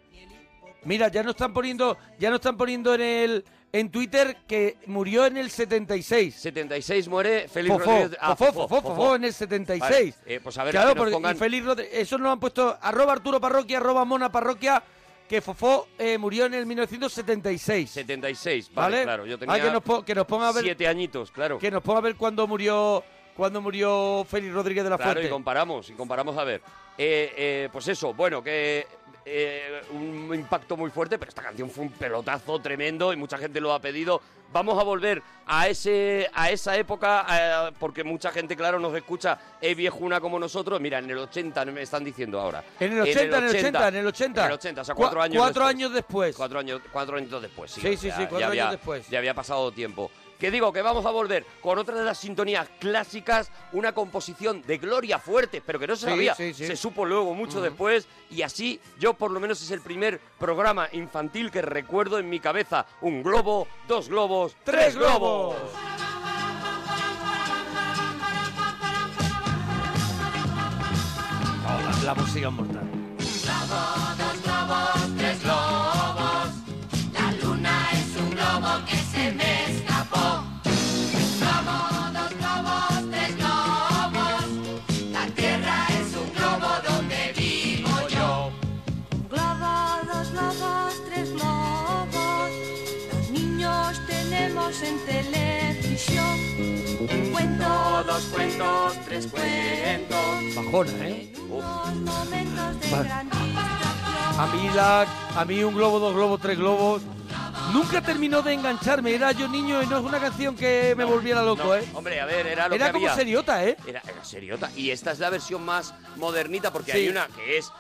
Speaker 6: Mira, ya nos están poniendo, ya nos están poniendo en el en Twitter que murió en el 76.
Speaker 4: 76 muere Félix
Speaker 6: Fofó,
Speaker 4: Rodríguez- ah,
Speaker 6: Fofó,
Speaker 4: Fofó,
Speaker 6: Fofó, Fofó
Speaker 4: Fofó.
Speaker 6: en el 76.
Speaker 4: Vale, eh, pues a ver,
Speaker 6: claro,
Speaker 4: que nos
Speaker 6: porque
Speaker 4: pongan-
Speaker 6: y Félix Rodríguez, eso nos han puesto arroba Arturo Parroquia, arroba Mona Parroquia, que Fofó eh, murió en el 1976.
Speaker 4: 76, vale, claro. Yo tenía
Speaker 6: Ah, que nos, po- que nos ponga a ver
Speaker 4: siete añitos, claro.
Speaker 6: que nos ponga a ver cuándo murió cuándo murió Félix Rodríguez de la
Speaker 4: Claro,
Speaker 6: Fuente.
Speaker 4: y comparamos, y comparamos a ver. Eh, eh, pues eso, bueno, que eh, un impacto muy fuerte, pero esta canción fue un pelotazo tremendo y mucha gente lo ha pedido. Vamos a volver a ese a esa época, eh, porque mucha gente, claro, nos escucha, es viejuna como nosotros. Mira, en el 80 me están diciendo ahora.
Speaker 6: En el 80, en el 80, en el 80.
Speaker 4: En el 80, o sea, cuatro
Speaker 6: Cua-
Speaker 4: años
Speaker 6: cuatro
Speaker 4: después.
Speaker 6: años después.
Speaker 4: Cuatro años, cuatro años después, sí.
Speaker 6: Sí,
Speaker 4: o
Speaker 6: sí,
Speaker 4: sea,
Speaker 6: sí, cuatro
Speaker 4: ya
Speaker 6: años
Speaker 4: había-
Speaker 6: después.
Speaker 4: Ya había pasado tiempo. Que digo, que vamos a volver con otra de las sintonías clásicas, una composición de Gloria Fuertes, pero que no se
Speaker 6: Sí,
Speaker 4: sabía,
Speaker 6: sí, sí.
Speaker 4: se supo luego mucho
Speaker 6: Ujú.
Speaker 4: después, y así yo por lo menos es el primer programa infantil que recuerdo en mi cabeza. Un globo, dos globos, tres,
Speaker 6: ¡Tres
Speaker 4: globos.
Speaker 6: La música es mortal.
Speaker 1: Globo, dos globos, tres globos. La luna es un globo que se me escapó. Globo, dos globos, tres globos. La tierra es un globo donde vivo yo.
Speaker 13: Globo, dos globos, tres globos. Los niños tenemos en tele
Speaker 23: dos cuentos, tres cuentos.
Speaker 6: Bajona, ¿eh?
Speaker 23: Momentos de
Speaker 6: Vale.
Speaker 23: gran distracción.
Speaker 6: A mí, la, a mí un globo, dos globos, tres globos. Nunca terminó de engancharme. Era yo niño y no es una canción que me volviera loco,
Speaker 4: No,
Speaker 6: ¿eh?
Speaker 4: Hombre, a ver, era lo que
Speaker 6: como
Speaker 4: había.
Speaker 6: seriota, ¿eh?
Speaker 4: Era, era seriota. Y esta es la versión más modernita porque
Speaker 6: Sí.
Speaker 4: hay una que es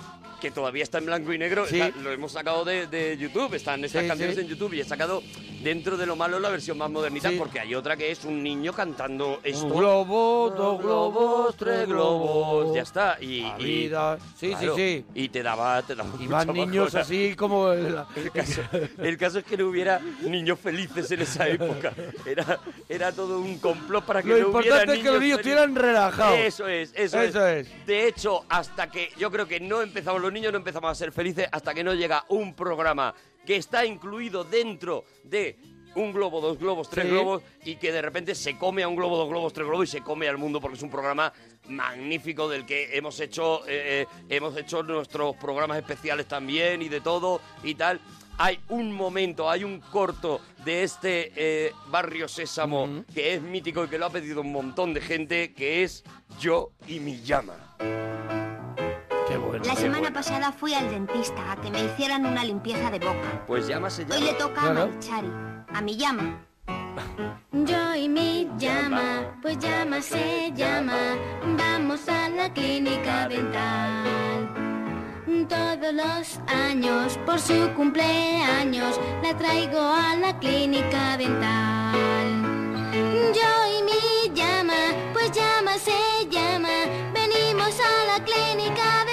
Speaker 4: que todavía está en blanco y negro.
Speaker 6: Sí.
Speaker 4: está- lo hemos sacado de, de YouTube. Están estas
Speaker 6: Sí,
Speaker 4: canciones
Speaker 6: sí.
Speaker 4: en YouTube y he sacado dentro de lo malo la versión más modernita
Speaker 6: Sí.
Speaker 4: porque hay otra que es un niño cantando esto.
Speaker 6: Un globo, dos globos, tres globos.
Speaker 4: Ya está. Y,
Speaker 6: La
Speaker 4: y-
Speaker 6: vida. Sí, sí,
Speaker 4: claro,
Speaker 6: sí.
Speaker 4: Y te daba, te daba
Speaker 6: Y van
Speaker 4: mucha
Speaker 6: niños
Speaker 4: bajona.
Speaker 6: así como... el-
Speaker 4: *laughs* El caso, el caso es que no hubiera niños felices
Speaker 6: *laughs*
Speaker 4: en esa época. Era, era todo un complot para que
Speaker 6: Lo
Speaker 4: no hubiera
Speaker 6: importante es que los niños
Speaker 4: felices.
Speaker 6: estuvieran relajados.
Speaker 4: Eso es, eso,
Speaker 6: Eso
Speaker 4: es. De hecho, hasta que yo creo que no empezamos, los niños no empezamos a ser felices hasta que no llega un programa que está incluido dentro de un globo, dos globos, tres
Speaker 6: Sí.
Speaker 4: globos y que de repente se come a un globo, dos globos, tres globos y se come al mundo porque es un programa magnífico del que hemos hecho eh, eh, hemos hecho nuestros programas especiales también y de todo y tal. Hay un momento, hay un corto de este eh, barrio Sésamo que es mítico y que lo ha pedido un montón de gente, que es Yo y mi llama.
Speaker 6: Qué bueno.
Speaker 24: La semana pasada fui al dentista a que me hicieran una limpieza de boca.
Speaker 4: Pues llama se llama.
Speaker 24: Hoy le toca a Marichari, a mi
Speaker 4: *laughs*
Speaker 24: llama.
Speaker 13: Yo y mi llama, pues llama se llama, vamos a la clínica dental. Todos los años, por su cumpleaños, la traigo a la clínica dental. Yo y mi llama, pues llama se llama, venimos a la clínica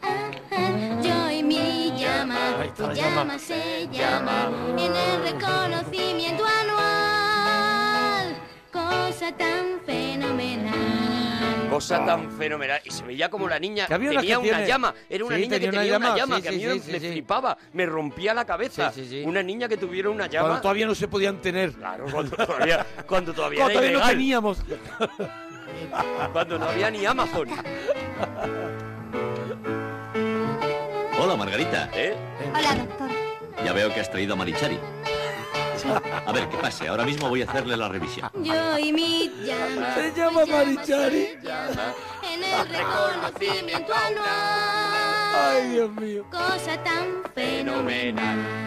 Speaker 13: dental. ah, Yo y mi llama,
Speaker 24: Ahí está la
Speaker 13: pues
Speaker 24: llama.
Speaker 13: llama se llama, en el reconocimiento anual, cosa tan fenomenal.
Speaker 4: Cosa tan fenomenal. Y se veía como la niña
Speaker 6: Ah. Que había unas
Speaker 4: tenía una
Speaker 6: canciones-
Speaker 4: llama. Era una
Speaker 6: Sí,
Speaker 4: niña
Speaker 6: tenía
Speaker 4: que
Speaker 6: una
Speaker 4: tenía una
Speaker 6: llama,
Speaker 4: llama,
Speaker 6: sí,
Speaker 4: que
Speaker 6: sí,
Speaker 4: a mí
Speaker 6: sí,
Speaker 4: me
Speaker 6: sí, sí.
Speaker 4: flipaba, me rompía la cabeza. Una niña que tuviera una llama.
Speaker 6: Cuando todavía no se podían tener.
Speaker 4: Claro, cuando todavía, cuando todavía
Speaker 6: Cuando todavía
Speaker 4: era
Speaker 6: no
Speaker 4: ilegal.
Speaker 6: teníamos.
Speaker 4: Cuando no había ni Amazon.
Speaker 14: Hola, Margarita.
Speaker 4: ¿Eh?
Speaker 24: Hola, doctor.
Speaker 14: Ya veo que has traído a Marichari. A ver, que pase. Ahora mismo voy a hacerle la revisión.
Speaker 13: Yo y mi llama.
Speaker 24: Se
Speaker 13: llama Marichari. En
Speaker 24: *laughs*
Speaker 13: el reconocimiento anual.
Speaker 6: Ay, Dios mío.
Speaker 13: Cosa tan
Speaker 4: Fenomenal.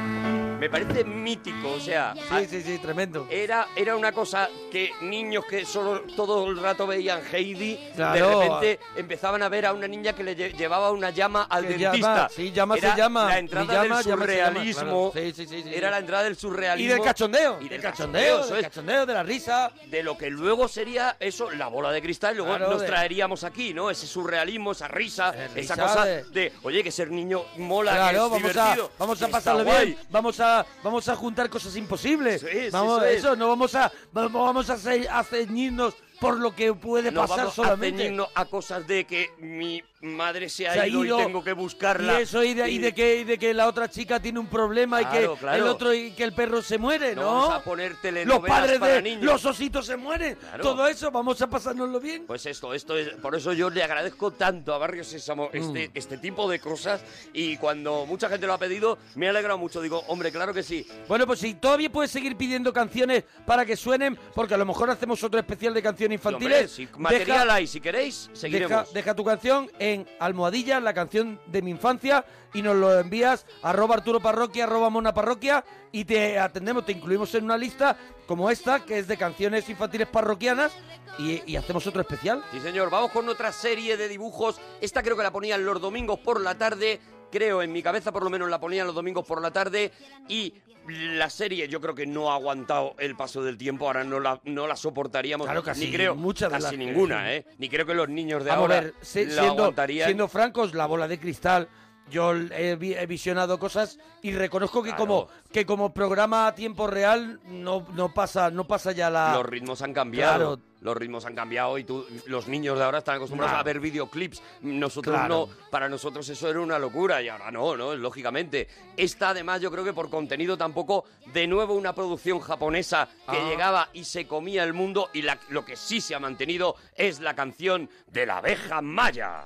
Speaker 4: Me parece mítico, o sea. Sí,
Speaker 6: sí, sí, tremendo.
Speaker 4: Era, era una cosa que niños que solo todo el rato veían Heidi,
Speaker 6: Claro.
Speaker 4: de repente empezaban a ver a una niña que le lle- llevaba una llama al
Speaker 6: Que
Speaker 4: dentista.
Speaker 6: llama, sí, llama se
Speaker 4: Era
Speaker 6: llama.
Speaker 4: La
Speaker 6: Mi
Speaker 4: entrada
Speaker 6: llama, llama
Speaker 4: del
Speaker 6: se llama,
Speaker 4: surrealismo.
Speaker 6: claro. Sí, sí, sí, sí,
Speaker 4: Era
Speaker 6: sí.
Speaker 4: la entrada del surrealismo.
Speaker 6: Y del cachondeo.
Speaker 4: Y del
Speaker 6: Del cachondeo,
Speaker 4: cachondeo, eso
Speaker 6: del
Speaker 4: es.
Speaker 6: cachondeo, de la risa.
Speaker 4: De lo que luego sería eso, la bola de cristal, luego
Speaker 6: Claro,
Speaker 4: nos
Speaker 6: de- Eh,
Speaker 4: traeríamos aquí, ¿no? Ese surrealismo, esa risa, esa
Speaker 6: risa
Speaker 4: cosa de...
Speaker 6: de-
Speaker 4: oye, que ser niño mola,
Speaker 6: Claro,
Speaker 4: que es
Speaker 6: vamos a,
Speaker 4: divertido.
Speaker 6: vamos
Speaker 4: que
Speaker 6: a
Speaker 4: está
Speaker 6: pasarlo
Speaker 4: guay.
Speaker 6: bien. Vamos a, vamos a juntar cosas imposibles.
Speaker 4: es,
Speaker 6: vamos,
Speaker 4: eso es.
Speaker 6: no vamos a, vamos, vamos a, ce- a ceñirnos por lo que puede
Speaker 4: No
Speaker 6: pasar
Speaker 4: vamos a
Speaker 6: solamente.
Speaker 4: ceñirnos a cosas de que mi madre se ha,
Speaker 6: Se ha
Speaker 4: ido,
Speaker 6: ido,
Speaker 4: y tengo que buscarla.
Speaker 6: Y eso, y de, y de que, y de que la otra chica tiene un problema
Speaker 4: Claro,
Speaker 6: y que
Speaker 4: claro.
Speaker 6: el otro y que el perro se muere,
Speaker 4: No
Speaker 6: ¿no?
Speaker 4: vamos a poner
Speaker 6: los
Speaker 4: telenovelas
Speaker 6: padres
Speaker 4: para
Speaker 6: de
Speaker 4: niños.
Speaker 6: los ositos se mueren.
Speaker 4: Claro.
Speaker 6: Todo eso, vamos a pasárnoslo bien.
Speaker 4: Pues esto, esto es. Por eso yo le agradezco tanto a Barrio
Speaker 6: Mm.
Speaker 4: Sésamo este, este tipo de cosas. Y cuando mucha gente lo ha pedido, me ha alegrado mucho. Digo, hombre, claro que sí.
Speaker 6: Bueno, pues si todavía puedes seguir pidiendo canciones para que suenen, porque a lo mejor hacemos otro especial de canciones
Speaker 4: Hombre,
Speaker 6: infantiles.
Speaker 4: si
Speaker 6: Deja-
Speaker 4: material hay, si queréis,
Speaker 6: Deja,
Speaker 4: seguiremos.
Speaker 6: deja tu canción en almohadilla, la canción de mi infancia, y nos lo envías arroba Arturo Parroquia, arroba Mona Parroquia, y te atendemos, te incluimos en una lista como esta, que es de canciones infantiles parroquianas, y, y hacemos otro especial.
Speaker 4: Sí, señor, vamos con otra serie de dibujos. Esta creo que la ponían los domingos por la tarde. Creo, en mi cabeza por lo menos la ponían los domingos por la tarde. Y la serie yo creo que no ha aguantado el paso del tiempo. Ahora no la, no la soportaríamos.
Speaker 6: Claro, casi
Speaker 4: Ni creo,
Speaker 6: muchas de
Speaker 4: casi
Speaker 6: las-
Speaker 4: ninguna, ¿eh? Ni creo que los niños de
Speaker 6: Vamos
Speaker 4: ahora
Speaker 6: a ver, se-
Speaker 4: la
Speaker 6: siendo,
Speaker 4: aguantarían.
Speaker 6: siendo francos, la bola de cristal. Yo he, vi- he visionado cosas y reconozco que
Speaker 4: Claro.
Speaker 6: como que como programa a tiempo real no, no pasa no pasa ya la
Speaker 4: Los ritmos han cambiado.
Speaker 6: Ah, Claro.
Speaker 4: Los ritmos han cambiado y tú, los niños de ahora están acostumbrados
Speaker 6: Claro.
Speaker 4: a ver videoclips. Nosotros
Speaker 6: Claro.
Speaker 4: no, para nosotros eso era una locura y ahora no, ¿no? Lógicamente. Esta además yo creo que por contenido tampoco, de nuevo una producción japonesa que
Speaker 6: Ah.
Speaker 4: llegaba y se comía el mundo y la- lo que sí se ha mantenido es la canción de la abeja maya.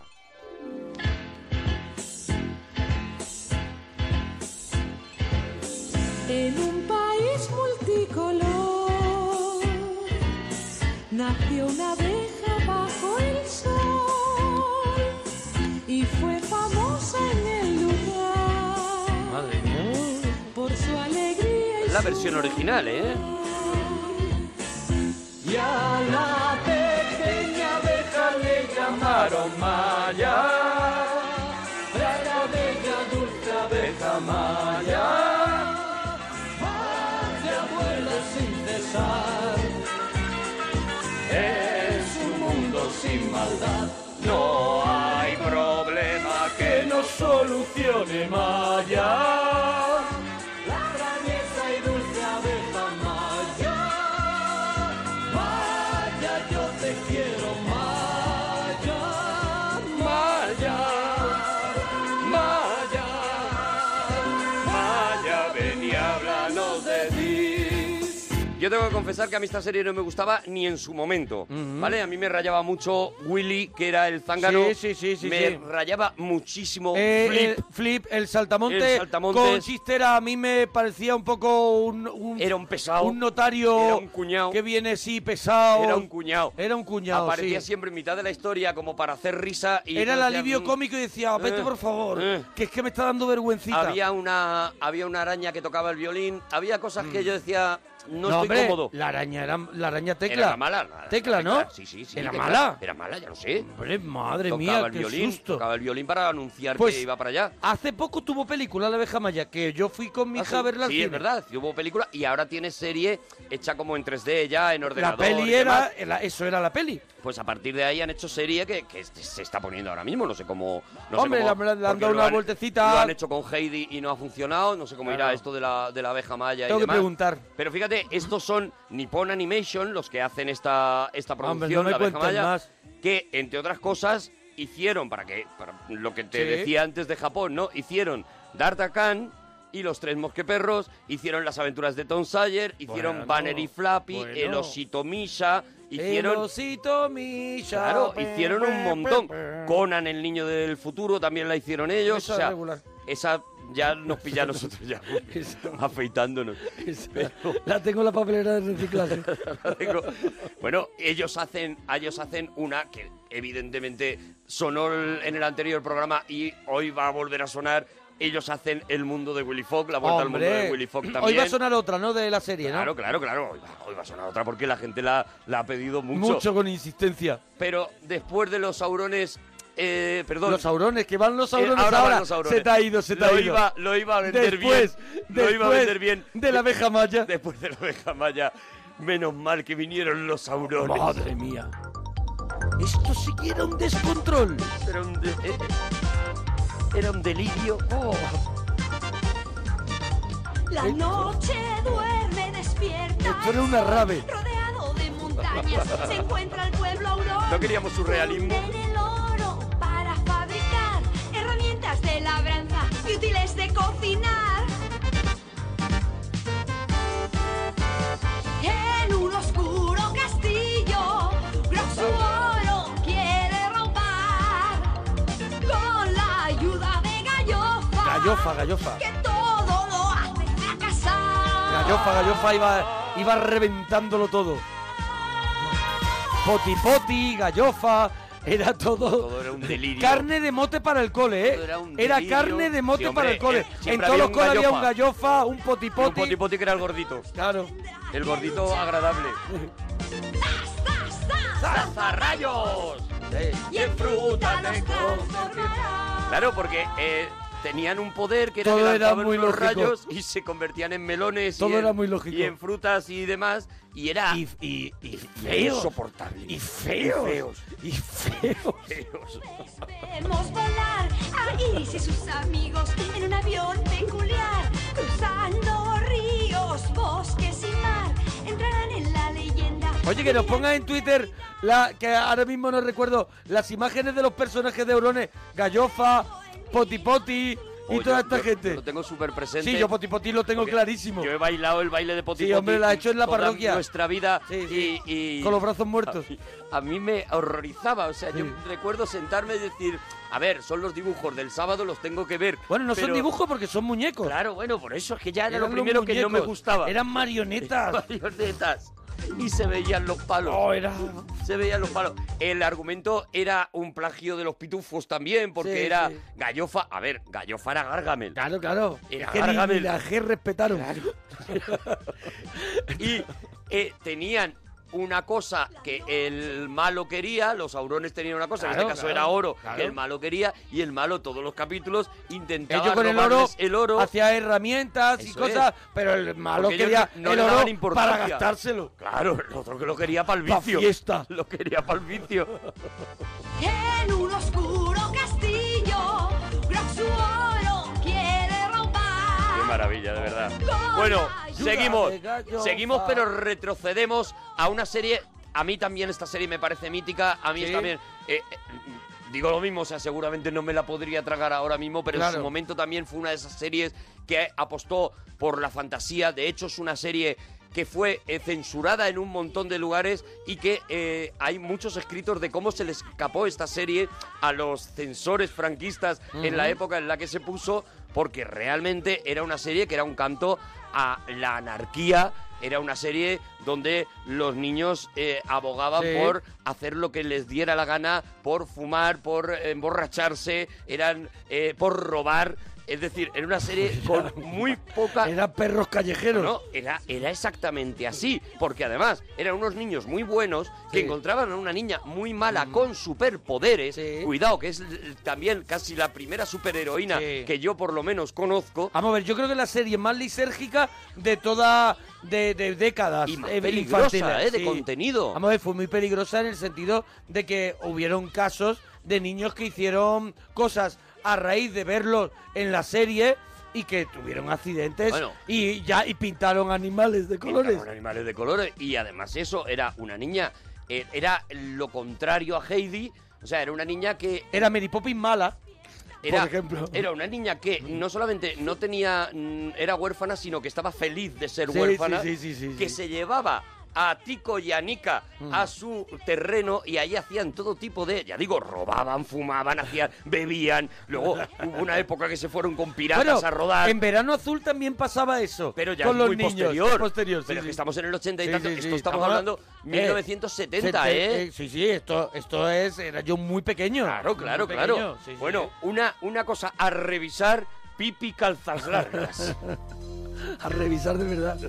Speaker 1: En un país multicolor
Speaker 5: Nació una abeja bajo el sol y fue famosa en el lugar
Speaker 4: Madre mía.
Speaker 5: por su alegría y
Speaker 4: La
Speaker 5: su
Speaker 4: versión original, ¿eh?
Speaker 1: Y a la pequeña abeja le llamaron Maya. La abeja, dulce abeja Maya. Maya vuela sin cesar. En su mundo sin maldad. No hay problema que no solucione Maya. La traviesa y dulce abeja Maya. Maya, yo te quiero, Maya, Maya, Maya, Maya, ven y háblanos de ti.
Speaker 4: Yo tengo que confesar que a mí esta serie no me gustaba ni en su momento, ¿vale? A mí me rayaba mucho Willy, que era el zángano.
Speaker 6: Sí, sí, sí, sí,
Speaker 4: Me
Speaker 6: sí.
Speaker 4: rayaba muchísimo
Speaker 6: Eh,
Speaker 4: Flip.
Speaker 6: El flip, el saltamonte,
Speaker 4: El saltamontes.
Speaker 6: con chistera a mí me parecía un poco un,
Speaker 4: Era un pesado.
Speaker 6: un notario
Speaker 4: Era un cuñado.
Speaker 6: que viene sí pesado.
Speaker 4: Era un cuñado.
Speaker 6: Era un cuñado,
Speaker 4: Aparecía
Speaker 6: sí.
Speaker 4: siempre en mitad de la historia como para hacer risa y...
Speaker 6: Era el
Speaker 4: decía,
Speaker 6: alivio
Speaker 4: "Mm".
Speaker 6: cómico y decía, vete
Speaker 4: Eh,
Speaker 6: por favor,
Speaker 4: eh.
Speaker 6: que es que me está dando vergüencita.
Speaker 4: Había una, había una araña que tocaba el violín, había cosas que yo decía, no,
Speaker 6: Mm.
Speaker 4: estoy
Speaker 6: hombre,
Speaker 4: cómodo.
Speaker 6: La araña era la araña tecla.
Speaker 4: Era la mala. la- la
Speaker 6: Tecla, ¿no?
Speaker 4: Sí, sí, sí.
Speaker 6: Era
Speaker 4: tecla.
Speaker 6: mala.
Speaker 4: Era mala, ya lo sé.
Speaker 6: Hombre, madre
Speaker 4: Tocaba
Speaker 6: mía,
Speaker 4: el
Speaker 6: qué
Speaker 4: violín,
Speaker 6: susto.
Speaker 4: Tocaba el violín para anunciar
Speaker 6: Pues,
Speaker 4: que iba para allá.
Speaker 6: Hace poco tuvo película La abeja maya, que yo fui con mi
Speaker 4: Ah,
Speaker 6: hija a
Speaker 4: sí.
Speaker 6: verla al
Speaker 4: Sí, es
Speaker 6: cine.
Speaker 4: verdad, sí hubo película y ahora tiene serie hecha como en 3D ya, en
Speaker 6: La
Speaker 4: ordenador.
Speaker 6: peli
Speaker 4: y
Speaker 6: era,
Speaker 4: demás.
Speaker 6: era- eso era la peli.
Speaker 4: Pues a partir de ahí han hecho serie que, que este- se está poniendo ahora mismo, no sé cómo... No
Speaker 6: Hombre,
Speaker 4: sé cómo,
Speaker 6: le han- le han
Speaker 4: porque
Speaker 6: dado
Speaker 4: lo
Speaker 6: una vueltecita.
Speaker 4: Lo han hecho con Heidi y no ha funcionado, no sé cómo irá
Speaker 6: Claro.
Speaker 4: esto de la, de la abeja maya
Speaker 6: Tengo
Speaker 4: y
Speaker 6: que
Speaker 4: demás.
Speaker 6: preguntar.
Speaker 4: Pero fíjate, estos son Nippon Animation los que hacen esta, esta
Speaker 6: Hombre, no
Speaker 4: producción,
Speaker 6: me
Speaker 4: la abeja
Speaker 6: cuentes
Speaker 4: maya,
Speaker 6: más.
Speaker 4: que entre otras cosas hicieron, para que para lo que te
Speaker 6: Sí.
Speaker 4: decía antes de Japón, ¿no? Hicieron D'Artagnan y los tres mosqueperros, hicieron las aventuras de Tom Sawyer, hicieron
Speaker 6: Bueno,
Speaker 4: Banner y Flappy,
Speaker 6: bueno.
Speaker 4: el osito Misha, hicieron...
Speaker 6: El osito Misha,
Speaker 4: Claro,
Speaker 6: pe,
Speaker 4: hicieron
Speaker 6: pe,
Speaker 4: un montón.
Speaker 6: pe, pe.
Speaker 4: Conan, el niño del futuro, también la hicieron ellos.
Speaker 6: Esa
Speaker 4: o sea,
Speaker 6: regular.
Speaker 4: esa ya nos pilla a nosotros
Speaker 6: *laughs*
Speaker 4: ya, afeitándonos. *laughs* Pero-
Speaker 6: La tengo en la papelera de
Speaker 4: *laughs*
Speaker 6: reciclaje.
Speaker 4: Digo, bueno, ellos hacen, ellos hacen una que evidentemente sonó el- en el anterior programa y hoy va a volver a sonar. Ellos hacen el mundo de Willy Fogg, la vuelta al mundo
Speaker 6: Hombre,
Speaker 4: de Willy Fogg también.
Speaker 6: hoy va a sonar otra, ¿no? De la serie, ¿no?
Speaker 4: Claro, claro, claro. Hoy va, hoy va a sonar otra porque la gente la, la ha pedido mucho.
Speaker 6: mucho. con insistencia.
Speaker 4: Pero después de los saurones, eh, perdón.
Speaker 6: Los saurones, que van los
Speaker 4: Eh,
Speaker 6: saurones ahora.
Speaker 4: ahora van los saurones.
Speaker 6: Se te ha ido, se te
Speaker 4: Lo
Speaker 6: ha ido.
Speaker 4: iba- lo iba a vender
Speaker 6: después,
Speaker 4: bien.
Speaker 6: Después
Speaker 4: Lo iba a vender bien.
Speaker 6: De la abeja maya.
Speaker 4: Después de la abeja maya, menos mal que vinieron los saurones.
Speaker 6: Madre mía. Esto sí que era un descontrol.
Speaker 4: Era un, de- eh, era un delirio.
Speaker 2: La noche duerme despierta.
Speaker 4: Esto era una rave.
Speaker 2: Rodeado de montañas se encuentra el pueblo aurora.
Speaker 4: No queríamos surrealismo.
Speaker 2: Funden el oro para fabricar herramientas de labranza y útiles de cocinar. En un oscuro castillo, Grox su oro quiere robar con la ayuda de Gallofa.
Speaker 6: Gallofa, gallofa.
Speaker 2: Que todo lo hace fracasar.
Speaker 6: Gallofa, gallofa iba, iba reventándolo todo. Poti poti, gallofa. Era todo.
Speaker 4: Todo era un delirio.
Speaker 6: Carne de mote para el cole, ¿eh?
Speaker 4: Todo era un
Speaker 6: Era
Speaker 4: delirio.
Speaker 6: carne de mote
Speaker 4: Sí, hombre,
Speaker 6: para el cole.
Speaker 4: eh, siempre
Speaker 6: en todos
Speaker 4: había
Speaker 6: los
Speaker 4: un
Speaker 6: coles había
Speaker 4: gallofa.
Speaker 6: un gallofa, un poti
Speaker 4: Y Un
Speaker 6: poti.
Speaker 4: potipoti que era el gordito.
Speaker 6: Claro.
Speaker 4: El gordito agradable. ¡Zarrayos!
Speaker 2: Y en fruta los transformará.
Speaker 4: Claro, porque eh, tenían un poder que era
Speaker 6: Todo
Speaker 4: que
Speaker 6: era
Speaker 4: lanzaban
Speaker 6: muy
Speaker 4: unos
Speaker 6: lógico.
Speaker 4: rayos y se convertían en melones y,
Speaker 6: Todo
Speaker 4: en,
Speaker 6: era muy lógico.
Speaker 4: y en frutas y demás. Y era
Speaker 6: Y,
Speaker 4: feo. insoportable.
Speaker 6: Y feos.
Speaker 4: Y feos.
Speaker 6: Y feos.
Speaker 2: Vemos volar a Iris y sus amigos en un avión peculiar, cruzando ríos, bosques y mar. Entrarán en la leyenda.
Speaker 6: Oye, que nos pongan en Twitter la que ahora mismo no recuerdo las imágenes de los personajes de Eurones, Gallofa, Potipoti y
Speaker 4: Oh,
Speaker 6: toda
Speaker 4: yo-
Speaker 6: esta
Speaker 4: yo-
Speaker 6: gente.
Speaker 4: Lo tengo súper presente.
Speaker 6: Sí, yo Potipoti lo tengo
Speaker 4: Porque
Speaker 6: clarísimo.
Speaker 4: Yo he bailado el baile de Potipoti.
Speaker 6: Sí, hombre, la he hecho en la
Speaker 4: toda
Speaker 6: parroquia.
Speaker 4: Nuestra vida. y- y-
Speaker 6: Con los brazos muertos.
Speaker 4: A mí me horrorizaba. O sea, yo recuerdo sentarme y decir: A ver, son los dibujos del sábado, los tengo que ver.
Speaker 6: Bueno, no son
Speaker 4: pero-
Speaker 6: dibujos porque son muñecos.
Speaker 4: Claro, bueno, por eso es que ya era
Speaker 6: Eran
Speaker 4: lo
Speaker 6: los
Speaker 4: primero que no me *laughs*
Speaker 6: muñecos,
Speaker 4: gustaba.
Speaker 6: Eran marionetas. Oh,
Speaker 4: Marionetas. y se veían los palos. Se veían los palos. El argumento era un plagio de los pitufos también, porque
Speaker 6: Sí,
Speaker 4: era
Speaker 6: sí.
Speaker 4: Gallofa. A ver, Gallofa era Gargamel.
Speaker 6: Claro, claro.
Speaker 4: Era
Speaker 6: Es que ni- ni
Speaker 4: Gargamel.
Speaker 6: la G respetaron.
Speaker 4: y eh, tenían una cosa que el malo quería, los aurones tenían una cosa, en
Speaker 6: Claro,
Speaker 4: este caso
Speaker 6: claro,
Speaker 4: era oro,
Speaker 6: claro.
Speaker 4: que el malo quería, y el malo todos los capítulos intentaba
Speaker 6: Ellos con el oro,
Speaker 4: robarles el oro.
Speaker 6: hacía herramientas y
Speaker 4: Eso
Speaker 6: cosas,
Speaker 4: es.
Speaker 6: pero el malo
Speaker 4: Porque ellos
Speaker 6: quería
Speaker 4: no
Speaker 6: el
Speaker 4: le daban
Speaker 6: oro
Speaker 4: importancia.
Speaker 6: para gastárselo.
Speaker 4: Claro, el otro que lo quería para el
Speaker 6: Pa'
Speaker 4: vicio.
Speaker 6: fiesta.
Speaker 4: Lo quería para el vicio.
Speaker 1: En un oscuro castillo, Grox su oro quiere robar.
Speaker 4: Qué maravilla, de verdad.
Speaker 1: Con
Speaker 4: Bueno,
Speaker 1: ayuda
Speaker 4: seguimos.
Speaker 1: de Gallofa.
Speaker 4: Seguimos, pero retrocedemos a una serie. A mí también esta serie me parece mítica. A mí
Speaker 6: Sí.
Speaker 4: también. eh, eh, digo lo mismo, o sea, seguramente no me la podría tragar ahora mismo, pero en
Speaker 6: Claro.
Speaker 4: su momento también fue una de esas series que apostó por la fantasía. De hecho, es una serie que fue eh, censurada en un montón de lugares y que eh, hay muchos escritos de cómo se le escapó esta serie a los censores franquistas en la
Speaker 6: Ujú.
Speaker 4: época en la que se puso, porque realmente era una serie que era un canto a la anarquía, era una serie donde los niños eh, abogaban
Speaker 6: Sí.
Speaker 4: por hacer lo que les diera la gana, por fumar, por emborracharse, eran eh, por robar. Es decir, era
Speaker 6: *laughs*
Speaker 4: una serie con muy poca...
Speaker 6: Eran perros callejeros.
Speaker 4: No, era, era exactamente así, porque además eran unos niños muy buenos que encontraban a una niña muy mala con superpoderes. Cuidado, que es l- también casi la primera superheroína
Speaker 6: Sí.
Speaker 4: que yo por lo menos conozco.
Speaker 6: Vamos a ver, yo creo que es la serie más lisérgica de toda de, de décadas.
Speaker 4: Y más
Speaker 6: eh,
Speaker 4: peligrosa,
Speaker 6: infantiles,
Speaker 4: eh, de contenido.
Speaker 6: Vamos a ver, fue muy peligrosa en el sentido de que hubieron casos de niños que hicieron cosas a raíz de verlos en la serie y que tuvieron accidentes
Speaker 4: Bueno.
Speaker 6: y ya y pintaron animales de colores.
Speaker 4: Pintaban animales de colores. Y además eso, era una niña, eh, era lo contrario a Heidi. O sea, era una niña que
Speaker 6: Era Mary Poppins mala.
Speaker 4: era,
Speaker 6: por ejemplo.
Speaker 4: era una niña que no solamente no tenía mm, era huérfana, sino que estaba feliz de ser
Speaker 6: Sí,
Speaker 4: huérfana,
Speaker 6: sí, sí, sí, sí,
Speaker 4: que
Speaker 6: sí. Mm.
Speaker 4: se llevaba a Tico y a Nika a su terreno y ahí hacían todo tipo de, ya digo, robaban, fumaban, hacían, bebían. Luego hubo una época que se fueron con piratas
Speaker 6: Bueno,
Speaker 4: a rodar.
Speaker 6: En verano azul también pasaba eso.
Speaker 4: Pero ya
Speaker 6: con
Speaker 4: es
Speaker 6: los
Speaker 4: muy
Speaker 6: niños.
Speaker 4: posterior.
Speaker 6: posterior, sí,
Speaker 4: Pero es
Speaker 6: sí.
Speaker 4: que estamos en el 80 y
Speaker 6: Sí,
Speaker 4: tanto.
Speaker 6: sí,
Speaker 4: Esto
Speaker 6: sí,
Speaker 4: estamos,
Speaker 6: estamos-
Speaker 4: hablando
Speaker 6: eh,
Speaker 4: 1970,
Speaker 6: sete-
Speaker 4: ¿eh?
Speaker 6: eh, Sí, sí, esto, esto es. Era yo muy pequeño.
Speaker 4: Claro, claro,
Speaker 6: Muy
Speaker 4: claro.
Speaker 6: pequeño, sí, sí.
Speaker 4: bueno, Una, una cosa a revisar, pipi
Speaker 6: *laughs*
Speaker 4: calzas largas.
Speaker 6: A revisar de verdad.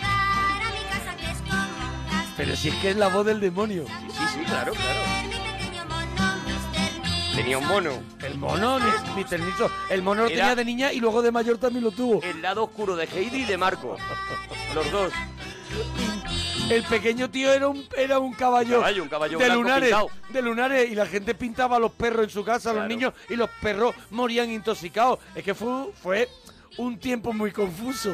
Speaker 13: Para mi casa que es como un castillo.
Speaker 6: Pero si es que es la voz del demonio.
Speaker 4: Sí, sí, claro, claro.
Speaker 13: Mi pequeño mono, Mr. Nick.
Speaker 4: Tenía un mono.
Speaker 6: El mono, mi- Mr. Nixon. El mono lo
Speaker 4: Era-
Speaker 6: tenía de niña y luego de mayor también lo tuvo.
Speaker 4: El lado oscuro de Heidi y de Marco. Los dos.
Speaker 6: El pequeño tío era un, era un caballo.
Speaker 4: Caballo, un caballo
Speaker 6: de
Speaker 4: blanco
Speaker 6: lunares.
Speaker 4: pintado.
Speaker 6: De lunares. Y la gente pintaba a los perros en su casa, a los
Speaker 4: Claro.
Speaker 6: niños, y los perros morían intoxicados. Es que fue, fue un tiempo muy confuso.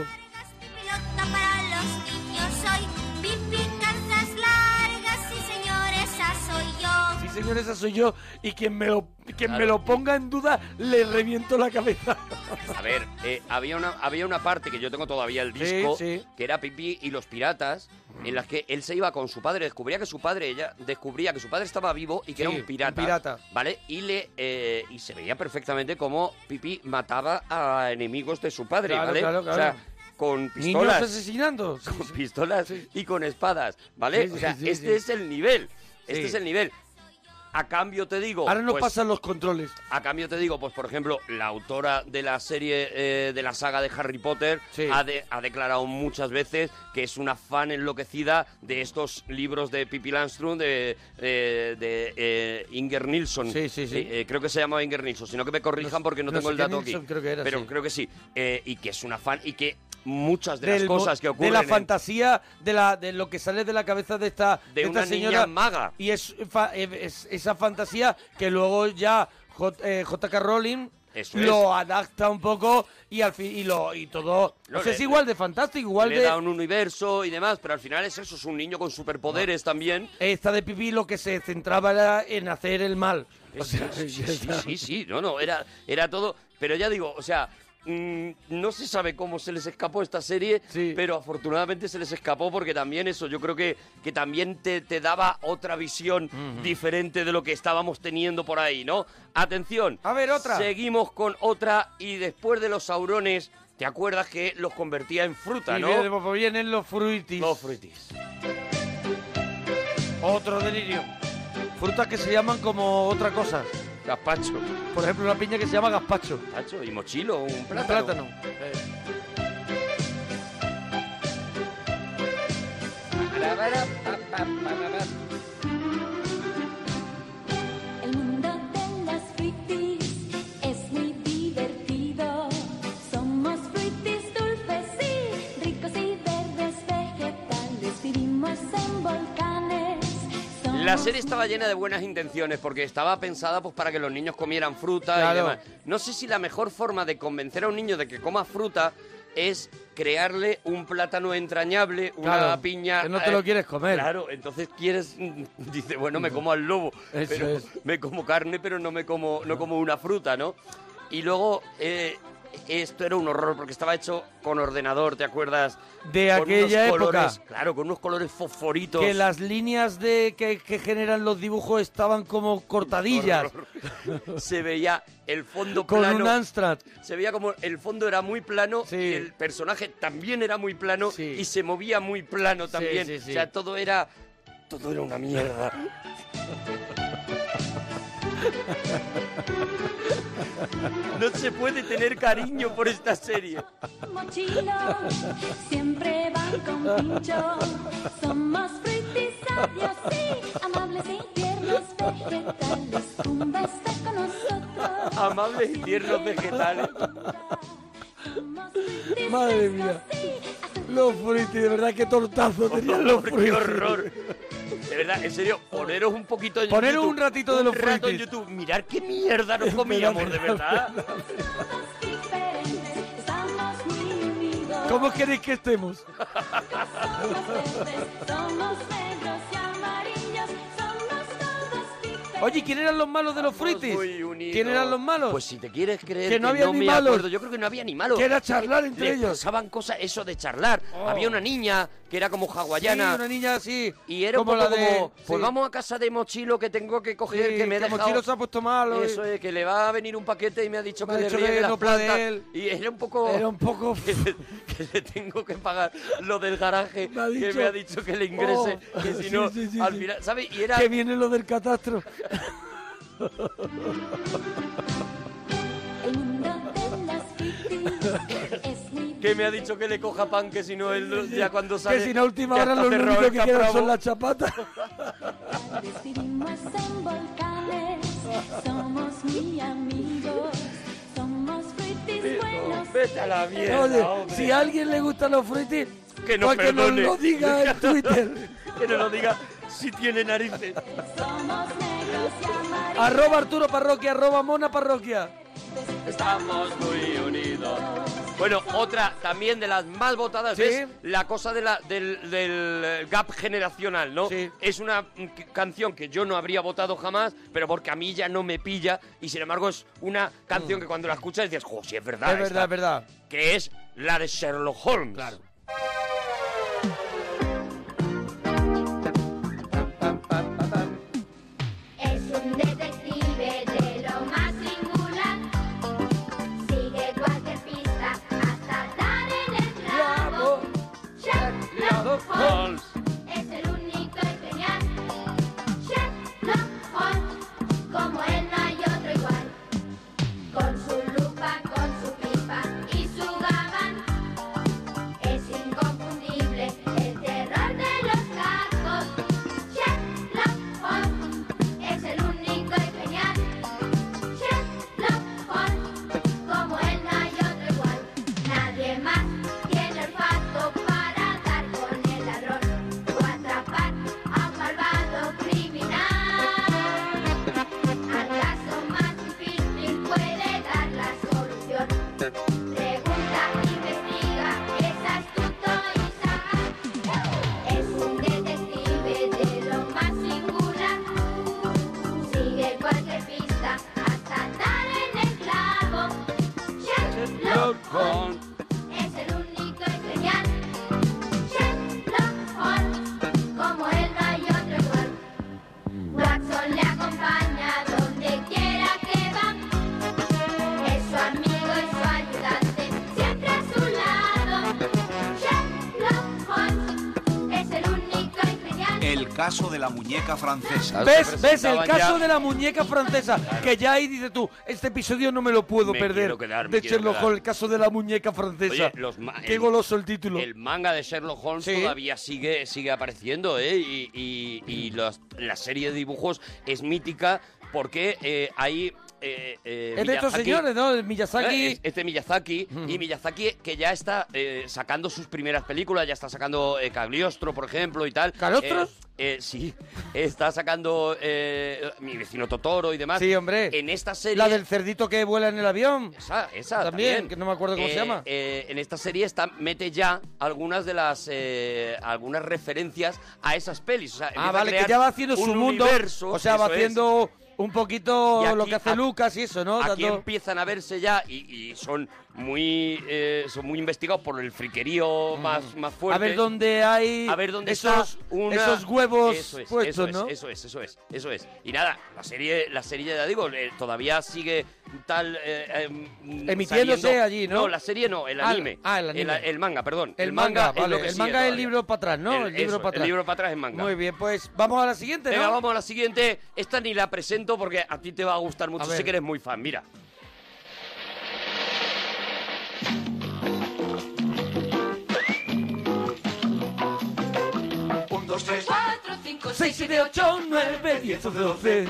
Speaker 13: Pelota para los niños soy. Pipi, calzas largas y señores, esa soy yo.
Speaker 6: Sí, señor, esa soy yo. Y quien me lo, quien me lo ponga en duda, le reviento la cabeza.
Speaker 4: A ver, eh, había, una, había una parte que yo tengo todavía el disco,
Speaker 6: sí.
Speaker 4: que era Pipi y los piratas, en las que él se iba con su padre, descubría que su padre, ella descubría que su padre estaba vivo y que era
Speaker 6: Sí,
Speaker 4: un pirata.
Speaker 6: un pirata.
Speaker 4: ¿Vale? Y le eh, y se veía perfectamente cómo Pipi mataba a enemigos de su padre,
Speaker 6: Claro,
Speaker 4: ¿vale?
Speaker 6: claro,
Speaker 4: O sea,
Speaker 6: claro.
Speaker 4: con
Speaker 6: Niños
Speaker 4: pistolas.
Speaker 6: asesinando. Sí,
Speaker 4: con pistolas y con espadas, ¿vale?
Speaker 6: Sí, sí,
Speaker 4: o sea,
Speaker 6: sí, sí,
Speaker 4: este
Speaker 6: sí.
Speaker 4: es el nivel. Este
Speaker 6: Sí.
Speaker 4: es el nivel. A cambio te digo.
Speaker 6: Ahora no
Speaker 4: pues,
Speaker 6: pasan los controles.
Speaker 4: A cambio te digo, pues por ejemplo, la autora de la serie eh, de la saga de Harry Potter ha, de- ha declarado muchas veces que es una fan enloquecida de estos libros de Pippi Landström de, eh, de, eh, Inger Nilsson.
Speaker 6: Sí, sí, sí.
Speaker 4: Eh, eh, creo que se llama Inger Nilsson, sino que me corrijan
Speaker 6: No-
Speaker 4: porque no,
Speaker 6: no
Speaker 4: tengo
Speaker 6: sé
Speaker 4: el
Speaker 6: qué
Speaker 4: dato
Speaker 6: Nilsson
Speaker 4: aquí.
Speaker 6: creo que era,
Speaker 4: Pero
Speaker 6: sí.
Speaker 4: creo que sí. Eh, y que es una fan y que muchas de las
Speaker 6: Del mo-
Speaker 4: cosas que ocurren
Speaker 6: De la
Speaker 4: en-
Speaker 6: fantasía, de, la, de lo que sale de la cabeza de esta,
Speaker 4: De
Speaker 6: esta
Speaker 4: una niña
Speaker 6: señora.
Speaker 4: maga.
Speaker 6: Y es, fa- eh, es esa fantasía que luego ya J- eh, J.K. Rowling
Speaker 4: Eso es.
Speaker 6: lo adapta un poco y al fin y lo y todo.
Speaker 4: No,
Speaker 6: O sea, es
Speaker 4: le-
Speaker 6: igual de fantástico, igual
Speaker 4: le
Speaker 6: de.
Speaker 4: da un universo y demás, pero al final es eso, es un niño con
Speaker 6: Ah.
Speaker 4: superpoderes también.
Speaker 6: Esta de Pipí lo que se centraba era en hacer el mal. O
Speaker 4: Sí,
Speaker 6: sea,
Speaker 4: sí, sí,
Speaker 6: *laughs* ya
Speaker 4: sí,
Speaker 6: está.
Speaker 4: sí, sí, no, no, era, era todo. Pero ya digo, o sea, mm, no se sabe cómo se les escapó esta serie, pero afortunadamente se les escapó porque también eso, yo creo que, que también te, te daba otra visión diferente de lo que estábamos teniendo por ahí, ¿no? Atención. A ver,
Speaker 6: otra.
Speaker 4: Seguimos con otra y después de los saurones ¿Te acuerdas que los convertía en fruta,
Speaker 6: Y
Speaker 4: no?
Speaker 6: viene- pues vienen los fruitis. Los
Speaker 4: fruitis.
Speaker 6: Otro delirio. Frutas que se llaman como otra cosa.
Speaker 4: Gazpacho.
Speaker 6: Por ejemplo, una piña que se llama gazpacho.
Speaker 4: Tacho, y mochilo, un
Speaker 6: Un
Speaker 4: plátano.
Speaker 6: plátano.
Speaker 1: El mundo de las fruitis es muy divertido. Somos fruitis dulces y ricos y verdes vegetales. Vivimos en volcanes.
Speaker 4: La serie estaba llena de buenas intenciones porque estaba pensada pues para que los niños comieran fruta y
Speaker 6: Claro.
Speaker 4: demás. No sé si la mejor forma de convencer a un niño de que coma fruta es crearle un plátano entrañable, una
Speaker 6: Claro,
Speaker 4: piña. eh,
Speaker 6: que no te lo quieres comer.
Speaker 4: Claro, entonces quieres *laughs* dice, bueno, me como al lobo,
Speaker 6: *laughs* Eso
Speaker 4: pero
Speaker 6: es.
Speaker 4: me como carne, pero no me como no como una fruta, ¿no? Y luego eh, esto era un horror porque estaba hecho con ordenador, ¿te acuerdas?
Speaker 6: De
Speaker 4: Con unos
Speaker 6: aquella época.
Speaker 4: colores- claro, con unos colores fosforitos.
Speaker 6: Que las líneas de que, que generan los dibujos estaban como cortadillas.
Speaker 4: *laughs* se veía el fondo
Speaker 6: Con
Speaker 4: plano.
Speaker 6: un Amstrad.
Speaker 4: Se veía como el fondo era muy plano, y el personaje también era muy plano y se movía muy plano
Speaker 6: Sí,
Speaker 4: también.
Speaker 6: sí, sí.
Speaker 4: O sea, todo era todo era una mierda. No se puede tener cariño por esta serie.
Speaker 1: Mochilos siempre van con pincho. Somos frutis sabios y amables y tiernos vegetales. Un está con nosotros.
Speaker 4: Amables y tiernos vegetales.
Speaker 6: Madre mía. Los frutis, de verdad qué tortazo tenían los frutis.
Speaker 4: Oh, ¡Qué horror! De verdad, en serio, poneros un poquito en
Speaker 6: Poneros
Speaker 4: YouTube,
Speaker 6: un ratito de los
Speaker 4: rato en
Speaker 6: frutis.
Speaker 4: YouTube. Mirar qué mierda
Speaker 6: *laughs*
Speaker 4: nos comíamos, de verdad.
Speaker 1: Estamos muy unidos.
Speaker 6: ¿Cómo queréis que estemos?
Speaker 1: Somos verdes, somos negros y amarillos. Somos todos
Speaker 6: Oye, ¿quién eran los malos de los frutis? ¿Quién eran los malos? Pues
Speaker 4: si te quieres creer
Speaker 6: que no había ni
Speaker 4: me
Speaker 6: malos.
Speaker 4: acuerdo. Yo creo que no había ni malos.
Speaker 6: Que era charlar entre
Speaker 4: Le
Speaker 6: ellos.
Speaker 4: pasaban cosas, eso de charlar.
Speaker 6: Oh.
Speaker 4: Había una niña que era como hawaiana.
Speaker 6: Sí, una niña así.
Speaker 4: Y era un
Speaker 6: como
Speaker 4: poco
Speaker 6: la de-
Speaker 4: como, pues
Speaker 6: sí.
Speaker 4: vamos a casa de Mochilo que tengo que coger,
Speaker 6: Sí,
Speaker 4: que me he
Speaker 6: que
Speaker 4: dejado...
Speaker 6: Mochilo se ha puesto malo,
Speaker 4: Eso es, que le va a venir un paquete y me ha dicho
Speaker 6: Me
Speaker 4: que
Speaker 6: ha
Speaker 4: le
Speaker 6: dicho
Speaker 4: riegue
Speaker 6: que
Speaker 4: las
Speaker 6: no puede
Speaker 4: plantas.
Speaker 6: él.
Speaker 4: Y era un poco...
Speaker 6: Era un poco...
Speaker 4: que, le, que le tengo que *laughs* pagar lo del garaje, que
Speaker 6: dicho-
Speaker 4: me ha dicho que le ingrese,
Speaker 6: Oh,
Speaker 4: que
Speaker 6: *laughs*
Speaker 4: si
Speaker 6: sí,
Speaker 4: no,
Speaker 6: sí, sí,
Speaker 4: al
Speaker 6: sí.
Speaker 4: final, ¿sabes? Y era...
Speaker 6: Que viene lo del catastro.
Speaker 1: El mundo de las frutis es muy
Speaker 4: que me ha dicho que le coja pan, que si no, él ya cuando sale...
Speaker 6: que si a última
Speaker 4: ya
Speaker 6: hora
Speaker 4: está
Speaker 6: lo
Speaker 4: cerrado
Speaker 6: único que
Speaker 4: el
Speaker 6: quedan son
Speaker 4: *laughs* capravo.
Speaker 6: las chapatas.
Speaker 1: Verdes vivimos en volcanes, somos muy amigos, somos frutis buenos.
Speaker 4: Vete a la
Speaker 6: Oye, si a alguien le gustan los frutis,
Speaker 4: Que nos
Speaker 6: pues que nos
Speaker 4: perdone.
Speaker 6: lo diga
Speaker 4: *laughs*
Speaker 6: en Twitter.
Speaker 4: que no lo diga si tiene narices.
Speaker 1: Somos negros y amarillos.
Speaker 6: arroba Arturo Parroquia, arroba Mona Parroquia.
Speaker 4: Estamos muy unidos. Bueno, otra también de las más votadas
Speaker 6: Sí.
Speaker 4: es la cosa de la- del, del eh, gap generacional, ¿no? Es una mm, c- canción que yo no habría votado jamás, pero porque a mí ya no me pilla y sin embargo es una canción que cuando la escuchas dices, jo, sí, es verdad.
Speaker 6: Mm. es verdad,
Speaker 4: esta",
Speaker 6: es verdad.
Speaker 4: Que es la de Sherlock Holmes. Claro.
Speaker 20: Es un detective de lo más singular. Sigue cualquier pista hasta dar en el clavo. Sherlock Holmes es el único y genial. Sherlock Holmes, como él no hay otro igual. Con su lupa, con su pipa y su gabán. Es
Speaker 12: caso de la muñeca francesa.
Speaker 6: ¿Ves? ¿Ves? El caso de la muñeca francesa. Que ya ahí dices tú, este episodio no me lo puedo
Speaker 4: Me
Speaker 6: perder.
Speaker 4: quiero quedar, me
Speaker 6: de
Speaker 4: quiero
Speaker 6: Sherlock
Speaker 4: quedar.
Speaker 6: Holmes, el caso de la muñeca francesa.
Speaker 4: Oye, los ma-
Speaker 6: Qué
Speaker 4: el-
Speaker 6: goloso el título.
Speaker 4: El manga de Sherlock Holmes todavía sigue, sigue apareciendo, ¿eh? Y, y- y los- la serie de dibujos es mítica porque eh, hay... eh, eh,
Speaker 6: es de estos
Speaker 4: Miyazaki-
Speaker 6: señores, ¿no? El Miyazaki. Mm.
Speaker 4: Eh, es- Este Miyazaki y Miyazaki que ya está eh, sacando sus primeras películas, ya está sacando eh, Cagliostro, por ejemplo, y tal.
Speaker 6: ¿Cagliostros?
Speaker 4: Eh, eh, sí, *laughs* está sacando eh, Mi vecino Totoro y demás.
Speaker 6: Sí, hombre.
Speaker 4: En esta serie...
Speaker 6: La del cerdito que vuela en el avión.
Speaker 4: Esa, esa
Speaker 6: También,
Speaker 4: también,
Speaker 6: que no me acuerdo cómo se
Speaker 4: Eh,
Speaker 6: llama.
Speaker 4: eh, en esta serie está, mete ya algunas de las eh, algunas referencias a esas pelis. O sea, empieza
Speaker 6: Ah,
Speaker 4: a
Speaker 6: vale, que
Speaker 4: crear
Speaker 6: ya va haciendo
Speaker 4: un
Speaker 6: su mundo.
Speaker 4: universo,
Speaker 6: o sea, va
Speaker 4: eso es.
Speaker 6: haciendo un poquito
Speaker 4: Y aquí-
Speaker 6: lo que hace
Speaker 4: a-
Speaker 6: Lucas y eso, ¿no?
Speaker 4: Aquí
Speaker 6: Dando-
Speaker 4: empiezan a verse ya y, y son muy eh, son muy investigados por el friquerío más, más fuerte.
Speaker 6: Mm. A ver dónde hay
Speaker 4: A ver dónde
Speaker 6: esos,
Speaker 4: está una-
Speaker 6: esos huevos
Speaker 4: Eso es,
Speaker 6: puestos,
Speaker 4: eso es,
Speaker 6: ¿no?
Speaker 4: Eso es, eso es, eso es. Y nada, la serie, la serie ya digo, eh, todavía sigue tal... eh, eh, mm,
Speaker 6: Emitiéndose
Speaker 4: saliendo-
Speaker 6: allí, ¿no?
Speaker 4: No, la serie no, el
Speaker 6: Ah,
Speaker 4: anime.
Speaker 6: ah, el anime.
Speaker 4: El, manga, perdón.
Speaker 6: El manga,
Speaker 4: es
Speaker 6: vale.
Speaker 4: lo que
Speaker 6: el
Speaker 4: sigue
Speaker 6: manga es el
Speaker 4: todavía.
Speaker 6: libro para atrás, ¿no? El,
Speaker 4: El-
Speaker 6: libro
Speaker 4: eso,
Speaker 6: para
Speaker 4: el
Speaker 6: atrás.
Speaker 4: libro para atrás es manga.
Speaker 6: Muy bien, pues vamos a la siguiente, ¿no?
Speaker 4: Venga, vamos a la siguiente. Esta ni la presento porque a ti te va a gustar mucho.
Speaker 6: ver.
Speaker 4: Sé que eres muy fan, mira.
Speaker 25: Un, dos, tres, cuatro, cinco,
Speaker 6: 6, 7, 8, 9, 10, 11, 12.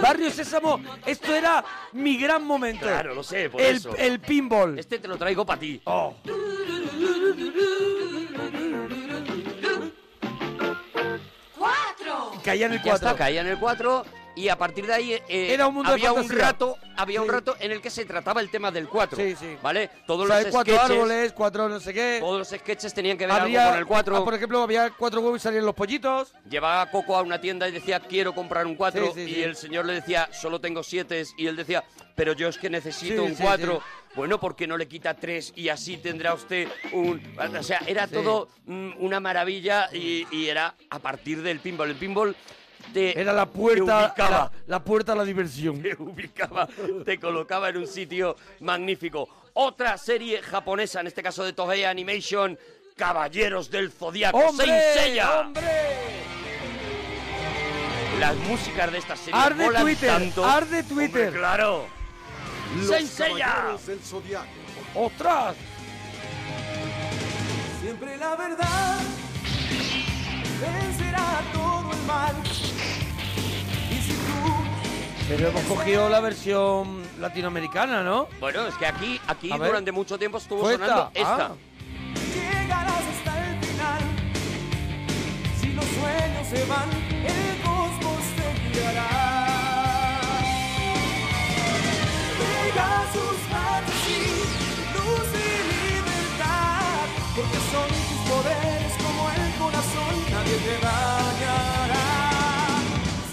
Speaker 6: Barrio Sésamo, esto era mi gran momento.
Speaker 4: Claro, lo sé, por
Speaker 6: el,
Speaker 4: eso.
Speaker 6: El pinball. Oh.
Speaker 4: Este te lo traigo para ti.
Speaker 25: cuatro.
Speaker 4: Caía en el 4. caía en el 4 y a partir de ahí eh,
Speaker 6: Era un mundo de
Speaker 4: había un
Speaker 6: fantasía.
Speaker 4: rato, había un rato en el que se trataba el tema del 4.
Speaker 6: Sí, sí.
Speaker 4: ¿Vale? Todos
Speaker 6: O sea,
Speaker 4: los
Speaker 6: cuatro
Speaker 4: sketches,
Speaker 6: árboles, cuatro no sé qué.
Speaker 4: todos los sketches tenían que ver
Speaker 6: Habría-
Speaker 4: algo con el 4.
Speaker 6: ah, por ejemplo, había cuatro huevos y salían los pollitos.
Speaker 4: Llevaba a Coco a una tienda y decía, "Quiero comprar un 4"
Speaker 6: Sí, sí,
Speaker 4: y
Speaker 6: sí.
Speaker 4: el señor le decía, "Solo tengo 7" y él decía, "Pero yo es que necesito
Speaker 6: Sí,
Speaker 4: un
Speaker 6: sí,
Speaker 4: 4."
Speaker 6: sí.
Speaker 4: Bueno, porque no le quita 3 y así tendrá usted un o sea, era
Speaker 6: Sí.
Speaker 4: todo mm, una maravilla y, y era a partir del pinball, el pinball te-
Speaker 6: Era la
Speaker 4: te
Speaker 6: puerta,
Speaker 4: ubicaba.
Speaker 6: la, la puerta a la diversión.
Speaker 4: te ubicaba, te colocaba en un sitio magnífico. Otra serie japonesa, en este caso de Toei Animation, Caballeros del Zodiaco,
Speaker 6: ¡Hombre!
Speaker 4: Saint Seiya. Las músicas de esta serie
Speaker 6: Arde
Speaker 4: molan
Speaker 6: Twitter,
Speaker 4: tanto.
Speaker 6: arde Twitter.
Speaker 4: Hombre, claro. Saint Seiya.
Speaker 1: del Zodiaco.
Speaker 6: ¡Ostras!
Speaker 1: Siempre la verdad vencerá todo el mal. Y si tú
Speaker 6: Pero hemos cogido la versión latinoamericana, ¿no?
Speaker 4: Bueno, es que aquí, aquí
Speaker 6: A ver.
Speaker 4: durante mucho tiempo estuvo
Speaker 6: ¿Fue
Speaker 4: sonando
Speaker 6: esta?
Speaker 4: esta.
Speaker 6: Ah.
Speaker 1: llegarás hasta el final, si los sueños se van, el cosmos te guiará. Pegasus mata sí, luz y libertad, porque son tus poderes como el corazón, nadie te dañará.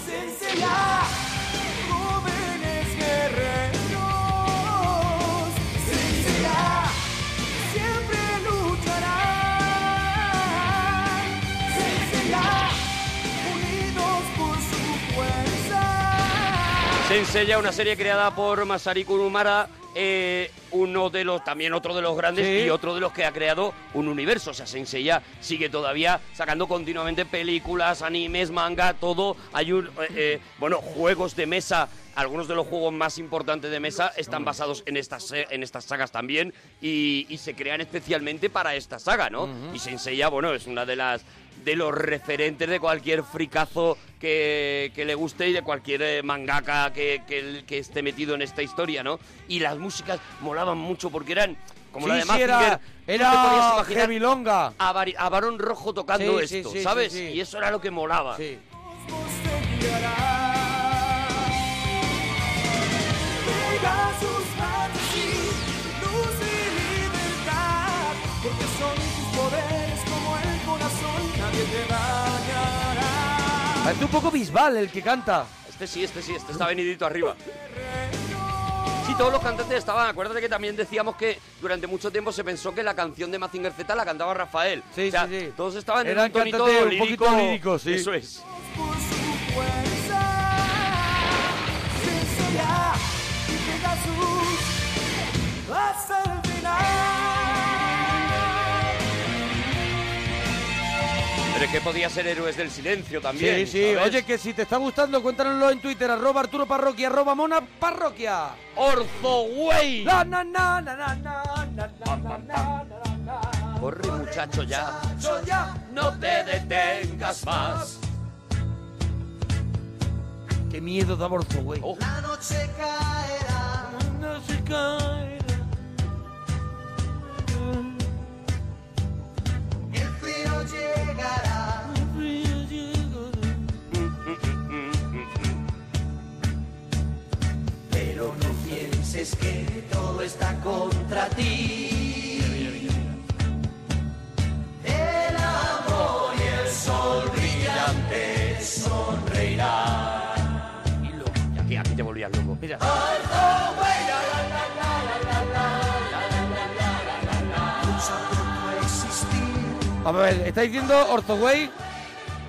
Speaker 1: Sencilla, jóvenes guerreros, Sencilla, siempre lucharán. Sencilla, unidos por su fuerza.
Speaker 4: Saint Seiya, una serie creada por Masaru Kurumara, eh, uno de los, también otro de los grandes
Speaker 6: Sí.
Speaker 4: y otro de los que ha creado un universo. O sea, Saint Seiya sigue todavía sacando continuamente películas, animes, manga, todo. Hay un, eh, eh, bueno, juegos de mesa. Algunos de los juegos más importantes de mesa están basados en estas, se- en estas sagas también y, y se crean especialmente para esta saga, ¿no?
Speaker 6: Ujú.
Speaker 4: Y Saint Seiya, bueno, es una de las de los referentes de cualquier fricazo que, que le guste y de cualquier eh, mangaka que, que- que esté metido en esta historia, ¿no? Y las músicas molaban mucho porque eran como
Speaker 6: Sí,
Speaker 4: la de
Speaker 6: sí, era-
Speaker 4: Mazinger, tú
Speaker 6: era
Speaker 4: te podías imaginar
Speaker 6: heavy longa.
Speaker 4: A, Vari- a Barón Rojo tocando
Speaker 6: Sí, sí,
Speaker 4: esto,
Speaker 6: sí,
Speaker 4: ¿sabes?
Speaker 6: sí, sí.
Speaker 4: Y eso era lo que molaba.
Speaker 6: Sí.
Speaker 1: Pega sus manos y luz y libertad, porque son tus poderes como el corazón, nadie te dañará.
Speaker 6: Parece un poco Bisbal el que canta.
Speaker 4: Este sí, este sí, este está venidito arriba. Sí, todos los cantantes estaban. Acuérdate que también decíamos que durante mucho tiempo se pensó que la canción de Mazinger Z la cantaba Rafael. Sí, sí, sí. Todos estaban en
Speaker 6: Eran
Speaker 4: un tonito
Speaker 6: cantantes un
Speaker 4: lírico.
Speaker 6: poquito líricos, sí.
Speaker 4: Eso es.
Speaker 1: Sencilla y pega sus hasta el final.
Speaker 4: Pero que podía ser héroes del silencio
Speaker 6: Sí,
Speaker 4: también.
Speaker 6: sí.
Speaker 4: ¿sabes?
Speaker 6: Oye, que si te está gustando, cuéntanoslo en Twitter, arroba Arturo Parroquia, arroba Mona Parroquia.
Speaker 4: ¡Orzo, güey!
Speaker 6: Na, na, na, na, na, na, na, na, na, na.
Speaker 4: Corre, muchacho, ya.
Speaker 6: Yo ya
Speaker 4: No te detengas más. Oh.
Speaker 6: Qué miedo da Orzo, güey.
Speaker 26: La noche caerá.
Speaker 6: No se cae.
Speaker 26: El frío llegará. Pero no pienses que todo está contra ti. El amor y el sol brillante sonreirá.
Speaker 4: Y aquí, aquí te volvías loco.
Speaker 6: Mira. A ver, está diciendo Ortogüey,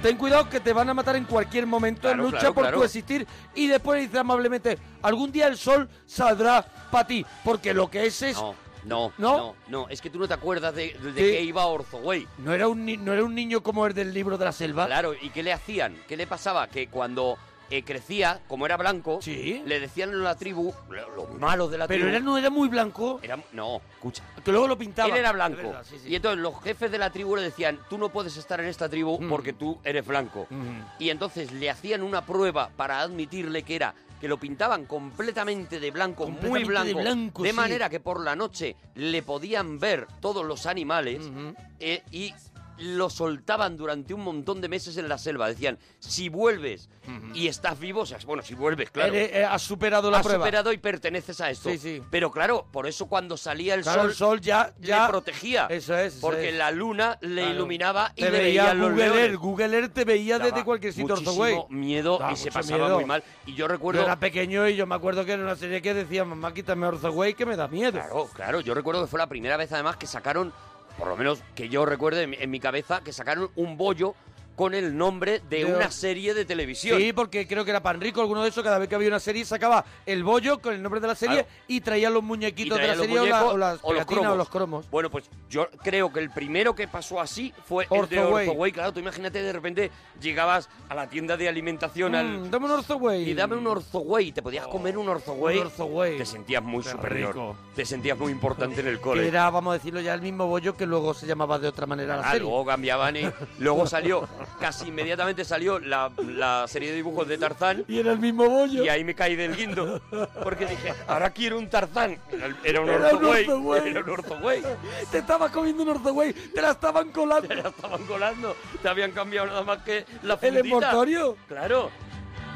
Speaker 6: ten cuidado que te van a matar en cualquier momento
Speaker 4: Claro,
Speaker 6: en lucha
Speaker 4: claro,
Speaker 6: por
Speaker 4: claro.
Speaker 6: tu existir. Y después dice amablemente, algún día el sol saldrá para ti, porque lo que es es...
Speaker 4: No, no,
Speaker 6: ¿No?
Speaker 4: no, no, Es que tú no te acuerdas de, de
Speaker 6: Sí.
Speaker 4: qué iba Orzo, güey.
Speaker 6: No era, un, ni- no era un niño como el del libro de la selva.
Speaker 4: Claro, ¿y qué le hacían? ¿Qué le pasaba? Que cuando eh, crecía, como era blanco, le decían en la tribu, lo- los malos de la
Speaker 6: Pero
Speaker 4: tribu.
Speaker 6: era, no era muy blanco,
Speaker 4: era- no, escucha.
Speaker 6: que luego lo pintaba.
Speaker 4: Él era
Speaker 6: De
Speaker 4: blanco.
Speaker 6: verdad, sí, sí.
Speaker 4: Y entonces los jefes de la tribu le decían, tú no puedes estar en esta tribu
Speaker 6: Mm.
Speaker 4: porque tú eres blanco. Y entonces le hacían una prueba para admitirle que era que lo pintaban completamente de blanco, muy
Speaker 6: Completamente de
Speaker 4: blanco,
Speaker 6: blanco, sí.
Speaker 4: manera que por la noche le podían ver todos los animales eh, y lo soltaban durante un montón de meses en la selva. Decían, si vuelves y estás vivo, o sea, bueno, si vuelves, claro.
Speaker 6: Eres- Mm. eh, has superado la
Speaker 4: has
Speaker 6: prueba.
Speaker 4: superado y perteneces a esto.
Speaker 6: Sí, sí.
Speaker 4: Pero claro, por eso cuando salía el
Speaker 6: Claro,
Speaker 4: sol,
Speaker 6: el sol ya- ya-
Speaker 4: le protegía.
Speaker 6: Eso es, eso
Speaker 4: Porque
Speaker 6: es.
Speaker 4: la luna le
Speaker 6: Claro.
Speaker 4: iluminaba y
Speaker 6: Te
Speaker 4: le
Speaker 6: veía
Speaker 4: veían los
Speaker 6: Google Earth,
Speaker 4: leones.
Speaker 6: Google Earth te veía
Speaker 4: Daba
Speaker 6: desde cualquier sitio,
Speaker 4: muchísimo
Speaker 6: Ortogüey.
Speaker 4: miedo
Speaker 6: Daba
Speaker 4: y se
Speaker 6: mucho
Speaker 4: pasaba
Speaker 6: miedo.
Speaker 4: muy mal. Y yo recuerdo...
Speaker 6: Yo era pequeño y yo me acuerdo que era una serie que decía, mamá, quítame Ortogüey que me da miedo.
Speaker 4: Claro, claro, yo recuerdo que fue la primera vez además que sacaron, por lo menos que yo recuerde en, mi- en mi cabeza, que sacaron un bollo con el nombre de
Speaker 6: De-
Speaker 4: una serie de televisión.
Speaker 6: Sí, porque creo que era Panrico, alguno de esos, cada vez que había una serie sacaba el bollo con el nombre de la serie
Speaker 4: Claro.
Speaker 6: y traía los
Speaker 4: Y
Speaker 6: muñequitos
Speaker 4: traía
Speaker 6: de la
Speaker 4: los
Speaker 6: serie o, la-
Speaker 4: muñecos
Speaker 6: o las
Speaker 4: o los
Speaker 6: pegatinas
Speaker 4: cromos.
Speaker 6: o los cromos.
Speaker 4: Bueno, pues yo creo que el primero que pasó así fue el de
Speaker 6: Ortoway.
Speaker 4: Ortoway. Claro, tú imagínate de repente llegabas a la tienda de alimentación al,
Speaker 6: Mm, dame un Ortogüey.
Speaker 4: Y dame un Orzoway, te podías comer un Orzoway.
Speaker 6: un Orzoway.
Speaker 4: Te sentías muy
Speaker 6: Qué
Speaker 4: superior.
Speaker 6: rico.
Speaker 4: Te sentías muy importante
Speaker 6: *laughs*
Speaker 4: en el
Speaker 6: Que
Speaker 4: cole.
Speaker 6: era, vamos a decirlo ya, el mismo bollo que luego se llamaba de otra manera la
Speaker 4: Ah,
Speaker 6: serie.
Speaker 4: luego cambiaban y
Speaker 6: *laughs*
Speaker 4: luego salió, casi inmediatamente salió la, la serie de dibujos de Tarzán
Speaker 6: Y era el mismo bollo.
Speaker 4: y ahí me caí del guindo. Porque dije, ahora quiero un Tarzán. Era- Era un
Speaker 6: Era un
Speaker 4: Orzoway.
Speaker 6: Orzoway.
Speaker 4: Era un Orzoway.
Speaker 6: Te estabas comiendo un Ortogüey, te la estaban colando.
Speaker 4: Te la estaban colando. Te habían cambiado nada más que la
Speaker 6: ¿El
Speaker 4: fundita.
Speaker 6: envoltorio?
Speaker 4: Claro.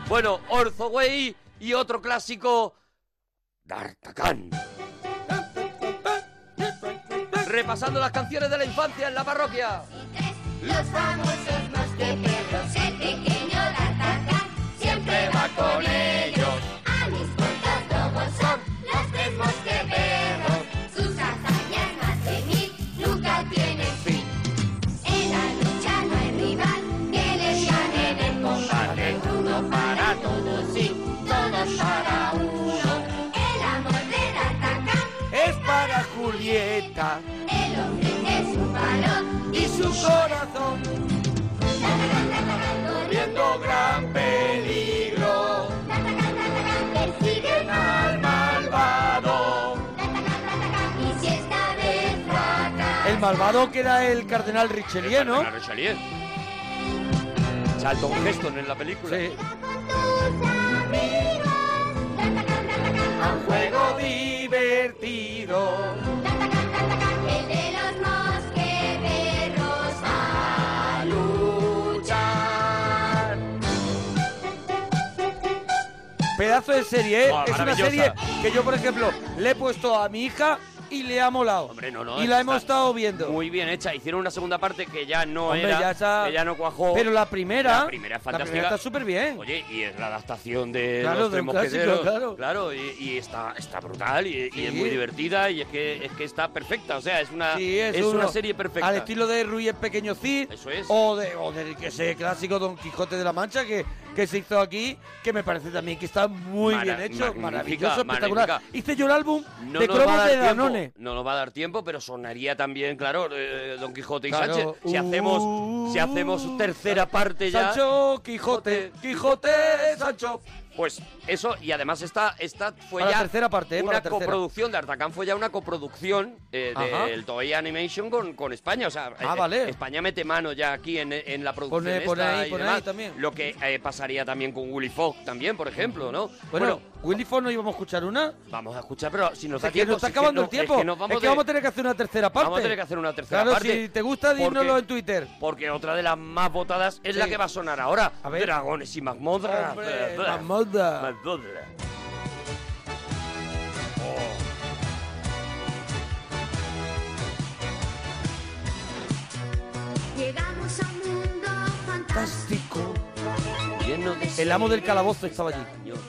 Speaker 4: Bueno, Orzoway y otro clásico, D'Artagnan. Repasando las canciones de la infancia en la parroquia.
Speaker 1: Los famosos mosqueteros, el pequeño D'Artagnan siempre va con ellos. A mis puntos lobos son los tres mosqueteros. Sus hazañas más de mil nunca tienen fin. En la lucha no hay rival que les gane en el combate. Uno para todos y todos para uno. El amor de D'Artagnan
Speaker 6: Es para Julieta.
Speaker 1: el hombre es un balón y su
Speaker 6: corazón.
Speaker 1: Corriendo gran peligro. Persigue al malvado. Y si esta vez fracasa.
Speaker 6: El malvado que era el cardenal Richelieu, ¿no?
Speaker 4: Claro, Charlier. Charlton Heston en la película.
Speaker 1: A un
Speaker 6: Juego divertido.
Speaker 1: El de los mosqueteros va a luchar.
Speaker 6: Pedazo de serie, ¿eh?
Speaker 4: Buah,
Speaker 6: es una
Speaker 4: Ah, maravillosa.
Speaker 6: serie que yo, por ejemplo, le he puesto a mi hija y le ha molado.
Speaker 4: Hombre, no, no,
Speaker 6: y la
Speaker 4: está
Speaker 6: hemos estado viendo.
Speaker 4: Muy bien hecha. Hicieron una segunda parte que ya no
Speaker 6: Hombre,
Speaker 4: era.
Speaker 6: ya está-
Speaker 4: Que ya no cuajó.
Speaker 6: Pero la primera,
Speaker 4: La primera
Speaker 6: la primera
Speaker 4: es fantástica.
Speaker 6: está súper bien.
Speaker 4: Oye, y es la adaptación de
Speaker 6: Claro,
Speaker 4: los
Speaker 6: de
Speaker 4: tres
Speaker 6: un clásico,
Speaker 4: mosqueteros.
Speaker 6: claro.
Speaker 4: y, y está, está brutal y, y
Speaker 6: Sí.
Speaker 4: es muy divertida y es que, es que está perfecta. O sea, es una,
Speaker 6: Sí, es
Speaker 4: una
Speaker 6: uno-
Speaker 4: serie perfecta.
Speaker 6: Al estilo de Ruiz el Pequeño Cid.
Speaker 4: Eso es.
Speaker 6: O, de, o del que sé, clásico Don Quijote de la Mancha que, que se hizo aquí, que me parece también que está muy
Speaker 4: Mara-
Speaker 6: bien hecho,
Speaker 4: magnífica,
Speaker 6: maravilloso, espectacular.
Speaker 4: magnífica.
Speaker 6: Hice yo el álbum
Speaker 4: No
Speaker 6: de
Speaker 4: nos va a
Speaker 6: cromos
Speaker 4: dar
Speaker 6: de
Speaker 4: tiempo.
Speaker 6: Danone. Dime.
Speaker 4: No nos va a dar tiempo, pero sonaría también, claro, eh, Don Quijote y
Speaker 6: Claro. Uh.
Speaker 4: Sánchez. Si hacemos, si hacemos tercera parte ya.
Speaker 6: Sancho, Quijote, Quijote, Sancho.
Speaker 4: Pues eso, y además esta, esta fue
Speaker 6: Para
Speaker 4: ya.
Speaker 6: la tercera parte, ¿eh? Para
Speaker 4: Una
Speaker 6: la tercera.
Speaker 4: coproducción de Artacán fue ya una coproducción eh,
Speaker 6: Ajá.
Speaker 4: del Toei Animation con, con España. O sea,
Speaker 6: Ah,
Speaker 4: eh,
Speaker 6: vale.
Speaker 4: España mete mano ya aquí en, en la producción.
Speaker 6: Pone-
Speaker 4: esta
Speaker 6: pone ahí,
Speaker 4: y
Speaker 6: pone
Speaker 4: demás.
Speaker 6: ahí también.
Speaker 4: Lo que eh, pasaría también con Willy Fox, también, por ejemplo, ¿no?
Speaker 6: Bueno, Willy Fox no íbamos a escuchar una.
Speaker 4: Vamos a escuchar, pero si nos
Speaker 6: Es
Speaker 4: da
Speaker 6: que
Speaker 4: tiempo.
Speaker 6: nos está
Speaker 4: si es que
Speaker 6: acabando
Speaker 4: no-
Speaker 6: el tiempo.
Speaker 4: Es que, nos vamos, de-
Speaker 6: a tener que hacer una tercera parte.
Speaker 4: vamos a tener que hacer una tercera
Speaker 6: claro,
Speaker 4: parte.
Speaker 6: si te gusta,
Speaker 4: porque-
Speaker 6: dínoslo en Twitter.
Speaker 4: Porque otra de las más votadas es
Speaker 6: Sí.
Speaker 4: la que va a sonar ahora.
Speaker 6: A ver.
Speaker 4: Dragones y mazmorras.
Speaker 6: Hombre,
Speaker 4: Bla, bla.
Speaker 6: mazmorra.
Speaker 4: Mazmorra.
Speaker 1: Llegamos a un mundo fantástico.
Speaker 4: Lleno de
Speaker 6: El amo del calabozo estaba allí.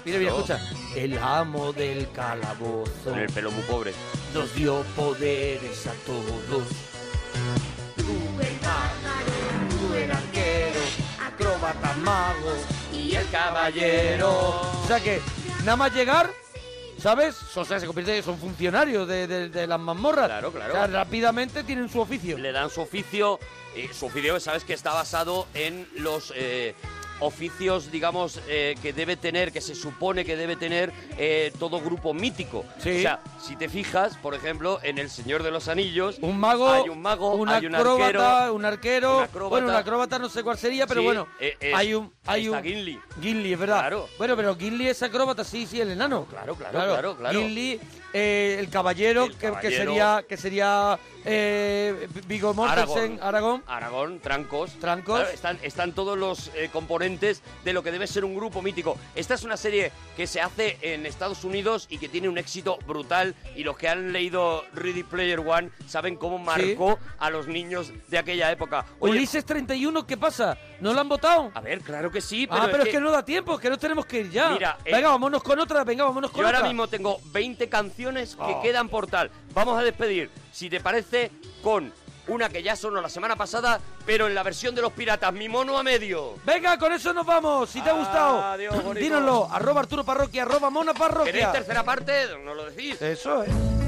Speaker 6: Mira, mira,
Speaker 4: No.
Speaker 6: escucha. El amo del calabozo.
Speaker 4: Con el pelo muy pobre.
Speaker 6: Nos dio poderes a todos.
Speaker 1: Tú el pájaro, tú el arquero, acróbata mago y el
Speaker 6: Caballero. O sea que, nada más llegar, ¿sabes? O sea, se convierte, son funcionarios de, de- de las mazmorras. Claro,
Speaker 4: claro.
Speaker 6: O sea, rápidamente tienen su oficio.
Speaker 4: Le dan su oficio. eh, su oficio, sabes que está basado en los eh, oficios, digamos, eh, que debe tener, que se supone que debe tener eh, todo grupo mítico.
Speaker 6: Sí.
Speaker 4: O sea, si te fijas, por ejemplo, en El Señor de los Anillos.
Speaker 6: Un mago,
Speaker 4: Hay un mago,
Speaker 6: un
Speaker 4: hay un
Speaker 6: acróbata,
Speaker 4: arquero.
Speaker 6: un arquero,
Speaker 4: un acróbata.
Speaker 6: bueno, un acróbata no sé cuál sería, pero
Speaker 4: Sí,
Speaker 6: bueno,
Speaker 4: eh, eh,
Speaker 6: hay un, hay
Speaker 4: está
Speaker 6: un
Speaker 4: Gimli.
Speaker 6: Gimli, es verdad. Bueno, pero Gimli es acróbata, sí, sí, el enano. Claro,
Speaker 4: claro, claro, claro.
Speaker 6: Gimli, eh, el caballero, que- Que,
Speaker 4: caballero.
Speaker 6: sería, que sería eh, Viggo Mortensen,
Speaker 4: Aragorn.
Speaker 6: Aragón.
Speaker 4: Aragón, Trancos.
Speaker 6: Trancos.
Speaker 4: Claro, están, están todos los eh, componentes de lo que debe ser un grupo mítico. Esta es una serie que se hace en Estados Unidos y que tiene un éxito brutal. Y los que han leído Ready Player One saben cómo marcó a los niños de aquella época. Oye,
Speaker 6: Ulises 31, ¿qué pasa? ¿No lo han votado?
Speaker 4: a ver, claro que sí, pero,
Speaker 6: ah, pero es
Speaker 4: es
Speaker 6: que... no da tiempo, es que nos tenemos que ir ya.
Speaker 4: Mira, eh,
Speaker 6: venga, vámonos con otra, venga, vámonos con
Speaker 4: Yo
Speaker 6: otra.
Speaker 4: ahora mismo tengo 20 canciones que
Speaker 6: Oh.
Speaker 4: quedan por tal. Vamos a despedir, si te parece, con una que ya sonó la semana pasada, pero en la versión de los piratas, mi mono a medio.
Speaker 6: Venga, con eso nos vamos. Si te ha gustado,
Speaker 4: Adiós, bonito. este
Speaker 6: dínoslo. Arroba Arturo Parroquia, arroba Mona Parroquia.
Speaker 4: ¿Queréis tercera parte? No lo decís.
Speaker 6: Eso es.